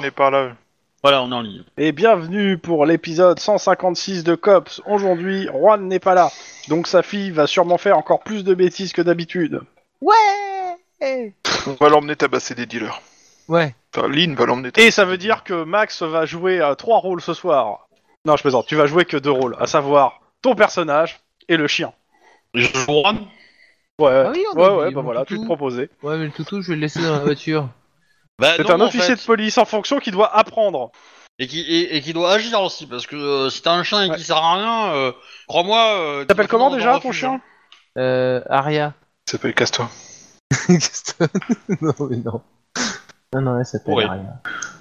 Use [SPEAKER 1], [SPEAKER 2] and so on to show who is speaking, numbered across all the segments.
[SPEAKER 1] n'est pas là.
[SPEAKER 2] Voilà, on est en ligne.
[SPEAKER 3] Et bienvenue pour l'épisode 156 de Cops. Aujourd'hui, Juan n'est pas là, donc sa fille va sûrement faire encore plus de bêtises que d'habitude.
[SPEAKER 4] Ouais
[SPEAKER 1] On va l'emmener tabasser des dealers.
[SPEAKER 4] Ouais.
[SPEAKER 1] Enfin, Lynn va l'emmener tabasser.
[SPEAKER 3] Et ça veut dire que Max va jouer euh, trois rôles ce soir. Non, je plaisante, tu vas jouer que deux rôles, à savoir ton personnage et le chien.
[SPEAKER 2] Joran
[SPEAKER 3] Ouais,
[SPEAKER 4] Ah oui, on a
[SPEAKER 3] ouais,
[SPEAKER 4] oublié,
[SPEAKER 3] ouais, bah
[SPEAKER 4] mon
[SPEAKER 3] voilà, tu te
[SPEAKER 4] toutou.
[SPEAKER 3] proposais.
[SPEAKER 4] Ouais, mais le toutou, je vais le laisser dans la voiture.
[SPEAKER 2] bah,
[SPEAKER 3] C'est
[SPEAKER 2] non,
[SPEAKER 3] un
[SPEAKER 2] en
[SPEAKER 3] officier
[SPEAKER 2] fait.
[SPEAKER 3] de police en fonction qui doit apprendre.
[SPEAKER 2] Et qui, et, et qui doit agir aussi, parce que euh, si t'as un chien et qui sert à rien, euh, crois-moi. Euh,
[SPEAKER 3] T'appelles
[SPEAKER 2] tu vas
[SPEAKER 3] comment
[SPEAKER 2] dans un
[SPEAKER 3] déjà ton
[SPEAKER 2] refuge,
[SPEAKER 3] chien
[SPEAKER 2] hein.
[SPEAKER 4] Euh, Aria.
[SPEAKER 1] Ça s'appelle Casse-toi.
[SPEAKER 4] Gaston. non, mais non. Non, non, elle s'appelle
[SPEAKER 2] Ouais.
[SPEAKER 4] Aria.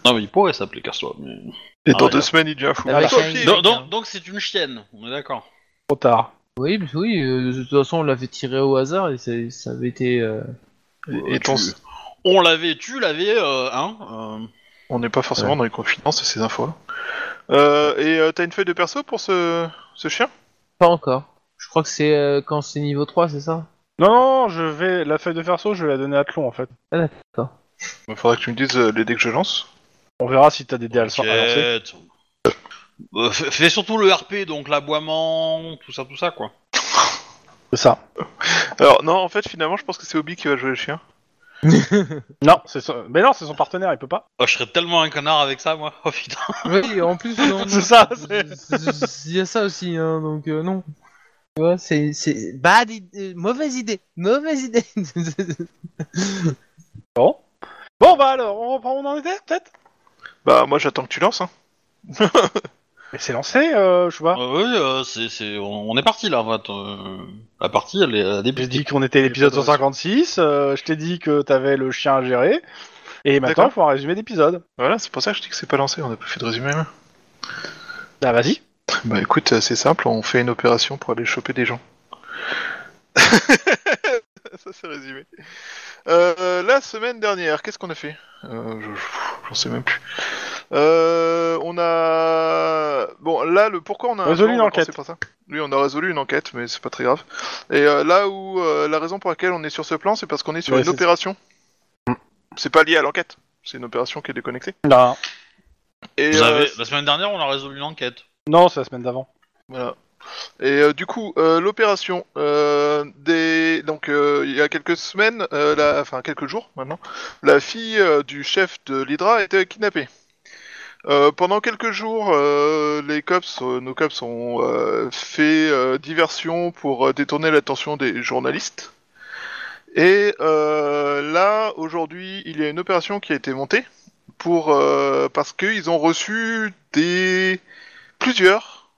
[SPEAKER 2] Non, mais il pourrait s'appeler Casse-toi. mais-
[SPEAKER 1] Et
[SPEAKER 2] Ah,
[SPEAKER 1] dans
[SPEAKER 2] ouais.
[SPEAKER 1] deux semaines, il devient fou.
[SPEAKER 4] Avec
[SPEAKER 1] Casse-toi,
[SPEAKER 4] un-
[SPEAKER 1] fille.
[SPEAKER 2] Donc, donc- Eh donc c'est une chienne, on est d'accord.
[SPEAKER 3] Trop tard.
[SPEAKER 4] Oui, mais oui, euh, de toute façon, on l'avait tiré au hasard et c'est- ça avait été. euh,
[SPEAKER 1] Et- et
[SPEAKER 2] Tu-
[SPEAKER 1] ton-
[SPEAKER 2] On l'avait, tu l'avais, euh, hein euh,
[SPEAKER 1] On n'est pas forcément dans les confidences de ces infos-là. Euh, et euh, t'as une feuille de perso pour ce, ce chien
[SPEAKER 4] Pas encore. Je crois que c'est euh, quand c'est niveau 3, c'est ça
[SPEAKER 3] Non, non, je vais. La feuille de perso, je vais la donner à Tlon en fait.
[SPEAKER 1] Il Faudra que tu me dises euh, les dés que je lance.
[SPEAKER 3] On verra si t'as des dés à le- à lancer.
[SPEAKER 2] Quête. Euh, fais, fais surtout le RP, donc l'aboiement, tout ça, tout ça, quoi.
[SPEAKER 3] C'est ça.
[SPEAKER 1] Alors, non, en fait, finalement, je pense que c'est Obi qui va jouer le chien.
[SPEAKER 3] Non, c'est son... Mais non, c'est son partenaire, il peut pas.
[SPEAKER 2] Oh, je serais tellement un connard avec ça, moi. Oh putain.
[SPEAKER 4] Oui, en plus, non.
[SPEAKER 3] C'est ça, c'est-
[SPEAKER 4] Il y a ça aussi, hein, donc euh, non. Tu vois, c'est. c'est- Bad idée. Mauvaise idée. Mauvaise idée.
[SPEAKER 3] Bon. Bon, bah alors, on reprend où on en était, peut-être
[SPEAKER 1] Bah, moi, j'attends que tu lances. Hein.
[SPEAKER 3] Mais c'est lancé, euh, je sais pas.
[SPEAKER 2] Euh, oui, euh, c'est, c'est- on, on est parti là, en fait. euh, la partie, elle est à
[SPEAKER 3] J'ai
[SPEAKER 2] début.
[SPEAKER 3] dit qu'on était à l'épisode
[SPEAKER 1] J'ai pas de
[SPEAKER 3] 156, euh, je t'ai dit que t'avais le chien à gérer, et maintenant il
[SPEAKER 1] D'accord.
[SPEAKER 3] faut un résumé d'épisode.
[SPEAKER 1] Voilà, c'est pour ça que je dis que c'est pas lancé, on n'a pas fait de résumé. hein.
[SPEAKER 3] Bah vas-y.
[SPEAKER 1] Bah, écoute, euh, c'est simple, on fait une opération pour aller choper des gens. ça, c'est résumé. Euh, la semaine dernière, qu'est-ce qu'on a fait Euh, je- je- J'en sais même plus. Euh, on a. Bon, là, le pourquoi on a.
[SPEAKER 3] Résolu une
[SPEAKER 1] on a pensé
[SPEAKER 3] enquête.
[SPEAKER 1] par ça. Oui, on a résolu une enquête, mais c'est pas très grave. Et euh, là où. euh, la raison pour laquelle on est sur ce plan, c'est parce qu'on est sur
[SPEAKER 3] Ouais,
[SPEAKER 1] une
[SPEAKER 3] c'est ça.
[SPEAKER 1] opération. C'est pas lié à l'enquête. C'est une opération qui est déconnectée.
[SPEAKER 3] Non,
[SPEAKER 1] Et,
[SPEAKER 2] Vous
[SPEAKER 1] euh,
[SPEAKER 2] avez- La semaine dernière, on a résolu l'enquête.
[SPEAKER 3] non c'est la semaine d'avant.
[SPEAKER 1] Voilà. Et euh, du coup, euh, l'opération euh, des donc euh, il y a quelques semaines, euh, la... enfin quelques jours maintenant, la fille euh, du chef de l'Hydra a été kidnappée. Euh, pendant quelques jours, euh, les cops, euh, nos cops ont euh, fait euh, diversion pour euh, détourner l'attention des journalistes. Et euh, là, aujourd'hui, il y a une opération qui a été montée pour euh, parce qu'ils ont reçu des plusieurs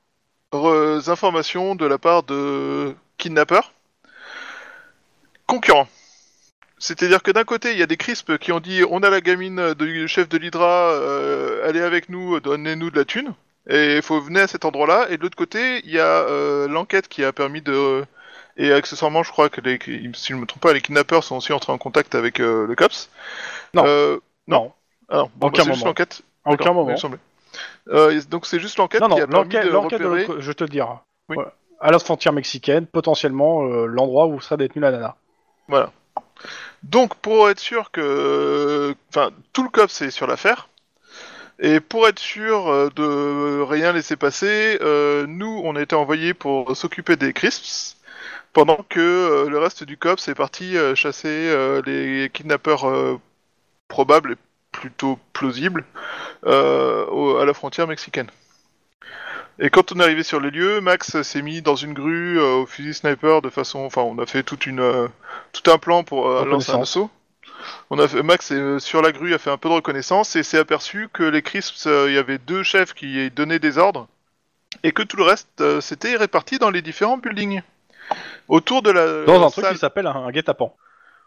[SPEAKER 1] re- informations de la part de kidnappeurs concurrents. C'est-à-dire que d'un côté, il y a des crisps qui ont dit on a la gamine du chef de l'Hydra, euh, allez avec nous, donnez-nous de la thune, et il faut venir à cet endroit-là. Et de l'autre côté, il y a euh, l'enquête qui a permis de... Et accessoirement, je crois que, les, si je me trompe pas, les kidnappeurs sont aussi entrés en contact avec euh, le COPS.
[SPEAKER 3] Non.
[SPEAKER 1] Euh, non. Ah non. Bon,
[SPEAKER 3] Aucun
[SPEAKER 1] bah, c'est juste
[SPEAKER 3] moment.
[SPEAKER 1] l'enquête.
[SPEAKER 3] À aucun
[SPEAKER 1] D'accord, il
[SPEAKER 3] moment.
[SPEAKER 1] me semblait. Euh, donc c'est juste l'enquête
[SPEAKER 3] Non, non,
[SPEAKER 1] qui a permis
[SPEAKER 3] l'enquête
[SPEAKER 1] de
[SPEAKER 3] l'enquête de
[SPEAKER 1] repérer...
[SPEAKER 3] l'autre- je te le dirai.
[SPEAKER 1] Oui.
[SPEAKER 3] Voilà. À la frontière mexicaine, potentiellement euh, l'endroit où sera détenue la nana.
[SPEAKER 1] Donc pour être sûr que... Enfin, tout le COPS est sur l'affaire. Et pour être sûr euh, de rien laisser passer, euh, nous, on a été envoyés pour s'occuper des crisps, pendant que euh, le reste du COPS est parti euh, chasser euh, les kidnappeurs euh, probables et plutôt plausibles euh, au- à la frontière mexicaine. Et quand on est arrivé sur les lieux, Max s'est mis dans une grue euh, au fusil sniper de façon... Enfin, on a fait toute une, euh, tout un plan pour euh, lancer un
[SPEAKER 3] Reconnaissance.
[SPEAKER 1] assaut. On a fait- Max, euh, sur la grue, a fait un peu de reconnaissance et s'est aperçu que les crisps, euh, il y avait deux chefs qui donnaient des ordres et que tout le reste, euh, c'était réparti dans les différents buildings. Autour de la
[SPEAKER 3] Dans un
[SPEAKER 1] euh,
[SPEAKER 3] truc
[SPEAKER 1] salle-
[SPEAKER 3] qui s'appelle un, un guet-apens.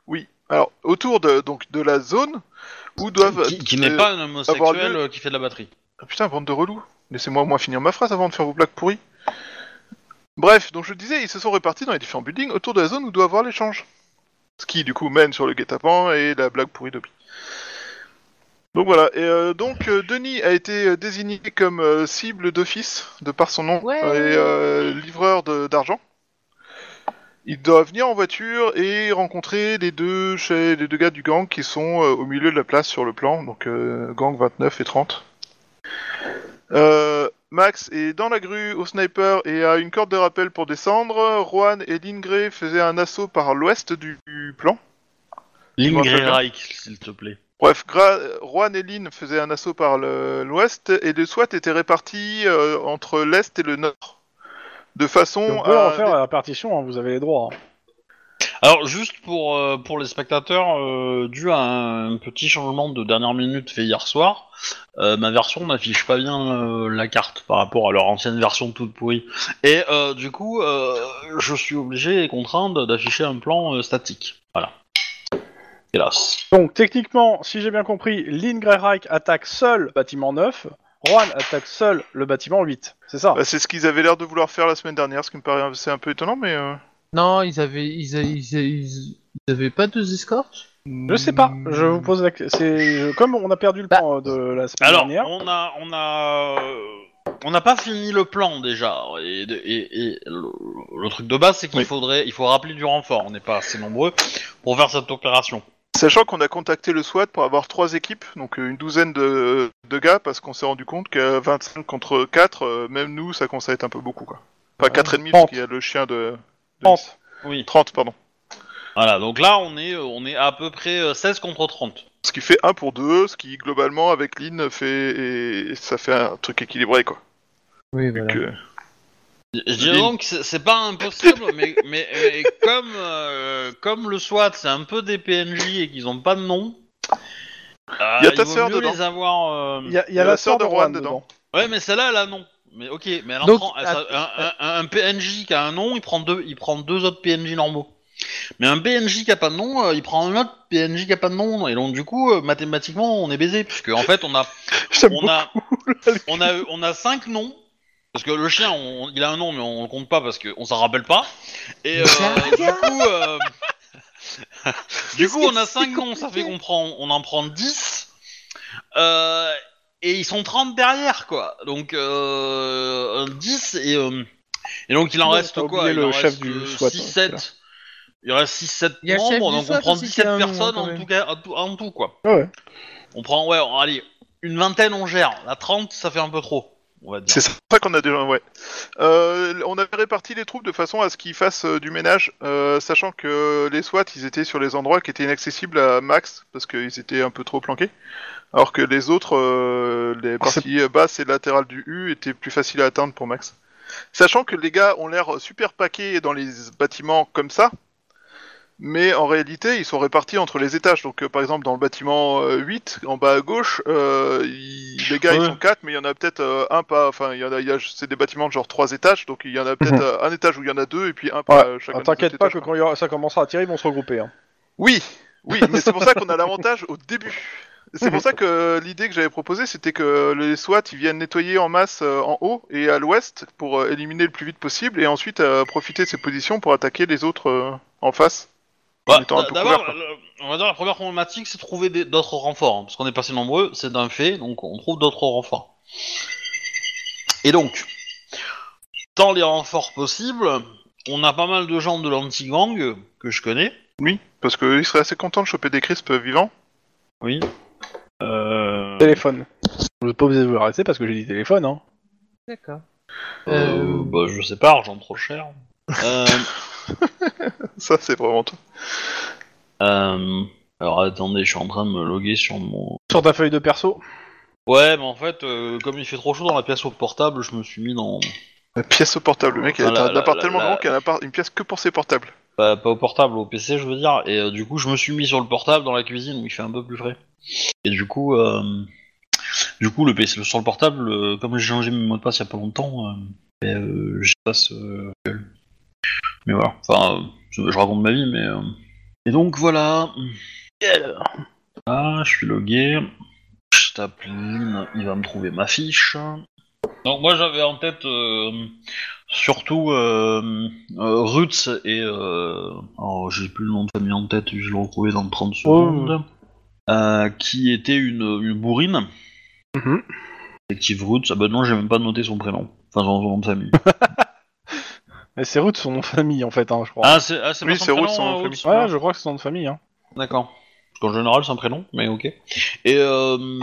[SPEAKER 1] Oui. Alors, autour de, donc, de la zone où doivent...
[SPEAKER 2] Qui, qui n'est
[SPEAKER 1] euh,
[SPEAKER 2] pas un
[SPEAKER 1] avoir
[SPEAKER 2] homosexuel
[SPEAKER 1] lieu-
[SPEAKER 2] euh, qui fait de la batterie.
[SPEAKER 1] Ah, putain, bande de relous. Laissez-moi au moins finir ma phrase avant de faire vos blagues pourries. Bref, donc je disais, ils se sont répartis dans les différents buildings autour de la zone où doit avoir l'échange. Ce qui, du coup, mène sur le guet-apens et la blague pourrie d'Obi. Donc voilà, et euh, donc euh, Denis a été euh, désigné comme euh, cible d'office, de par son nom,
[SPEAKER 4] Ouais.
[SPEAKER 1] et euh, livreur de- d'argent. Il doit venir en voiture et rencontrer les deux, che- les deux gars du gang qui sont euh, au milieu de la place sur le plan, donc euh, gang 29 et 30. Euh, Max est dans la grue au sniper et a une corde de rappel pour descendre. Juan et Lingré faisaient un assaut par l'ouest du, du plan.
[SPEAKER 2] Lingré Reich, s'il te plaît.
[SPEAKER 1] Bref, Gra- Juan et Lynn faisaient un assaut par le- l'ouest et les SWAT étaient répartis euh, entre l'est et le nord. De façon
[SPEAKER 3] On peut
[SPEAKER 1] à-
[SPEAKER 3] refaire la partition, hein, vous avez les droits. hein.
[SPEAKER 2] Alors, juste pour, euh, pour les spectateurs, euh, dû à un petit changement de dernière minute fait hier soir, euh, ma version n'affiche pas bien euh, la carte par rapport à leur ancienne version toute pourrie. Et euh, du coup, euh, je suis obligé et contraint de- d'afficher un plan euh, statique. Voilà. Hélas.
[SPEAKER 3] Donc techniquement, si j'ai bien compris, Lynn Greyreich attaque seul bâtiment 9, Juan attaque seul le bâtiment 8. C'est ça
[SPEAKER 1] Bah, c'est ce qu'ils avaient l'air de vouloir faire la semaine dernière, ce qui me paraît assez un peu étonnant, mais. euh,
[SPEAKER 4] Non, ils avaient, ils, a- ils, a- ils- ils avaient pas deux escortes
[SPEAKER 3] Je sais pas, je vous pose la question. Comme on a perdu le
[SPEAKER 4] Bah.
[SPEAKER 3] temps euh, de la semaine
[SPEAKER 2] Alors,
[SPEAKER 3] dernière,
[SPEAKER 2] on a, on a, euh, on n'a pas fini le plan déjà. Et, de- et- et le, le truc de base, c'est qu'il
[SPEAKER 1] Oui.
[SPEAKER 2] faudrait, il faut rappeler du renfort. On n'est pas assez nombreux pour faire cette opération.
[SPEAKER 1] Sachant qu'on a contacté le SWAT pour avoir trois équipes, donc euh, une douzaine de, de gars, parce qu'on s'est rendu compte qu'à 25 contre 4, euh, même nous, ça commence à être un peu beaucoup, quoi. Pas 4 et demi, parce
[SPEAKER 3] trente.
[SPEAKER 1] qu'il y a le chien de. de-
[SPEAKER 3] Pente.
[SPEAKER 2] Oui.
[SPEAKER 1] 30, pardon.
[SPEAKER 2] Voilà, donc là on est euh, on est à peu près euh, 16 contre 30.
[SPEAKER 1] Ce qui fait 1 pour 2, ce qui, globalement, avec Lynn, fait. et ça fait un truc équilibré, quoi.
[SPEAKER 4] Oui,
[SPEAKER 1] Vu
[SPEAKER 4] voilà.
[SPEAKER 1] que-
[SPEAKER 2] Je dirais donc que c'est c'est pas impossible, mais, mais, mais comme, euh, comme le SWAT c'est un peu des PNJ et qu'ils ont pas de nom, euh,
[SPEAKER 1] Y a ta
[SPEAKER 2] il vaut
[SPEAKER 1] sœur
[SPEAKER 2] mieux
[SPEAKER 1] dedans.
[SPEAKER 2] les avoir. euh,
[SPEAKER 3] il y a, il y a la, sœur de Juan dedans.
[SPEAKER 2] Ouais, mais celle-là elle a nom. Mais ok, mais elle en
[SPEAKER 4] Donc,
[SPEAKER 2] prend, elle- ça- un, un- un PNJ qui a un nom, il prend deux, il prend deux autres PNJ normaux. Mais un PNJ qui a pas de nom, euh, il prend un autre PNJ qui a pas de nom. Et donc du coup, euh, mathématiquement, on est baisé, puisque en fait on a
[SPEAKER 3] J'aime
[SPEAKER 2] on a, on a, on a cinq noms. Parce que le chien, on- il a un nom, mais on le compte pas parce qu'on s'en rappelle pas. Et euh, du coup, euh, du coup, on a cinq noms, ça fait qu'on prend, on en prend 10 Euh, et ils sont 30 derrière, quoi. Donc euh, 10 et, euh, et donc il en
[SPEAKER 3] Ouais,
[SPEAKER 2] reste
[SPEAKER 3] t'as
[SPEAKER 2] quoi
[SPEAKER 3] oublié
[SPEAKER 2] Il
[SPEAKER 3] le
[SPEAKER 2] en
[SPEAKER 3] chef
[SPEAKER 2] reste
[SPEAKER 3] du hein,
[SPEAKER 2] euh,
[SPEAKER 3] SWAT,
[SPEAKER 2] 6,
[SPEAKER 3] ouais,
[SPEAKER 2] 7 Il reste 6 7
[SPEAKER 4] Il y a le chef
[SPEAKER 2] membres,
[SPEAKER 4] du
[SPEAKER 2] donc on
[SPEAKER 4] SWAT
[SPEAKER 2] prend
[SPEAKER 4] aussi qui a
[SPEAKER 2] 17
[SPEAKER 4] un nom, hein,
[SPEAKER 2] personnes
[SPEAKER 4] quand
[SPEAKER 2] en
[SPEAKER 4] même.
[SPEAKER 2] tout cas, en tout- en tout quoi.
[SPEAKER 3] Ouais.
[SPEAKER 2] On prend, ouais, on- allez, une vingtaine on gère. La 30, ça fait un peu trop, on va dire.
[SPEAKER 1] C'est ça qu'on a déjà, ouais. Euh, on avait réparti les troupes de façon à ce qu'ils fassent euh, du ménage, euh, sachant que les SWAT, ils étaient sur les endroits qui étaient inaccessibles à Max, parce qu'ils étaient un peu trop planqués, alors que les autres, euh, les parties basses et latérales du U étaient plus faciles à atteindre pour Max. Sachant que les gars ont l'air super paqués dans les bâtiments comme ça, mais en réalité, ils sont répartis entre les étages. Donc, euh, par exemple, dans le bâtiment euh, 8, en bas à gauche, euh, ils- les gars, ils
[SPEAKER 2] Ouais.
[SPEAKER 1] sont 4, mais il y en a peut-être euh, un pas. Enfin, il y en a, il y a- c'est des bâtiments de genre 3 étages, donc il y en a peut-être
[SPEAKER 3] Mhm.
[SPEAKER 1] euh, un étage où il y en a deux, et puis un pas euh, chacun.
[SPEAKER 3] Ah,
[SPEAKER 1] des
[SPEAKER 3] T'inquiète
[SPEAKER 1] autres
[SPEAKER 3] pas
[SPEAKER 1] étages,
[SPEAKER 3] que
[SPEAKER 1] quoi.
[SPEAKER 3] quand il y aura- ça commencera à tirer, ils vont se regrouper. hein.
[SPEAKER 1] Oui, oui, mais c'est pour ça qu'on a l'avantage au début. C'est pour ça que l'idée que j'avais proposée, c'était que les SWAT ils viennent nettoyer en masse euh, en haut et à l'ouest pour euh, éliminer le plus vite possible et ensuite euh, profiter de ces positions pour attaquer les autres euh, en face.
[SPEAKER 2] Bah,
[SPEAKER 1] étant un
[SPEAKER 2] d-
[SPEAKER 1] peu
[SPEAKER 2] D'abord,
[SPEAKER 1] couvert,
[SPEAKER 2] le- on va dire la première problématique, c'est trouver des- d'autres renforts. hein, parce qu'on est passé nombreux, c'est un fait, donc on trouve d'autres renforts. Et donc, dans les renforts possibles, on a pas mal de gens de l'anti-gang euh, que je connais.
[SPEAKER 1] Oui, parce qu'ils seraient assez contents de choper des crisps vivants.
[SPEAKER 2] Oui. Euh...
[SPEAKER 3] Téléphone. Vous n'êtes pas obligé de vous arrêter parce que j'ai dit téléphone. Hein.
[SPEAKER 4] D'accord.
[SPEAKER 2] euh, bah, je sais pas, argent trop cher. Euh,
[SPEAKER 1] Ça, c'est vraiment tout.
[SPEAKER 2] euh, alors attendez, je suis en train de me loguer sur mon.
[SPEAKER 3] Sur ta feuille de perso.
[SPEAKER 2] Ouais, mais en fait, euh, comme il fait trop chaud dans la pièce au portable, je me suis mis dans.
[SPEAKER 1] La pièce au portable, le mec, il a
[SPEAKER 2] Ah là
[SPEAKER 1] un
[SPEAKER 2] là
[SPEAKER 1] appart
[SPEAKER 2] là
[SPEAKER 1] tellement
[SPEAKER 2] là.
[SPEAKER 1] grand qu'il a un appart- une pièce que pour ses portables.
[SPEAKER 2] bah, Pas, pas au portable, au PC, je veux dire. Et euh, du coup, je me suis mis sur le portable dans la cuisine où il fait un peu plus frais. Et du coup, euh, du coup, le PC sur le portable, euh, comme j'ai changé mes mots de passe il y a pas longtemps, euh, ben, euh, je passe euh, gueule. Mais voilà. Enfin, euh, je, je raconte ma vie, mais. euh, Et donc voilà. Et alors Ah, je suis logué. Je tape Lynn, il va me trouver ma fiche. Donc moi j'avais en tête euh, surtout euh, euh, Roots et euh, oh, j'ai plus le nom de famille en tête, je vais le retrouver dans 30 secondes. Euh, qui était une, une bourrine.
[SPEAKER 3] Mhm.
[SPEAKER 2] Detective Roots, ah bah non j'ai même pas noté son prénom, enfin son son nom de famille.
[SPEAKER 3] Et c'est Ruth, son nom de famille, en fait, hein, je crois.
[SPEAKER 2] Ah, c'est ah, c'est
[SPEAKER 1] Oui,
[SPEAKER 2] pas son
[SPEAKER 1] c'est Ruth,
[SPEAKER 2] prénom,
[SPEAKER 1] son
[SPEAKER 2] euh,
[SPEAKER 1] prénom.
[SPEAKER 2] Ruth
[SPEAKER 3] ouais, je crois que c'est son nom de famille. Hein.
[SPEAKER 2] D'accord. Parce qu'en général, c'est un prénom, mais ok. Et, euh,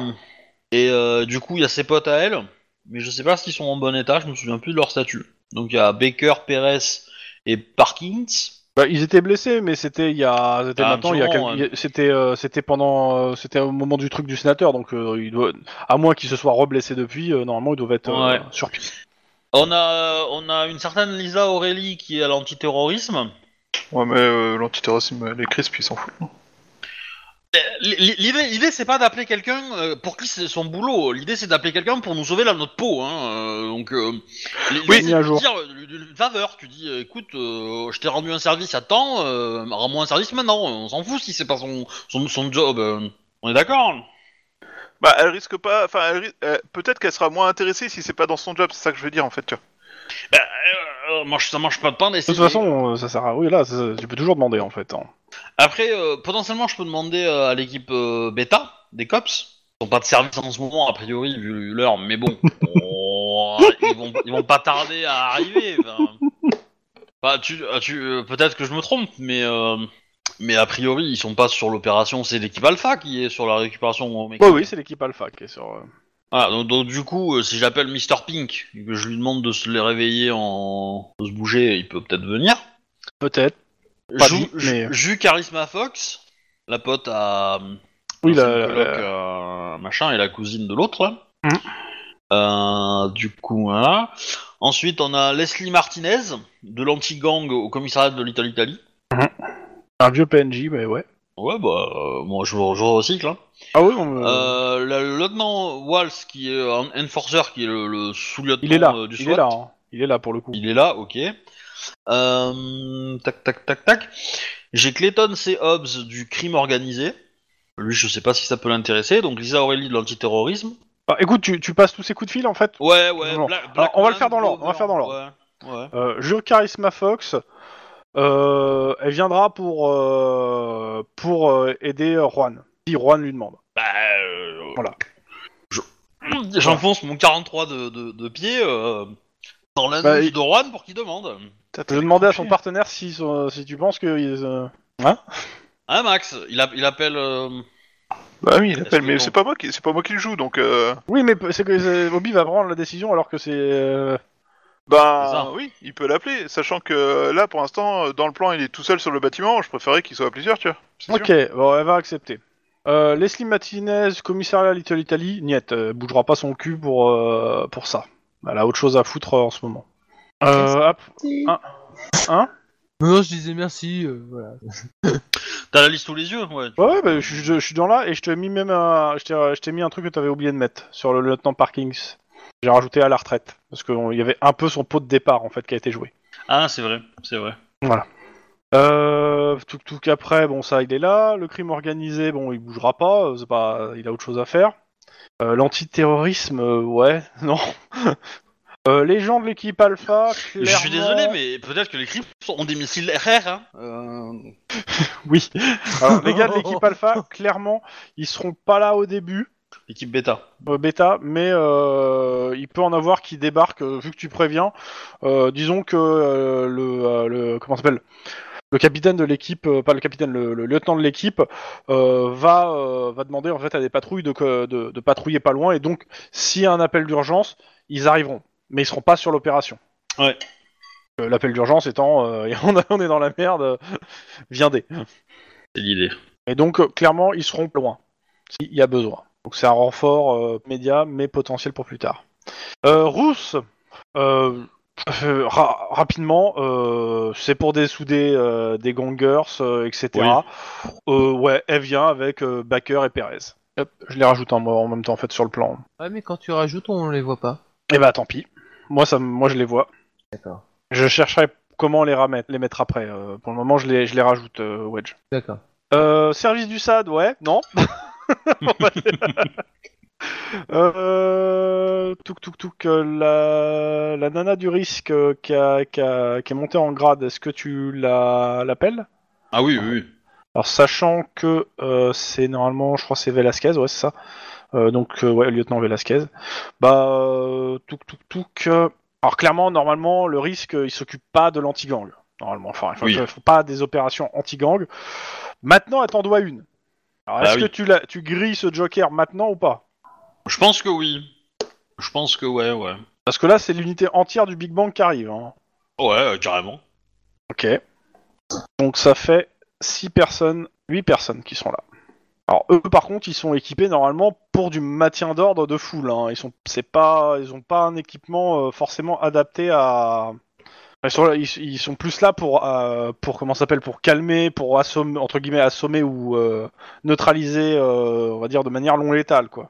[SPEAKER 2] et euh, du coup, il y a ses potes à elle, mais je sais pas s'ils sont en bon état, je me souviens plus de leur statut. Donc il y a Baker, Perez et Parkins.
[SPEAKER 3] Bah, ils étaient blessés, mais c'était il y a, c'était
[SPEAKER 2] Ah,
[SPEAKER 3] maintenant, il y a
[SPEAKER 2] absolument,
[SPEAKER 3] quelques- il y a- c'était, euh, c'était pendant, euh, c'était au moment du truc du sénateur, donc euh, il doit, à moins qu'il se soit reblessé depuis, euh, normalement, il doit être euh,
[SPEAKER 2] Ouais.
[SPEAKER 3] sur pied.
[SPEAKER 2] On a, on a une certaine Lisa Aurélie qui est à l'antiterrorisme.
[SPEAKER 1] Ouais, mais euh, l'antiterrorisme, les crisps, ils s'en foutent.
[SPEAKER 2] Euh, l- L'idée, l'idée, c'est pas d'appeler quelqu'un euh, pour qui c'est son boulot. L'idée, c'est d'appeler quelqu'un pour nous sauver la notre peau. Hein. euh, Donc, euh, l'idée,
[SPEAKER 3] Oui,
[SPEAKER 2] c'est
[SPEAKER 3] mis à
[SPEAKER 2] de
[SPEAKER 3] jour.
[SPEAKER 2] dire euh, d'une faveur. Tu dis, euh, écoute, euh, je t'ai rendu un service à temps, euh, rends-moi un service maintenant. On s'en fout si c'est pas son, son, son job. euh. On est d'accord
[SPEAKER 1] Bah, elle risque pas. Enfin, elle ri- euh, peut-être qu'elle sera moins intéressée si c'est pas dans son job. C'est ça que je veux dire en fait. Tu vois.
[SPEAKER 2] Bah, euh, euh, mange- Ça mange pas de pain
[SPEAKER 3] De toute façon, euh, ça sert à, oui, là, ça- tu peux toujours demander, en fait. hein.
[SPEAKER 2] Après, euh, potentiellement, je peux demander euh, à l'équipe euh, bêta des cops. Ils n'ont pas de service en ce moment, a priori, vu l'heure, mais bon, on- ils, vont, ils vont pas tarder à arriver. enfin. Enfin, tu, euh, tu- euh, Peut-être que je me trompe, mais, euh, mais a priori, ils sont pas sur l'opération. C'est l'équipe Alpha qui est sur la récupération. au mec.
[SPEAKER 3] Bah oui, c'est l'équipe Alpha qui est sur. euh,
[SPEAKER 2] Voilà, donc, donc, du coup, euh, si j'appelle Mr. Pink et que je lui demande de se les réveiller, en... de se bouger, il peut peut-être venir.
[SPEAKER 3] Peut-être. Pas
[SPEAKER 2] Ju,
[SPEAKER 3] dit, mais- euh.
[SPEAKER 2] Ju- Ju Charisma Fox, la pote à.
[SPEAKER 3] Oui,
[SPEAKER 2] à son
[SPEAKER 3] la-
[SPEAKER 2] coloc,
[SPEAKER 3] la-
[SPEAKER 2] euh, machin, et la cousine de l'autre, là.
[SPEAKER 3] Mhm.
[SPEAKER 2] Euh, du coup, voilà. Ensuite, on a Leslie Martinez, de l'anti-gang au commissariat de Little Italy.
[SPEAKER 3] Un vieux PNJ, mais ouais.
[SPEAKER 2] Ouais, bah, euh, moi, je, je recycle. hein.
[SPEAKER 3] Ah oui, on, euh,
[SPEAKER 2] Euh, la- le lieutenant Walsh, qui est un enforcer, qui est le, le sous-lieutenant
[SPEAKER 3] il est là.
[SPEAKER 2] euh, du
[SPEAKER 3] il
[SPEAKER 2] SWAT.
[SPEAKER 3] est là. hein. Il est là pour le coup.
[SPEAKER 2] Il est là, ok. Euh, tac, tac, tac, tac. J'ai Clayton C. Hobbs du crime organisé. Lui, je sais pas si ça peut l'intéresser. Donc Lisa Aurélie de l'antiterrorisme.
[SPEAKER 3] Ah, écoute, tu, tu passes tous ces coups de fil, en fait.
[SPEAKER 2] Ouais, ouais.
[SPEAKER 3] Non.
[SPEAKER 2] Black-
[SPEAKER 3] Alors,
[SPEAKER 2] Black
[SPEAKER 3] on va
[SPEAKER 2] Man,
[SPEAKER 3] le faire dans l'ordre, on va le faire dans
[SPEAKER 2] Ouais. ouais.
[SPEAKER 3] Euh, Jure Charisma Fox, euh, elle viendra pour, euh, pour euh, aider euh, Juan, si Juan lui demande.
[SPEAKER 2] Bah, euh,
[SPEAKER 3] Voilà.
[SPEAKER 2] je- J'enfonce mon 43 de, de, de pied euh, dans la
[SPEAKER 3] Bah,
[SPEAKER 2] nuque
[SPEAKER 3] il-
[SPEAKER 2] de Juan pour qu'il demande.
[SPEAKER 3] Je vais demander à son partenaire si, son- si tu penses que. ils, euh,
[SPEAKER 2] Hein, Max il, a- il appelle. euh,
[SPEAKER 1] Bah oui, il
[SPEAKER 2] Est-ce
[SPEAKER 1] appelle,
[SPEAKER 2] que
[SPEAKER 1] mais
[SPEAKER 2] ton-
[SPEAKER 1] c'est pas moi qui, c'est pas moi qui le joue, donc. Euh...
[SPEAKER 3] Oui, mais p- c'est que euh, Bobby va prendre la décision alors que c'est. euh,
[SPEAKER 2] C'est ça.
[SPEAKER 1] Ben oui, il peut l'appeler, sachant que là, pour l'instant, euh, dans le plan, il est tout seul sur le bâtiment. Je préférais qu'il soit à plusieurs, tu vois. c'est sûr.
[SPEAKER 3] Ok, bon, elle va accepter. Euh, Leslie Martinez, commissariat Little Italy, niette, elle bougera pas son cul pour, euh, pour ça. Elle a autre chose à foutre euh, en ce moment. Euh, hein ap-
[SPEAKER 4] Non, je disais merci, euh, voilà.
[SPEAKER 2] T'as la liste sous les yeux Ouais.
[SPEAKER 3] Ouais, ouais, bah, je, je- je suis dans là et je t'ai mis même un, je t'ai- je t'ai mis un truc que t'avais oublié de mettre sur le lieutenant Parkings. J'ai rajouté à la retraite parce qu'il y avait un peu son pot de départ en fait qui a été joué.
[SPEAKER 2] Ah, c'est vrai, c'est vrai.
[SPEAKER 3] Euh, tout tout après, bon ça il est là. Le crime organisé, bon il bougera pas, euh, c'est pas, il a autre chose à faire. Euh, L'antiterrorisme, euh, ouais, non. Euh, les gens de l'équipe Alpha.
[SPEAKER 2] Je suis
[SPEAKER 3] clairement-
[SPEAKER 2] désolé, mais peut-être que les cryptes ont des missiles RR. Hein. Euh,
[SPEAKER 3] Oui. Alors, les gars de l'équipe Alpha, clairement, ils seront pas là au début.
[SPEAKER 2] Équipe bêta.
[SPEAKER 3] euh, bêta, mais euh, il peut en avoir qui débarquent euh, vu que tu préviens. Euh, disons que euh, le, euh, le comment ça s'appelle le capitaine de l'équipe, euh, pas le capitaine, le, le lieutenant de l'équipe euh, va euh, va demander en fait à des patrouilles de, co- de, de patrouiller pas loin et donc s'il y a un appel d'urgence, ils arriveront, mais ils seront pas sur l'opération.
[SPEAKER 2] Ouais.
[SPEAKER 3] Euh, L'appel d'urgence étant, euh, et on, a- on est dans la merde, euh, viendez.
[SPEAKER 2] C'est l'idée.
[SPEAKER 3] Et donc, euh, clairement, ils seront loin, s'il y a besoin. Donc c'est un renfort euh, média, mais potentiel pour plus tard. Euh, Rousse, euh, euh, ra- rapidement, euh, c'est pour dessouder euh, des gangers, euh, etc. Euh, ouais, elle vient avec euh, Baker et Perez. Hop, je les rajoute en, en même temps, en fait, sur le plan.
[SPEAKER 4] Ouais, mais quand tu rajoutes, on les voit pas.
[SPEAKER 3] Eh bah tant pis. Moi, ça, me- moi je les vois.
[SPEAKER 4] D'accord.
[SPEAKER 3] Je chercherai comment les, ramettre, les mettre après. euh, pour le moment, je les, je les rajoute, euh, Wedge.
[SPEAKER 4] D'accord.
[SPEAKER 3] Euh, service du SAD, ouais, non. On va aller- euh, touk touk touk, euh, la, la nana du risque euh, qui, a- qui a- qui est montée en grade, est-ce que tu la- l'appelles
[SPEAKER 2] Ah oui, oui, oui.
[SPEAKER 3] Alors sachant que euh, c'est normalement, je crois que c'est Velasquez, ouais c'est ça. Euh, donc euh, ouais, lieutenant Velasquez. Bah euh, touk touk touk, euh, Alors clairement, normalement, le risque, euh, il s'occupe pas de l'anti-gang. Normalement, enfin, il faut,
[SPEAKER 2] Oui.
[SPEAKER 3] il faut pas des opérations anti-gang. Maintenant, elle t'en doit une. Alors,
[SPEAKER 2] Ah
[SPEAKER 3] est-ce
[SPEAKER 2] oui.
[SPEAKER 3] que tu, la, tu grilles ce Joker maintenant ou pas
[SPEAKER 2] Je pense que oui. Je pense que ouais, ouais.
[SPEAKER 3] Parce que là, c'est l'unité entière du Big Bang qui arrive. hein.
[SPEAKER 2] Ouais, euh, carrément.
[SPEAKER 3] Ok. Donc ça fait 6 personnes, 8 personnes qui sont là. Alors eux par contre ils sont équipés normalement pour du maintien d'ordre de foule. hein. Ils sont c'est pas ils ont pas un équipement euh, forcément adapté à ils sont, là- ils, ils sont plus là pour euh, pour comment ça s'appelle pour calmer pour assommer entre guillemets assommer ou euh, neutraliser euh, on va dire de manière non létale quoi.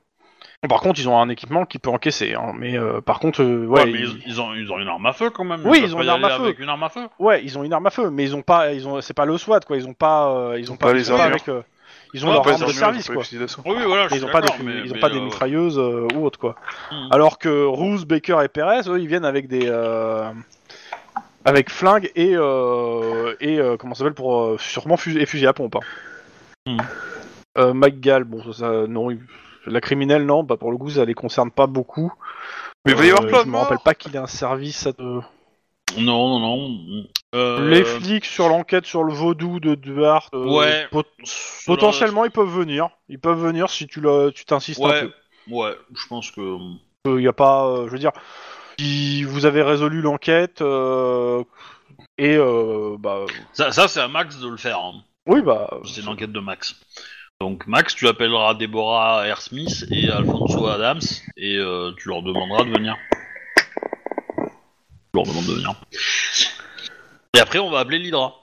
[SPEAKER 3] Bon, par contre ils ont un équipement qui peut encaisser hein, mais euh, par contre euh,
[SPEAKER 2] Ouais,
[SPEAKER 3] ouais,
[SPEAKER 2] mais
[SPEAKER 3] ils-
[SPEAKER 2] ils, ils ont, ils ont une arme à feu quand même.
[SPEAKER 3] Oui,
[SPEAKER 2] peuvent
[SPEAKER 3] ils ont
[SPEAKER 2] pas y
[SPEAKER 3] une arme à
[SPEAKER 2] aller
[SPEAKER 3] feu.
[SPEAKER 2] Avec une arme à feu.
[SPEAKER 3] Ouais, ils ont une arme à feu, mais ils ont pas, ils ont, c'est pas le SWAT quoi. Ils ont pas, euh, ils ont
[SPEAKER 1] Pas
[SPEAKER 3] pas,
[SPEAKER 1] les
[SPEAKER 3] ils sont pas
[SPEAKER 1] armures.
[SPEAKER 3] avec, euh, ils ont
[SPEAKER 2] Ouais,
[SPEAKER 3] leur
[SPEAKER 2] pas les
[SPEAKER 3] arme de
[SPEAKER 2] armures,
[SPEAKER 3] service quoi.
[SPEAKER 2] Oui, oui, voilà. je
[SPEAKER 3] Ils
[SPEAKER 2] suis
[SPEAKER 3] ont pas des,
[SPEAKER 2] d'accord, mais-
[SPEAKER 3] ils ont
[SPEAKER 2] mais,
[SPEAKER 3] pas des
[SPEAKER 2] euh,
[SPEAKER 3] mitrailleuses euh, ou autre quoi.
[SPEAKER 2] Hmm.
[SPEAKER 3] Alors que Roos, Baker et Perez, eux, ils viennent avec des, euh, avec flingues et euh, et euh, comment ça s'appelle pour euh, sûrement fusil, et fusil à pompe. Hein.
[SPEAKER 2] Hmm.
[SPEAKER 3] Euh, McGall, bon ça, ça, non, il- la criminelle non, bah pour le coup ça les concerne pas beaucoup.
[SPEAKER 1] Mais il va y avoir
[SPEAKER 3] Euh,
[SPEAKER 1] plein
[SPEAKER 3] Je
[SPEAKER 1] de hein.
[SPEAKER 3] me rappelle
[SPEAKER 1] morts.
[SPEAKER 3] pas qu'il ait un service à euh, te-
[SPEAKER 2] Non, non, non. Euh,
[SPEAKER 3] Les flics sur l'enquête sur le vaudou de Duarte. euh,
[SPEAKER 2] Ouais.
[SPEAKER 3] pot-
[SPEAKER 2] sur-
[SPEAKER 3] potentiellement, ils peuvent venir. Ils peuvent venir si tu le- tu t'insistes un
[SPEAKER 2] Ouais,
[SPEAKER 3] peu.
[SPEAKER 2] ouais. Je pense que. hum,
[SPEAKER 3] Il y a pas, euh, je veux dire, si vous avez résolu l'enquête euh, et euh, bah
[SPEAKER 2] Ça, ça c'est à Max de le faire. hein.
[SPEAKER 3] oui bah
[SPEAKER 2] C'est l'enquête de Max. Donc Max, tu appelleras Deborah R. Smith et Alfonso Adams et euh, tu leur demanderas de venir. Tu leur demandes de venir. Et après, on va appeler l'Hydra.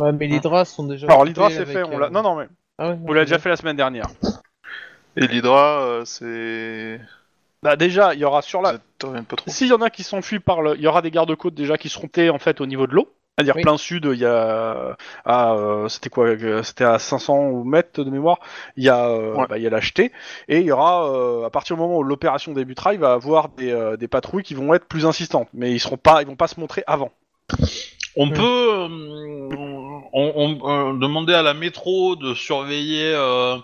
[SPEAKER 4] Ouais, mais les draps sont déjà.
[SPEAKER 3] alors l'hydra
[SPEAKER 4] occupés
[SPEAKER 3] c'est fait.
[SPEAKER 4] avec,
[SPEAKER 3] On l'a...
[SPEAKER 4] euh,
[SPEAKER 3] Non non mais
[SPEAKER 4] ah ouais,
[SPEAKER 3] on l'a
[SPEAKER 4] ouais.
[SPEAKER 3] déjà fait la semaine dernière.
[SPEAKER 1] Et l'Hydra, euh, c'est.
[SPEAKER 3] Bah déjà il y aura sur la
[SPEAKER 1] Ça te revient pas trop.
[SPEAKER 3] S'il y en a qui s'enfuient par le. Il y aura des gardes-côtes déjà qui seront tés en fait au niveau de l'eau. C'est-à-dire
[SPEAKER 4] Oui.
[SPEAKER 3] plein sud, il y a. à, euh, C'était quoi euh, C'était à 500 ou mètres de mémoire. Il y a, euh,
[SPEAKER 1] Ouais.
[SPEAKER 3] bah, il y a la jetée. Et il y aura, euh, à partir du moment où l'opération débutera, il va avoir des, euh, des patrouilles qui vont être plus insistantes. Mais ils seront pas, ils vont pas se montrer avant.
[SPEAKER 2] On
[SPEAKER 4] Hmm.
[SPEAKER 2] peut euh, on, on- euh, demander à la métro de surveiller euh,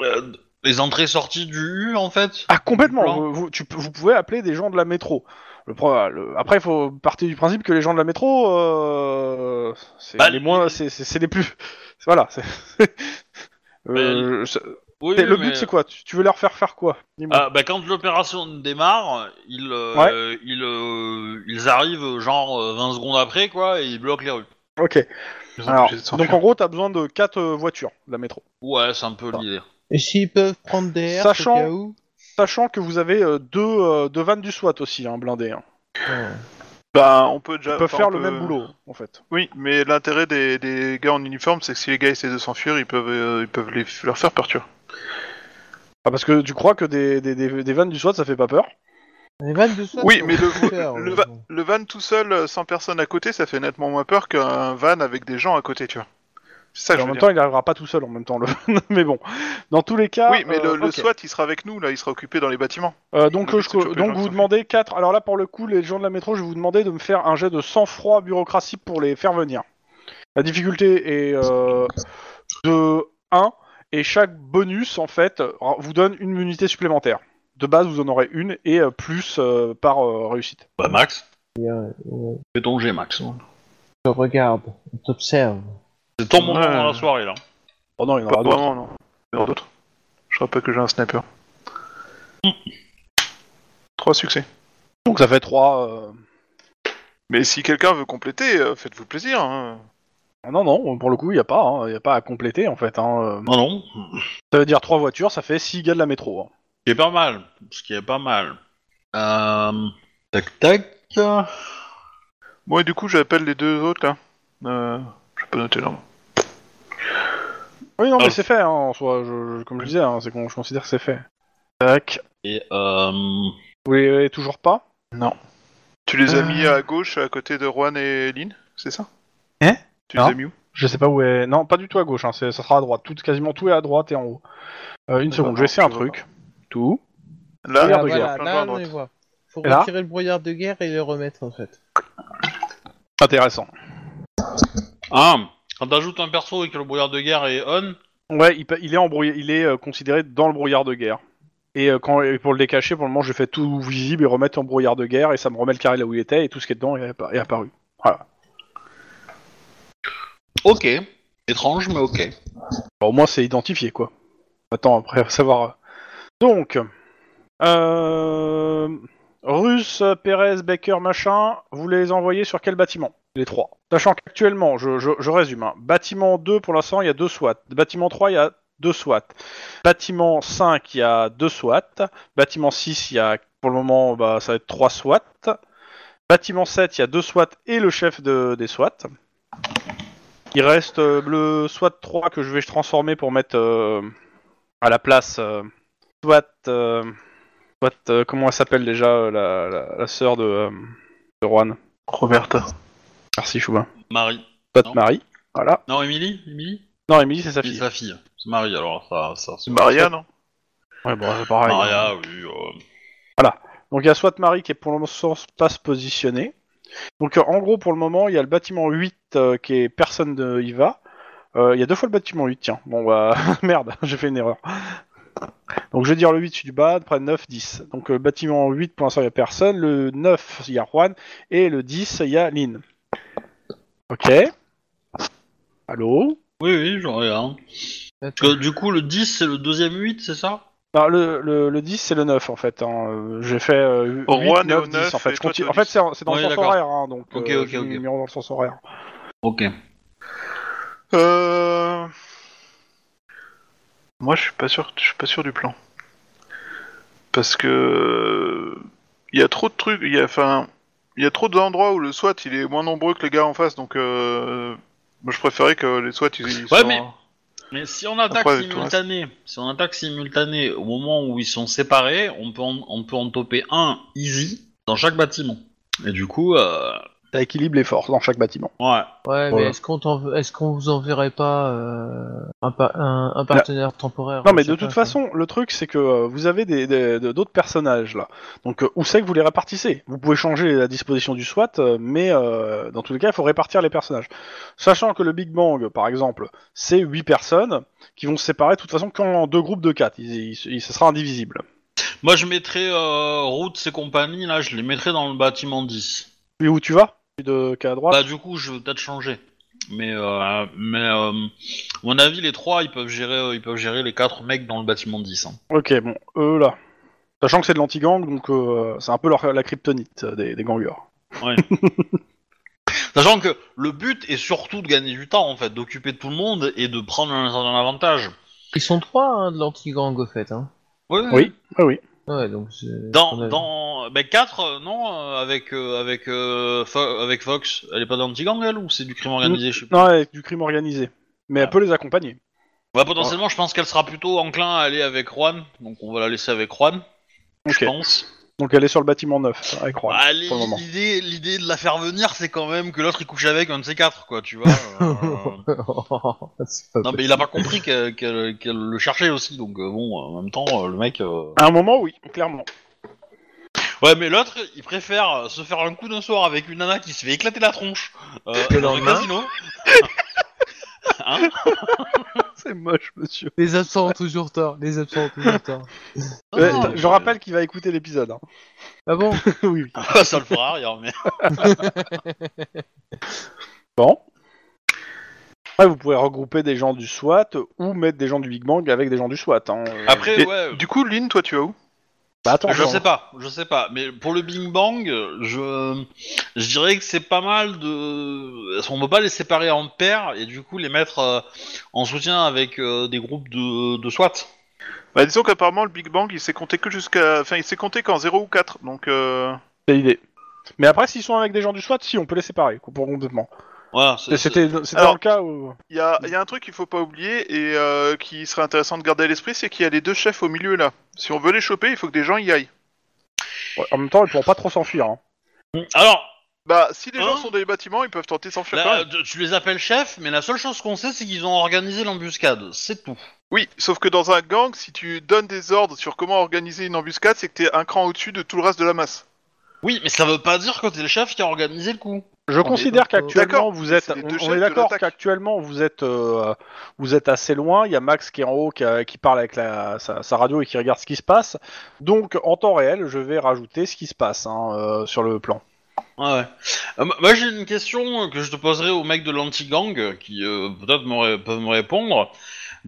[SPEAKER 2] euh, les entrées-sorties du U en fait.
[SPEAKER 3] Ah, complètement
[SPEAKER 2] Plan.
[SPEAKER 3] vous, vous- tu peux- vous pouvez appeler des gens de la métro. Le, pro- ah, le- après, il faut partir du principe que les gens de la métro, euh, c'est
[SPEAKER 2] Bah,
[SPEAKER 3] les moins, c'est- c'est c'est les plus. Voilà. c'est- Euh, ça-
[SPEAKER 2] Oui,
[SPEAKER 3] T'es-
[SPEAKER 2] oui,
[SPEAKER 3] le
[SPEAKER 2] mais-
[SPEAKER 3] but c'est quoi tu, tu veux leur faire faire quoi Dis-moi.
[SPEAKER 2] Ah, bah, quand l'opération démarre, ils euh, ils, euh, ils arrivent genre euh, 20 secondes après quoi et ils bloquent les rues.
[SPEAKER 3] Ok.
[SPEAKER 1] Ils sont
[SPEAKER 3] Alors,
[SPEAKER 1] obligés de
[SPEAKER 3] donc
[SPEAKER 1] s'enfuir.
[SPEAKER 3] en gros, t'as besoin de 4 voitures de la métro.
[SPEAKER 2] Ouais, c'est un peu l'idée.
[SPEAKER 4] Et s'ils peuvent prendre des airs,
[SPEAKER 3] Sachant-
[SPEAKER 4] au cas où.
[SPEAKER 3] Sachant que vous avez euh, deux, euh, deux vannes du SWAT aussi, hein, blindées. Hein.
[SPEAKER 1] Bah, on peut déjà.
[SPEAKER 3] Ils peuvent
[SPEAKER 1] enfin,
[SPEAKER 3] faire
[SPEAKER 1] on
[SPEAKER 3] le
[SPEAKER 1] peut-
[SPEAKER 3] même boulot, en fait.
[SPEAKER 1] Oui, mais l'intérêt des, des gars en uniforme, c'est que si les gars essaient de s'enfuir, ils peuvent, euh, ils peuvent les, leur faire peur.
[SPEAKER 3] Ah, parce que tu crois que des, des, des, des vannes du SWAT ça fait pas peur
[SPEAKER 4] Les vannes de soie
[SPEAKER 1] Oui,
[SPEAKER 4] sont
[SPEAKER 1] mais le-
[SPEAKER 4] super,
[SPEAKER 1] le
[SPEAKER 4] euh,
[SPEAKER 1] va-
[SPEAKER 4] bon.
[SPEAKER 1] Le van tout seul, euh, sans personne à côté, ça fait nettement moins peur qu'un van avec des gens à côté, tu vois. C'est ça que
[SPEAKER 3] Et
[SPEAKER 1] je
[SPEAKER 3] En
[SPEAKER 1] veux
[SPEAKER 3] même
[SPEAKER 1] dire.
[SPEAKER 3] temps, il arrivera pas tout seul en même temps. Le... mais bon. Dans tous les cas.
[SPEAKER 1] Oui, mais le,
[SPEAKER 3] euh,
[SPEAKER 1] le
[SPEAKER 3] ok.
[SPEAKER 1] SWAT, il sera avec nous, là, il sera occupé dans les bâtiments.
[SPEAKER 3] Euh, donc,
[SPEAKER 1] Le
[SPEAKER 3] euh,
[SPEAKER 1] but,
[SPEAKER 3] je-
[SPEAKER 1] c'est de choper les gens
[SPEAKER 3] donc
[SPEAKER 1] qui
[SPEAKER 3] vous
[SPEAKER 1] sont
[SPEAKER 3] demandez 4. Alors là, pour le coup, les gens de la métro, je vais vous demander de me faire un jet de sang-froid bureaucratie pour les faire venir. La difficulté est euh, de 1, et chaque bonus, en fait, euh, vous donne une unité supplémentaire. De base, vous en aurez une, et euh, plus euh, par euh, réussite.
[SPEAKER 2] Bah Max,
[SPEAKER 4] Bien, euh,
[SPEAKER 2] fais ton G Max.
[SPEAKER 4] Je regarde, on t'observe.
[SPEAKER 2] C'est ton moment
[SPEAKER 1] Ouais.
[SPEAKER 2] dans la soirée là.
[SPEAKER 3] Oh non, il y en
[SPEAKER 1] Pas
[SPEAKER 3] aura d'autres.
[SPEAKER 1] vraiment, non. Il y en aura d'autres. Je crois pas que j'ai un sniper. Trois succès.
[SPEAKER 3] Donc ça fait euh, 3.
[SPEAKER 1] Mais si quelqu'un veut compléter, euh, faites-vous plaisir. hein.
[SPEAKER 3] Non, non, pour le coup, il n'y a pas. hein, Il n'y a pas à compléter, en fait. hein, euh.
[SPEAKER 2] Non non,
[SPEAKER 3] Ça veut dire 3 voitures, ça fait 6 gars de la métro. hein.
[SPEAKER 2] ce qui est pas mal, ce qui est pas mal. Euh, tac tac.
[SPEAKER 1] Bon, et du coup, j'appelle les deux autres, là. Euh, je peux noter leur nom.
[SPEAKER 3] Oui, non, mais
[SPEAKER 2] Ah.
[SPEAKER 3] c'est fait, hein, en soi. je- je- comme je disais, hein, c'est qu'on- je considère que c'est fait. Tac.
[SPEAKER 2] Et euh,
[SPEAKER 3] Vous les avez toujours pas
[SPEAKER 1] Tu les as
[SPEAKER 3] Euh.
[SPEAKER 1] mis à gauche, à côté de Juan et Lynn, c'est ça
[SPEAKER 3] Hein
[SPEAKER 1] Tu les
[SPEAKER 3] Non.
[SPEAKER 1] as mis où
[SPEAKER 3] Je sais pas où est. Non, pas du tout à gauche, hein, c'est- ça sera à droite. Tout, quasiment tout est à droite et en haut. Euh, une
[SPEAKER 1] Ah,
[SPEAKER 3] seconde,
[SPEAKER 1] bah,
[SPEAKER 3] je vais essayer un
[SPEAKER 1] je vois
[SPEAKER 3] truc. Tout.
[SPEAKER 1] Là,
[SPEAKER 3] Regarde,
[SPEAKER 4] Ah,
[SPEAKER 3] regarde.
[SPEAKER 4] voilà,
[SPEAKER 1] plein de gens à
[SPEAKER 4] là on
[SPEAKER 1] droite.
[SPEAKER 4] les voit. Faut
[SPEAKER 3] Et là
[SPEAKER 4] retirer le brouillard de guerre et le remettre en fait.
[SPEAKER 3] Intéressant.
[SPEAKER 2] ah, quand t'ajoutes un perso et que le brouillard de guerre est on,
[SPEAKER 3] Ouais, il, pa- il est embrouillé, il est euh, considéré dans le brouillard de guerre. Et, euh, quand, et pour le décacher, pour le moment, je fais tout visible et remettre en brouillard de guerre, et ça me remet le carré là où il était, et tout ce qui est dedans est, appa- est apparu.
[SPEAKER 2] Ok. Étrange, mais ok.
[SPEAKER 3] Bon, Bah, au moins, c'est identifié, quoi. Attends, après, savoir. euh. Donc, euh, Russe, Pérez, Baker, machin, vous les envoyez sur quel bâtiment Les trois. Sachant qu'actuellement, je, je- je résume, hein, bâtiment 2, pour l'instant, il y a deux SWAT. Bâtiment 3, il y a deux SWAT. Bâtiment 5, il y a deux SWAT. Bâtiment 6, il y a, pour le moment, bah, ça va être trois SWAT. Bâtiment 7, il y a deux SWAT et le chef de- des SWAT. Il reste euh, le SWAT 3 que je vais transformer pour mettre euh, à la place euh, SWAT. euh, SWAT, euh, comment elle s'appelle déjà euh, la, la- la sœur de, euh, de Juan
[SPEAKER 1] Roberta.
[SPEAKER 3] Merci Choubin.
[SPEAKER 2] Marie.
[SPEAKER 3] SWAT
[SPEAKER 2] Non.
[SPEAKER 3] Marie. Voilà.
[SPEAKER 2] Non, Émilie Émilie
[SPEAKER 3] Non, Emily, c'est sa
[SPEAKER 2] C'est
[SPEAKER 3] fille.
[SPEAKER 2] sa fille. C'est Marie, alors. Ça, ça, c'est
[SPEAKER 1] Maria, non
[SPEAKER 3] Ouais, bon, c'est pareil.
[SPEAKER 2] Maria, oui. euh,
[SPEAKER 3] Donc il y a SWAT Marie qui est pour le moment pas se positionner. Donc euh, en gros pour le moment il y a le bâtiment 8 euh, qui est personne ne y va. Euh, Il y a deux fois le bâtiment 8, tiens. Bon bah merde, j'ai fait une erreur. Donc je vais dire le 8 je suis du bas, après 9, 10. Donc le bâtiment 8 pour l'instant il y a personne, le 9 il y a Juan et le 10 il y a Lynn. Ok. Allô
[SPEAKER 2] Oui, oui, j'en regarde. Parce que, du coup, le 10, c'est le deuxième 8, c'est ça
[SPEAKER 3] Non, le, le, le 10 c'est le 9 en fait. hein. Euh, J'ai fait euh, 8,
[SPEAKER 1] Au Juan et
[SPEAKER 3] 9,
[SPEAKER 1] au
[SPEAKER 3] 10 en
[SPEAKER 1] 9,
[SPEAKER 3] fait.
[SPEAKER 1] et
[SPEAKER 3] Je
[SPEAKER 1] toi,
[SPEAKER 3] continue-
[SPEAKER 1] t'es au
[SPEAKER 3] En fait
[SPEAKER 1] 10.
[SPEAKER 3] c'est c'est dans
[SPEAKER 2] Oui,
[SPEAKER 3] le sens
[SPEAKER 2] d'accord.
[SPEAKER 3] horaire, hein, donc
[SPEAKER 2] Ok,
[SPEAKER 3] euh,
[SPEAKER 2] ok,
[SPEAKER 3] j'ai mis
[SPEAKER 2] ok.
[SPEAKER 3] le numéro dans le sens horaire.
[SPEAKER 2] Ok.
[SPEAKER 1] Euh... Moi, je suis pas sûr, je suis pas sûr du plan. Parce que il y a trop de trucs, il y a, enfin, il y a trop d'endroits où le SWAT il est moins nombreux que les gars en face, donc euh, moi je préférais que les SWAT ils, ils
[SPEAKER 2] Ouais,
[SPEAKER 1] soient-
[SPEAKER 2] mais- Mais si on attaque
[SPEAKER 1] Après, tout
[SPEAKER 2] simultané, si on attaque simultané au moment où ils sont séparés, on peut en, on peut en toper un easy dans chaque bâtiment. Et du coup, euh,
[SPEAKER 3] Ça équilibre les forces dans chaque bâtiment.
[SPEAKER 2] ouais.
[SPEAKER 4] Ouais, mais
[SPEAKER 3] Voilà.
[SPEAKER 4] est-ce qu'on t'en- est-ce qu'on vous enverrait pas euh, un, pa- un, un partenaire temporaire
[SPEAKER 3] Non
[SPEAKER 4] je
[SPEAKER 3] mais
[SPEAKER 4] sais
[SPEAKER 3] de
[SPEAKER 4] pas,
[SPEAKER 3] toute
[SPEAKER 4] quoi.
[SPEAKER 3] façon, le truc c'est que euh, vous avez des, des- de- d'autres personnages là. Donc euh, où c'est que vous les répartissez Vous pouvez changer la disposition du SWAT, euh, mais euh, dans tous les cas, il faut répartir les personnages. Sachant que le Big Bang, par exemple, c'est 8 personnes qui vont se séparer de toute façon qu'en deux groupes de 4. Ils, ils- ils- ce sera indivisible.
[SPEAKER 2] Moi, je mettrais euh, Roots et compagnie, là, je les mettrais dans le bâtiment 10.
[SPEAKER 3] Et où tu vas Celui de cas à droite
[SPEAKER 2] Bah, du coup, je vais peut-être changer. Mais, euh, mais euh, à mon avis, les trois, ils peuvent gérer, euh, ils peuvent gérer les quatre mecs dans le bâtiment 10. hein.
[SPEAKER 3] Ok, bon, eux là. Sachant que c'est de l'anti-gang, donc euh, c'est un peu leur, la kryptonite euh, des, des gangers.
[SPEAKER 2] Sachant que le but est surtout de gagner du temps, en fait, d'occuper tout le monde et de prendre un, un avantage.
[SPEAKER 4] Ils sont trois hein, de l'anti-gang au fait. Hein.
[SPEAKER 3] Oui, oui, oui.
[SPEAKER 4] Ouais, donc c'est-
[SPEAKER 2] Dans,
[SPEAKER 4] on a-
[SPEAKER 2] dans, ben 4, non, euh, avec, euh, avec, euh, Fo- avec Fox, elle est pas dans l'anti-gang, elle, ou c'est du crime organisé, je sais pas.
[SPEAKER 3] Non, avec du crime organisé. Mais elle peut les accompagner.
[SPEAKER 2] Bah, potentiellement, je pense qu'elle sera plutôt enclin à aller avec Juan, donc on va la laisser avec Juan, je
[SPEAKER 3] Ok.
[SPEAKER 2] pense.
[SPEAKER 3] Donc elle est sur le bâtiment 9 avec Juan.
[SPEAKER 2] Bah,
[SPEAKER 3] pour le moment.
[SPEAKER 2] l'idée, l'idée de la faire venir, c'est quand même que l'autre il couche avec un de ces quatre, quoi, tu vois. euh,
[SPEAKER 4] C'est pas
[SPEAKER 2] non, mais il a pas compris qu'elle, qu'elle- qu'elle le cherchait aussi, donc euh, bon, en même temps, euh, le mec. euh,
[SPEAKER 3] À un moment, oui, clairement.
[SPEAKER 2] Ouais, mais l'autre, il préfère euh, se faire un coup d'un soir avec une nana qui se fait éclater la tronche euh,
[SPEAKER 4] Le
[SPEAKER 2] dans un
[SPEAKER 4] lendemain.
[SPEAKER 2] casino.
[SPEAKER 3] C'est moche, monsieur.
[SPEAKER 4] Les absents ont toujours tort, les absents ont toujours tort. Oh.
[SPEAKER 2] Non, non, mais-
[SPEAKER 3] je rappelle qu'il va écouter l'épisode. hein.
[SPEAKER 4] Ah bon
[SPEAKER 3] oui, oui.
[SPEAKER 2] Ah, ça le fera rire, mais.
[SPEAKER 3] Bon. Après, vous pouvez regrouper des gens du SWAT ou mettre des gens du Big Bang avec des gens du SWAT. hein. Euh,
[SPEAKER 2] Après,
[SPEAKER 1] Et
[SPEAKER 2] ouais.
[SPEAKER 1] Du coup, Lynn, toi tu vas où
[SPEAKER 3] bah, attends,
[SPEAKER 2] Je
[SPEAKER 3] attends.
[SPEAKER 2] sais pas, je sais pas, mais pour le Bing Bang, euh, je, je dirais que c'est pas mal de. On peut pas les séparer en paires et du coup les mettre euh, en soutien avec euh, des groupes de, de SWAT.
[SPEAKER 1] Bah disons qu'apparemment le Big Bang il s'est compté que jusqu'à, enfin il s'est compté qu'en 0 ou 4, donc euh,
[SPEAKER 3] C'est l'idée. Mais après, s'ils sont avec des gens du SWAT, si, on peut les séparer quoi, pour complètement.
[SPEAKER 2] Voilà, c'est- c'est-
[SPEAKER 3] C'était c'était
[SPEAKER 1] Alors-
[SPEAKER 3] dans le cas où.
[SPEAKER 1] il y a,
[SPEAKER 2] Mm.
[SPEAKER 1] il y a un truc qu'il faut pas oublier et euh, qui serait intéressant de garder à l'esprit, c'est qu'il y a les deux chefs au milieu là. Si on veut les choper, il faut que des gens y aillent.
[SPEAKER 3] Ouais, en même temps, ils pourront pas trop s'enfuir. hein.
[SPEAKER 2] Alors,
[SPEAKER 1] Bah, si les gens
[SPEAKER 2] Hein
[SPEAKER 1] sont dans les bâtiments, ils peuvent tenter de s'enfuir
[SPEAKER 2] là, euh,
[SPEAKER 1] quand même.
[SPEAKER 2] tu- tu les appelles chefs, mais la seule chose qu'on sait c'est qu'ils ont organisé l'embuscade, c'est tout.
[SPEAKER 1] Oui, sauf que dans un gang, si tu donnes des ordres sur comment organiser une embuscade, c'est que t'es un cran au-dessus de tout le reste de la masse.
[SPEAKER 2] Oui, mais ça veut pas dire que t'es le chef qui a organisé le coup.
[SPEAKER 3] Je
[SPEAKER 4] est
[SPEAKER 3] considère
[SPEAKER 4] donc, euh,
[SPEAKER 3] qu'actuellement
[SPEAKER 1] D'accord,
[SPEAKER 3] vous êtes,
[SPEAKER 1] c'est les deux
[SPEAKER 3] on- on,
[SPEAKER 1] chefs
[SPEAKER 3] est
[SPEAKER 1] de
[SPEAKER 3] d'accord
[SPEAKER 1] l'attaque.
[SPEAKER 3] qu'actuellement vous êtes, euh, vous êtes assez loin. Il y a Max qui est en haut, qui, a- qui parle avec la, sa, sa radio et qui regarde ce qui se passe. Donc en temps réel, je vais rajouter ce qui se passe hein, euh, sur le plan.
[SPEAKER 2] Ouais. ouais. Euh, moi, j'ai une question euh, que je te poserai au mec de l'anti-gang euh, qui euh, peut-être me ré- peuvent me répondre.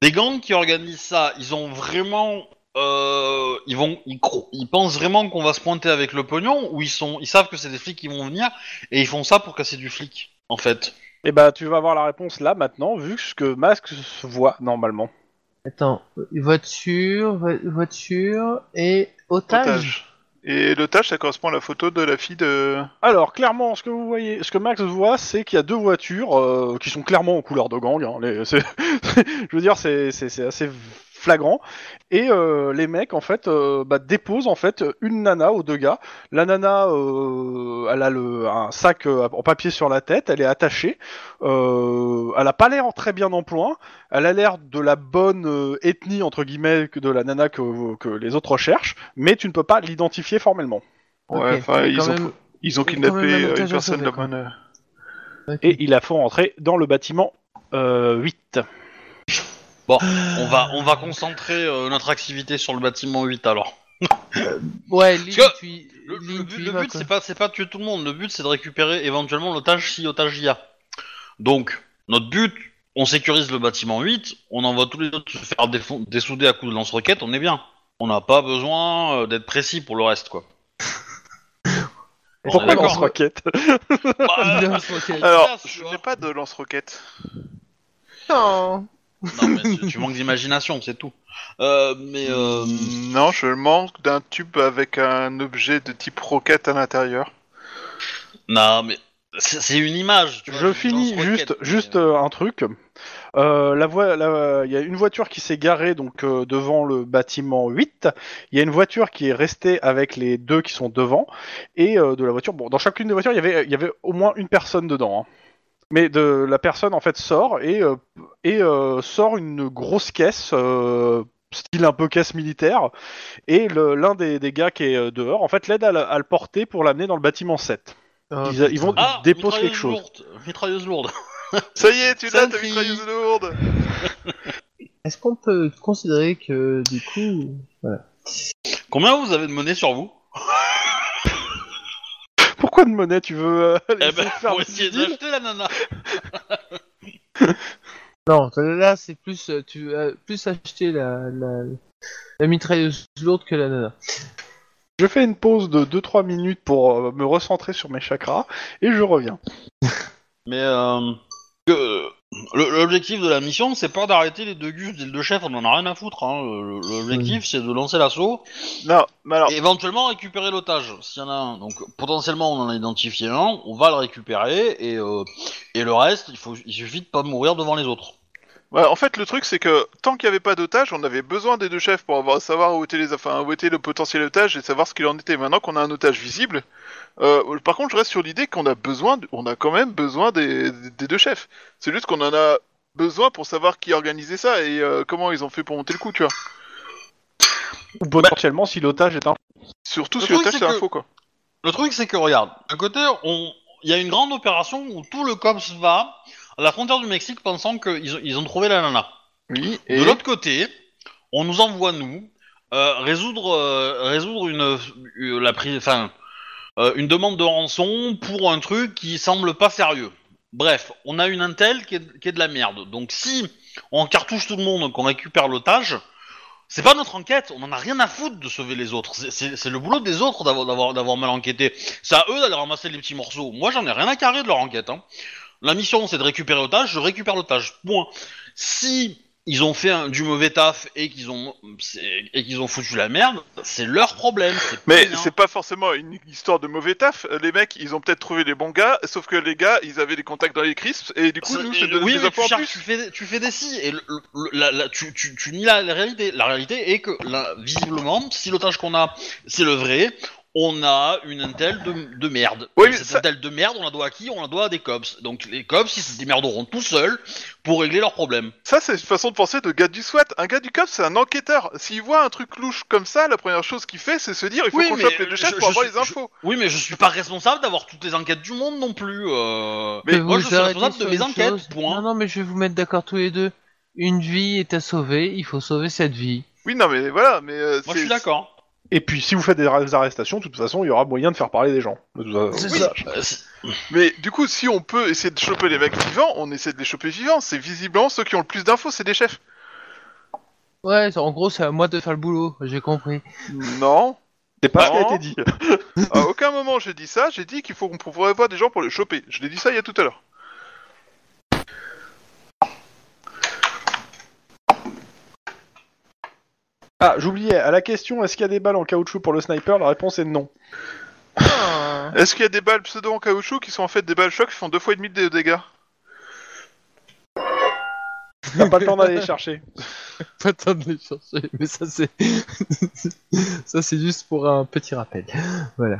[SPEAKER 2] Des gangs qui organisent ça, ils ont vraiment. euh, ils, vont, ils, cro- ils pensent vraiment qu'on va se pointer avec le pognon ou ils, sont, ils savent que c'est des flics qui vont venir et ils font ça pour casser du flic, en fait
[SPEAKER 3] Et bah tu vas avoir la réponse là maintenant, vu ce que Max se voit normalement.
[SPEAKER 4] Attends, voiture, vo- voiture et otage.
[SPEAKER 1] Otage. Et le tâche, ça correspond à la photo de la fille de.
[SPEAKER 3] Alors clairement, ce que vous voyez, ce que Max voit, c'est qu'il y a deux voitures euh, qui sont clairement en couleur de gang. hein. Les- c'est- je veux dire, c'est c'est- c'est assez flagrant. Et euh, les mecs, en fait, euh, bah, déposent en fait une nana aux deux gars. La nana, euh, elle a le, un sac euh, en papier sur la tête, elle est attachée. Euh, elle a pas l'air très bien en point. Elle a l'air de la bonne euh, ethnie entre guillemets que de la nana que, que les autres recherchent, mais tu ne peux pas l'identifier formellement.
[SPEAKER 4] Ok,
[SPEAKER 1] Ouais, enfin,
[SPEAKER 4] mais
[SPEAKER 1] ils
[SPEAKER 4] quand
[SPEAKER 1] ont-
[SPEAKER 4] même-
[SPEAKER 1] Ils ont
[SPEAKER 4] Et quand même,
[SPEAKER 1] kidnappé
[SPEAKER 4] un
[SPEAKER 1] euh,
[SPEAKER 4] otage
[SPEAKER 1] une
[SPEAKER 4] à
[SPEAKER 1] personne
[SPEAKER 4] sauver,
[SPEAKER 1] la
[SPEAKER 4] quoi.
[SPEAKER 1] bonne. euh,
[SPEAKER 3] et il la font entrer dans le bâtiment euh, 8.
[SPEAKER 2] On va, on va concentrer euh, notre activité sur le bâtiment 8 alors.
[SPEAKER 4] Ouais, Lynn,
[SPEAKER 2] Parce
[SPEAKER 4] tu y-
[SPEAKER 2] Le,
[SPEAKER 4] Lynn,
[SPEAKER 2] le
[SPEAKER 4] tu
[SPEAKER 2] but,
[SPEAKER 4] y
[SPEAKER 2] le
[SPEAKER 4] vas,
[SPEAKER 2] but
[SPEAKER 4] quoi.
[SPEAKER 2] c'est pas, c'est pas de tuer tout le monde, le but c'est de récupérer éventuellement l'otage si otage il y a. Donc, notre but, on sécurise le bâtiment 8, on envoie tous les autres se faire défon- dessouder à coups de lance-roquettes, on est bien. On n'a pas besoin euh, d'être précis pour le reste quoi.
[SPEAKER 3] Pourquoi
[SPEAKER 2] D'accord.
[SPEAKER 3] lance-roquette
[SPEAKER 2] Bah,
[SPEAKER 4] Il lance roquette.
[SPEAKER 1] Alors,
[SPEAKER 2] classe,
[SPEAKER 1] Ah,
[SPEAKER 2] tu
[SPEAKER 1] je
[SPEAKER 2] vois.
[SPEAKER 1] n'ai pas de lance-roquette.
[SPEAKER 4] Non.
[SPEAKER 2] non, mais tu, tu manques d'imagination, c'est tout. Euh, mais euh,
[SPEAKER 1] Non, je manque d'un tube avec un objet de type roquette à l'intérieur.
[SPEAKER 2] non, mais c'est c'est une image. tu vois,
[SPEAKER 3] Je
[SPEAKER 2] une
[SPEAKER 3] finis
[SPEAKER 2] lance-roquette,
[SPEAKER 3] juste,
[SPEAKER 2] mais,
[SPEAKER 3] juste
[SPEAKER 2] euh,
[SPEAKER 3] euh, un truc. Euh, la voi- la- Il y a une voiture qui s'est garée donc euh, devant le bâtiment 8. Il y a une voiture qui est restée avec les deux qui sont devant. Et euh, de la voiture, bon, dans chacune des voitures, il y avait- il y avait au moins une personne dedans. hein. Mais de la personne en fait sort et, euh, et euh, sort une grosse caisse, euh, style un peu caisse militaire. Et le- l'un des, des gars qui est euh, dehors en fait l'aide à, la- à le porter pour l'amener dans le bâtiment 7. Ils- ils vont-
[SPEAKER 2] Ah,
[SPEAKER 3] dépose
[SPEAKER 2] mitrailleuse
[SPEAKER 3] quelque chose.
[SPEAKER 2] lourde, Mitrailleuse lourde.
[SPEAKER 1] Ça y est, tu l'as, ta
[SPEAKER 4] Sentry.
[SPEAKER 1] mitrailleuse lourde
[SPEAKER 4] Est-ce qu'on peut considérer que du coup,
[SPEAKER 2] Combien vous avez de monnaie sur vous
[SPEAKER 3] Pourquoi de monnaie tu veux euh,
[SPEAKER 2] Eh
[SPEAKER 3] laisser
[SPEAKER 2] ben,
[SPEAKER 3] faire
[SPEAKER 2] pour
[SPEAKER 3] des
[SPEAKER 2] essayer
[SPEAKER 3] deals
[SPEAKER 2] d'acheter la nana.
[SPEAKER 4] non, là c'est plus euh, tu as plus acheter la la, la mitrailleuse lourde que la nana.
[SPEAKER 3] Je fais une pause de 2-3 minutes pour euh, me recentrer sur mes chakras et je reviens.
[SPEAKER 2] Mais euh, que- le- l'objectif de la mission, c'est pas d'arrêter les deux gus, les deux chefs, on en a rien à foutre. hein. Le- le- L'objectif, c'est de lancer l'assaut
[SPEAKER 1] Non, mais alors,
[SPEAKER 2] et éventuellement récupérer l'otage, s'il y en a un. Donc potentiellement, on en a identifié un, on va le récupérer et, euh, et le reste, il, faut, il suffit de pas mourir devant les autres.
[SPEAKER 1] ouais, en fait, le truc, c'est que tant qu'il n'y avait pas d'otage, on avait besoin des deux chefs pour avoir, savoir où était, les, enfin, où était le potentiel otage et savoir ce qu'il en était. Maintenant qu'on a un otage visible, euh, par contre, je reste sur l'idée qu'on a besoin, de- on a quand même besoin des, des deux chefs. C'est juste qu'on en a besoin pour savoir qui a organisé ça et euh, comment ils ont fait pour monter le coup, tu vois.
[SPEAKER 3] Ou potentiellement si l'otage est un.
[SPEAKER 1] Surtout
[SPEAKER 2] Le
[SPEAKER 1] si l'otage,
[SPEAKER 2] truc, c'est
[SPEAKER 1] c'est un
[SPEAKER 2] que-
[SPEAKER 1] faux, quoi.
[SPEAKER 2] Le truc, c'est que regarde, d'un côté, on, il y a une grande opération où tout le COPS va à la frontière du Mexique pensant qu'ils ont, ils ont trouvé la nana.
[SPEAKER 1] Oui,
[SPEAKER 2] De l'autre côté, on nous envoie nous euh, résoudre euh, résoudre une euh, la prise, enfin euh, une demande de rançon pour un truc qui semble pas sérieux. Bref, on a une intel qui est, qui est de la merde. Donc si on cartouche tout le monde, qu'on récupère l'otage, c'est pas notre enquête. On en a rien à foutre de sauver les autres. C'est- C'est c'est le boulot des autres d'avoir- d'avoir d'avoir mal enquêté. C'est à eux d'aller ramasser les petits morceaux. Moi, j'en ai rien à carrer de leur enquête. hein. La mission, c'est de récupérer l'otage. Je récupère l'otage. Point. Si ils ont fait un- du mauvais taf et qu'ils ont c'est- et qu'ils ont foutu la merde, c'est leur problème. c'est pas
[SPEAKER 1] Mais
[SPEAKER 2] le mien.
[SPEAKER 1] c'est pas forcément une histoire de mauvais taf. Les mecs, ils ont peut-être trouvé les bons gars, sauf que les gars, ils avaient des contacts dans les crisps, et du coup,
[SPEAKER 2] Ça-
[SPEAKER 1] nous,
[SPEAKER 2] et-
[SPEAKER 1] ça donne
[SPEAKER 2] oui,
[SPEAKER 1] des
[SPEAKER 2] mais
[SPEAKER 1] infos
[SPEAKER 2] tu,
[SPEAKER 1] en
[SPEAKER 2] cherches-
[SPEAKER 1] plus.
[SPEAKER 2] tu fais, tu fais des si et le- le- la- la- tu, tu, tu nies la, la réalité. La réalité est que là, visiblement, si l'otage qu'on a c'est le vrai, on a une intel de, de merde.
[SPEAKER 1] Oui,
[SPEAKER 2] Et
[SPEAKER 1] mais
[SPEAKER 2] cette
[SPEAKER 1] ça-
[SPEAKER 2] intel de merde, on la doit à qui On la doit à des cops. Donc les cops, ils se démerderont tout seuls pour régler leurs problèmes.
[SPEAKER 1] Ça, c'est une façon de penser de gars du SWAT. Un gars du COP, c'est un enquêteur. S'il voit un truc louche comme ça, la première chose qu'il fait, c'est se dire il faut
[SPEAKER 2] Oui,
[SPEAKER 1] qu'on
[SPEAKER 2] mais
[SPEAKER 1] chope les deux
[SPEAKER 2] je-
[SPEAKER 1] chefs
[SPEAKER 2] je
[SPEAKER 1] pour avoir
[SPEAKER 2] suis-
[SPEAKER 1] les infos.
[SPEAKER 2] Oui, mais je suis pas responsable d'avoir toutes les enquêtes du monde non plus. euh.
[SPEAKER 1] Mais
[SPEAKER 4] Que
[SPEAKER 2] moi,
[SPEAKER 4] vous
[SPEAKER 2] je suis
[SPEAKER 4] arrêtez
[SPEAKER 2] responsable de
[SPEAKER 4] sur
[SPEAKER 2] mes
[SPEAKER 4] une
[SPEAKER 2] enquêtes,
[SPEAKER 4] chose.
[SPEAKER 2] point.
[SPEAKER 4] Non, non, mais je vais vous mettre d'accord tous les deux. Une vie est à sauver, il faut sauver cette vie.
[SPEAKER 1] Oui, non, mais voilà. Mais euh,
[SPEAKER 2] Moi, je suis
[SPEAKER 1] c'est-
[SPEAKER 2] d'accord.
[SPEAKER 3] Et puis, si vous faites des arrestations, de toute façon, il y aura moyen de faire parler des gens. De toute façon.
[SPEAKER 2] Oui, euh, c'est-
[SPEAKER 1] Mais du coup, si on peut essayer de choper les mecs vivants, on essaie de les choper vivants. C'est visiblement ceux qui ont le plus d'infos, c'est des chefs.
[SPEAKER 4] Ouais, c'est- en gros, c'est à moi de faire le boulot, j'ai compris.
[SPEAKER 1] Non.
[SPEAKER 3] C'est pas ce qui a
[SPEAKER 1] Non.
[SPEAKER 3] été dit.
[SPEAKER 1] À aucun moment j'ai dit ça. J'ai dit qu'il faut qu'on pourrait voir des gens pour les choper. Je l'ai dit ça il y a tout à l'heure.
[SPEAKER 3] Ah, j'oubliais, à la question est-ce qu'il y a des balles en caoutchouc pour le sniper La réponse est non.
[SPEAKER 4] Ah.
[SPEAKER 1] Est-ce qu'il y a des balles pseudo en caoutchouc qui sont en fait des balles choc qui font deux fois et demi de dégâts
[SPEAKER 3] T'as pas le temps d'aller les chercher.
[SPEAKER 4] Pas le temps de les chercher, mais ça c'est. ça c'est juste pour un petit rappel. Voilà.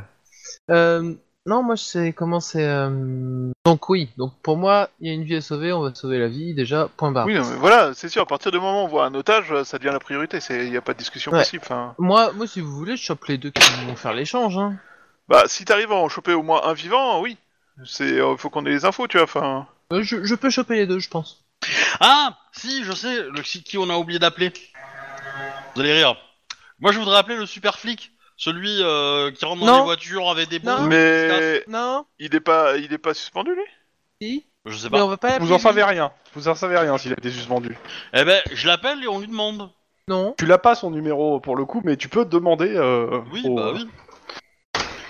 [SPEAKER 4] Euh, non, moi je sais comment c'est. euh, Donc oui, donc pour moi, il y a une vie à sauver, on va sauver la vie déjà, point barre.
[SPEAKER 1] Oui, non, mais voilà, c'est sûr. À partir du moment où on voit un otage, euh, ça devient la priorité. c'est- Il n'y a pas de discussion
[SPEAKER 4] Ouais.
[SPEAKER 1] possible. Enfin,
[SPEAKER 4] Moi, moi, si vous voulez, je chope les deux qui vont faire l'échange. Hein.
[SPEAKER 1] Bah, si t'arrives à en choper au moins un vivant, oui. C'est, euh, faut qu'on ait les infos, tu vois. Enfin,
[SPEAKER 4] Euh, Je, je peux choper les deux, je pense.
[SPEAKER 2] Ah, si, je sais, le si- qui on a oublié d'appeler. Vous allez rire. Moi, je voudrais appeler le super flic, celui euh, qui rentre dans
[SPEAKER 4] Non.
[SPEAKER 2] les voitures avec des
[SPEAKER 4] Hein,
[SPEAKER 2] bombes.
[SPEAKER 1] mais
[SPEAKER 4] Non
[SPEAKER 1] il est pas, il est pas suspendu lui.
[SPEAKER 4] Si
[SPEAKER 2] Je sais
[SPEAKER 4] Mais
[SPEAKER 2] pas.
[SPEAKER 4] on va pas
[SPEAKER 3] Vous en
[SPEAKER 4] l'appeler, lui.
[SPEAKER 3] savez rien. Vous en savez rien s'il a été suspendu.
[SPEAKER 2] Eh ben, je l'appelle et on lui demande.
[SPEAKER 4] Non.
[SPEAKER 3] Tu l'as pas son numéro pour le coup, mais tu peux demander. euh,
[SPEAKER 2] Oui,
[SPEAKER 3] au-
[SPEAKER 2] bah oui.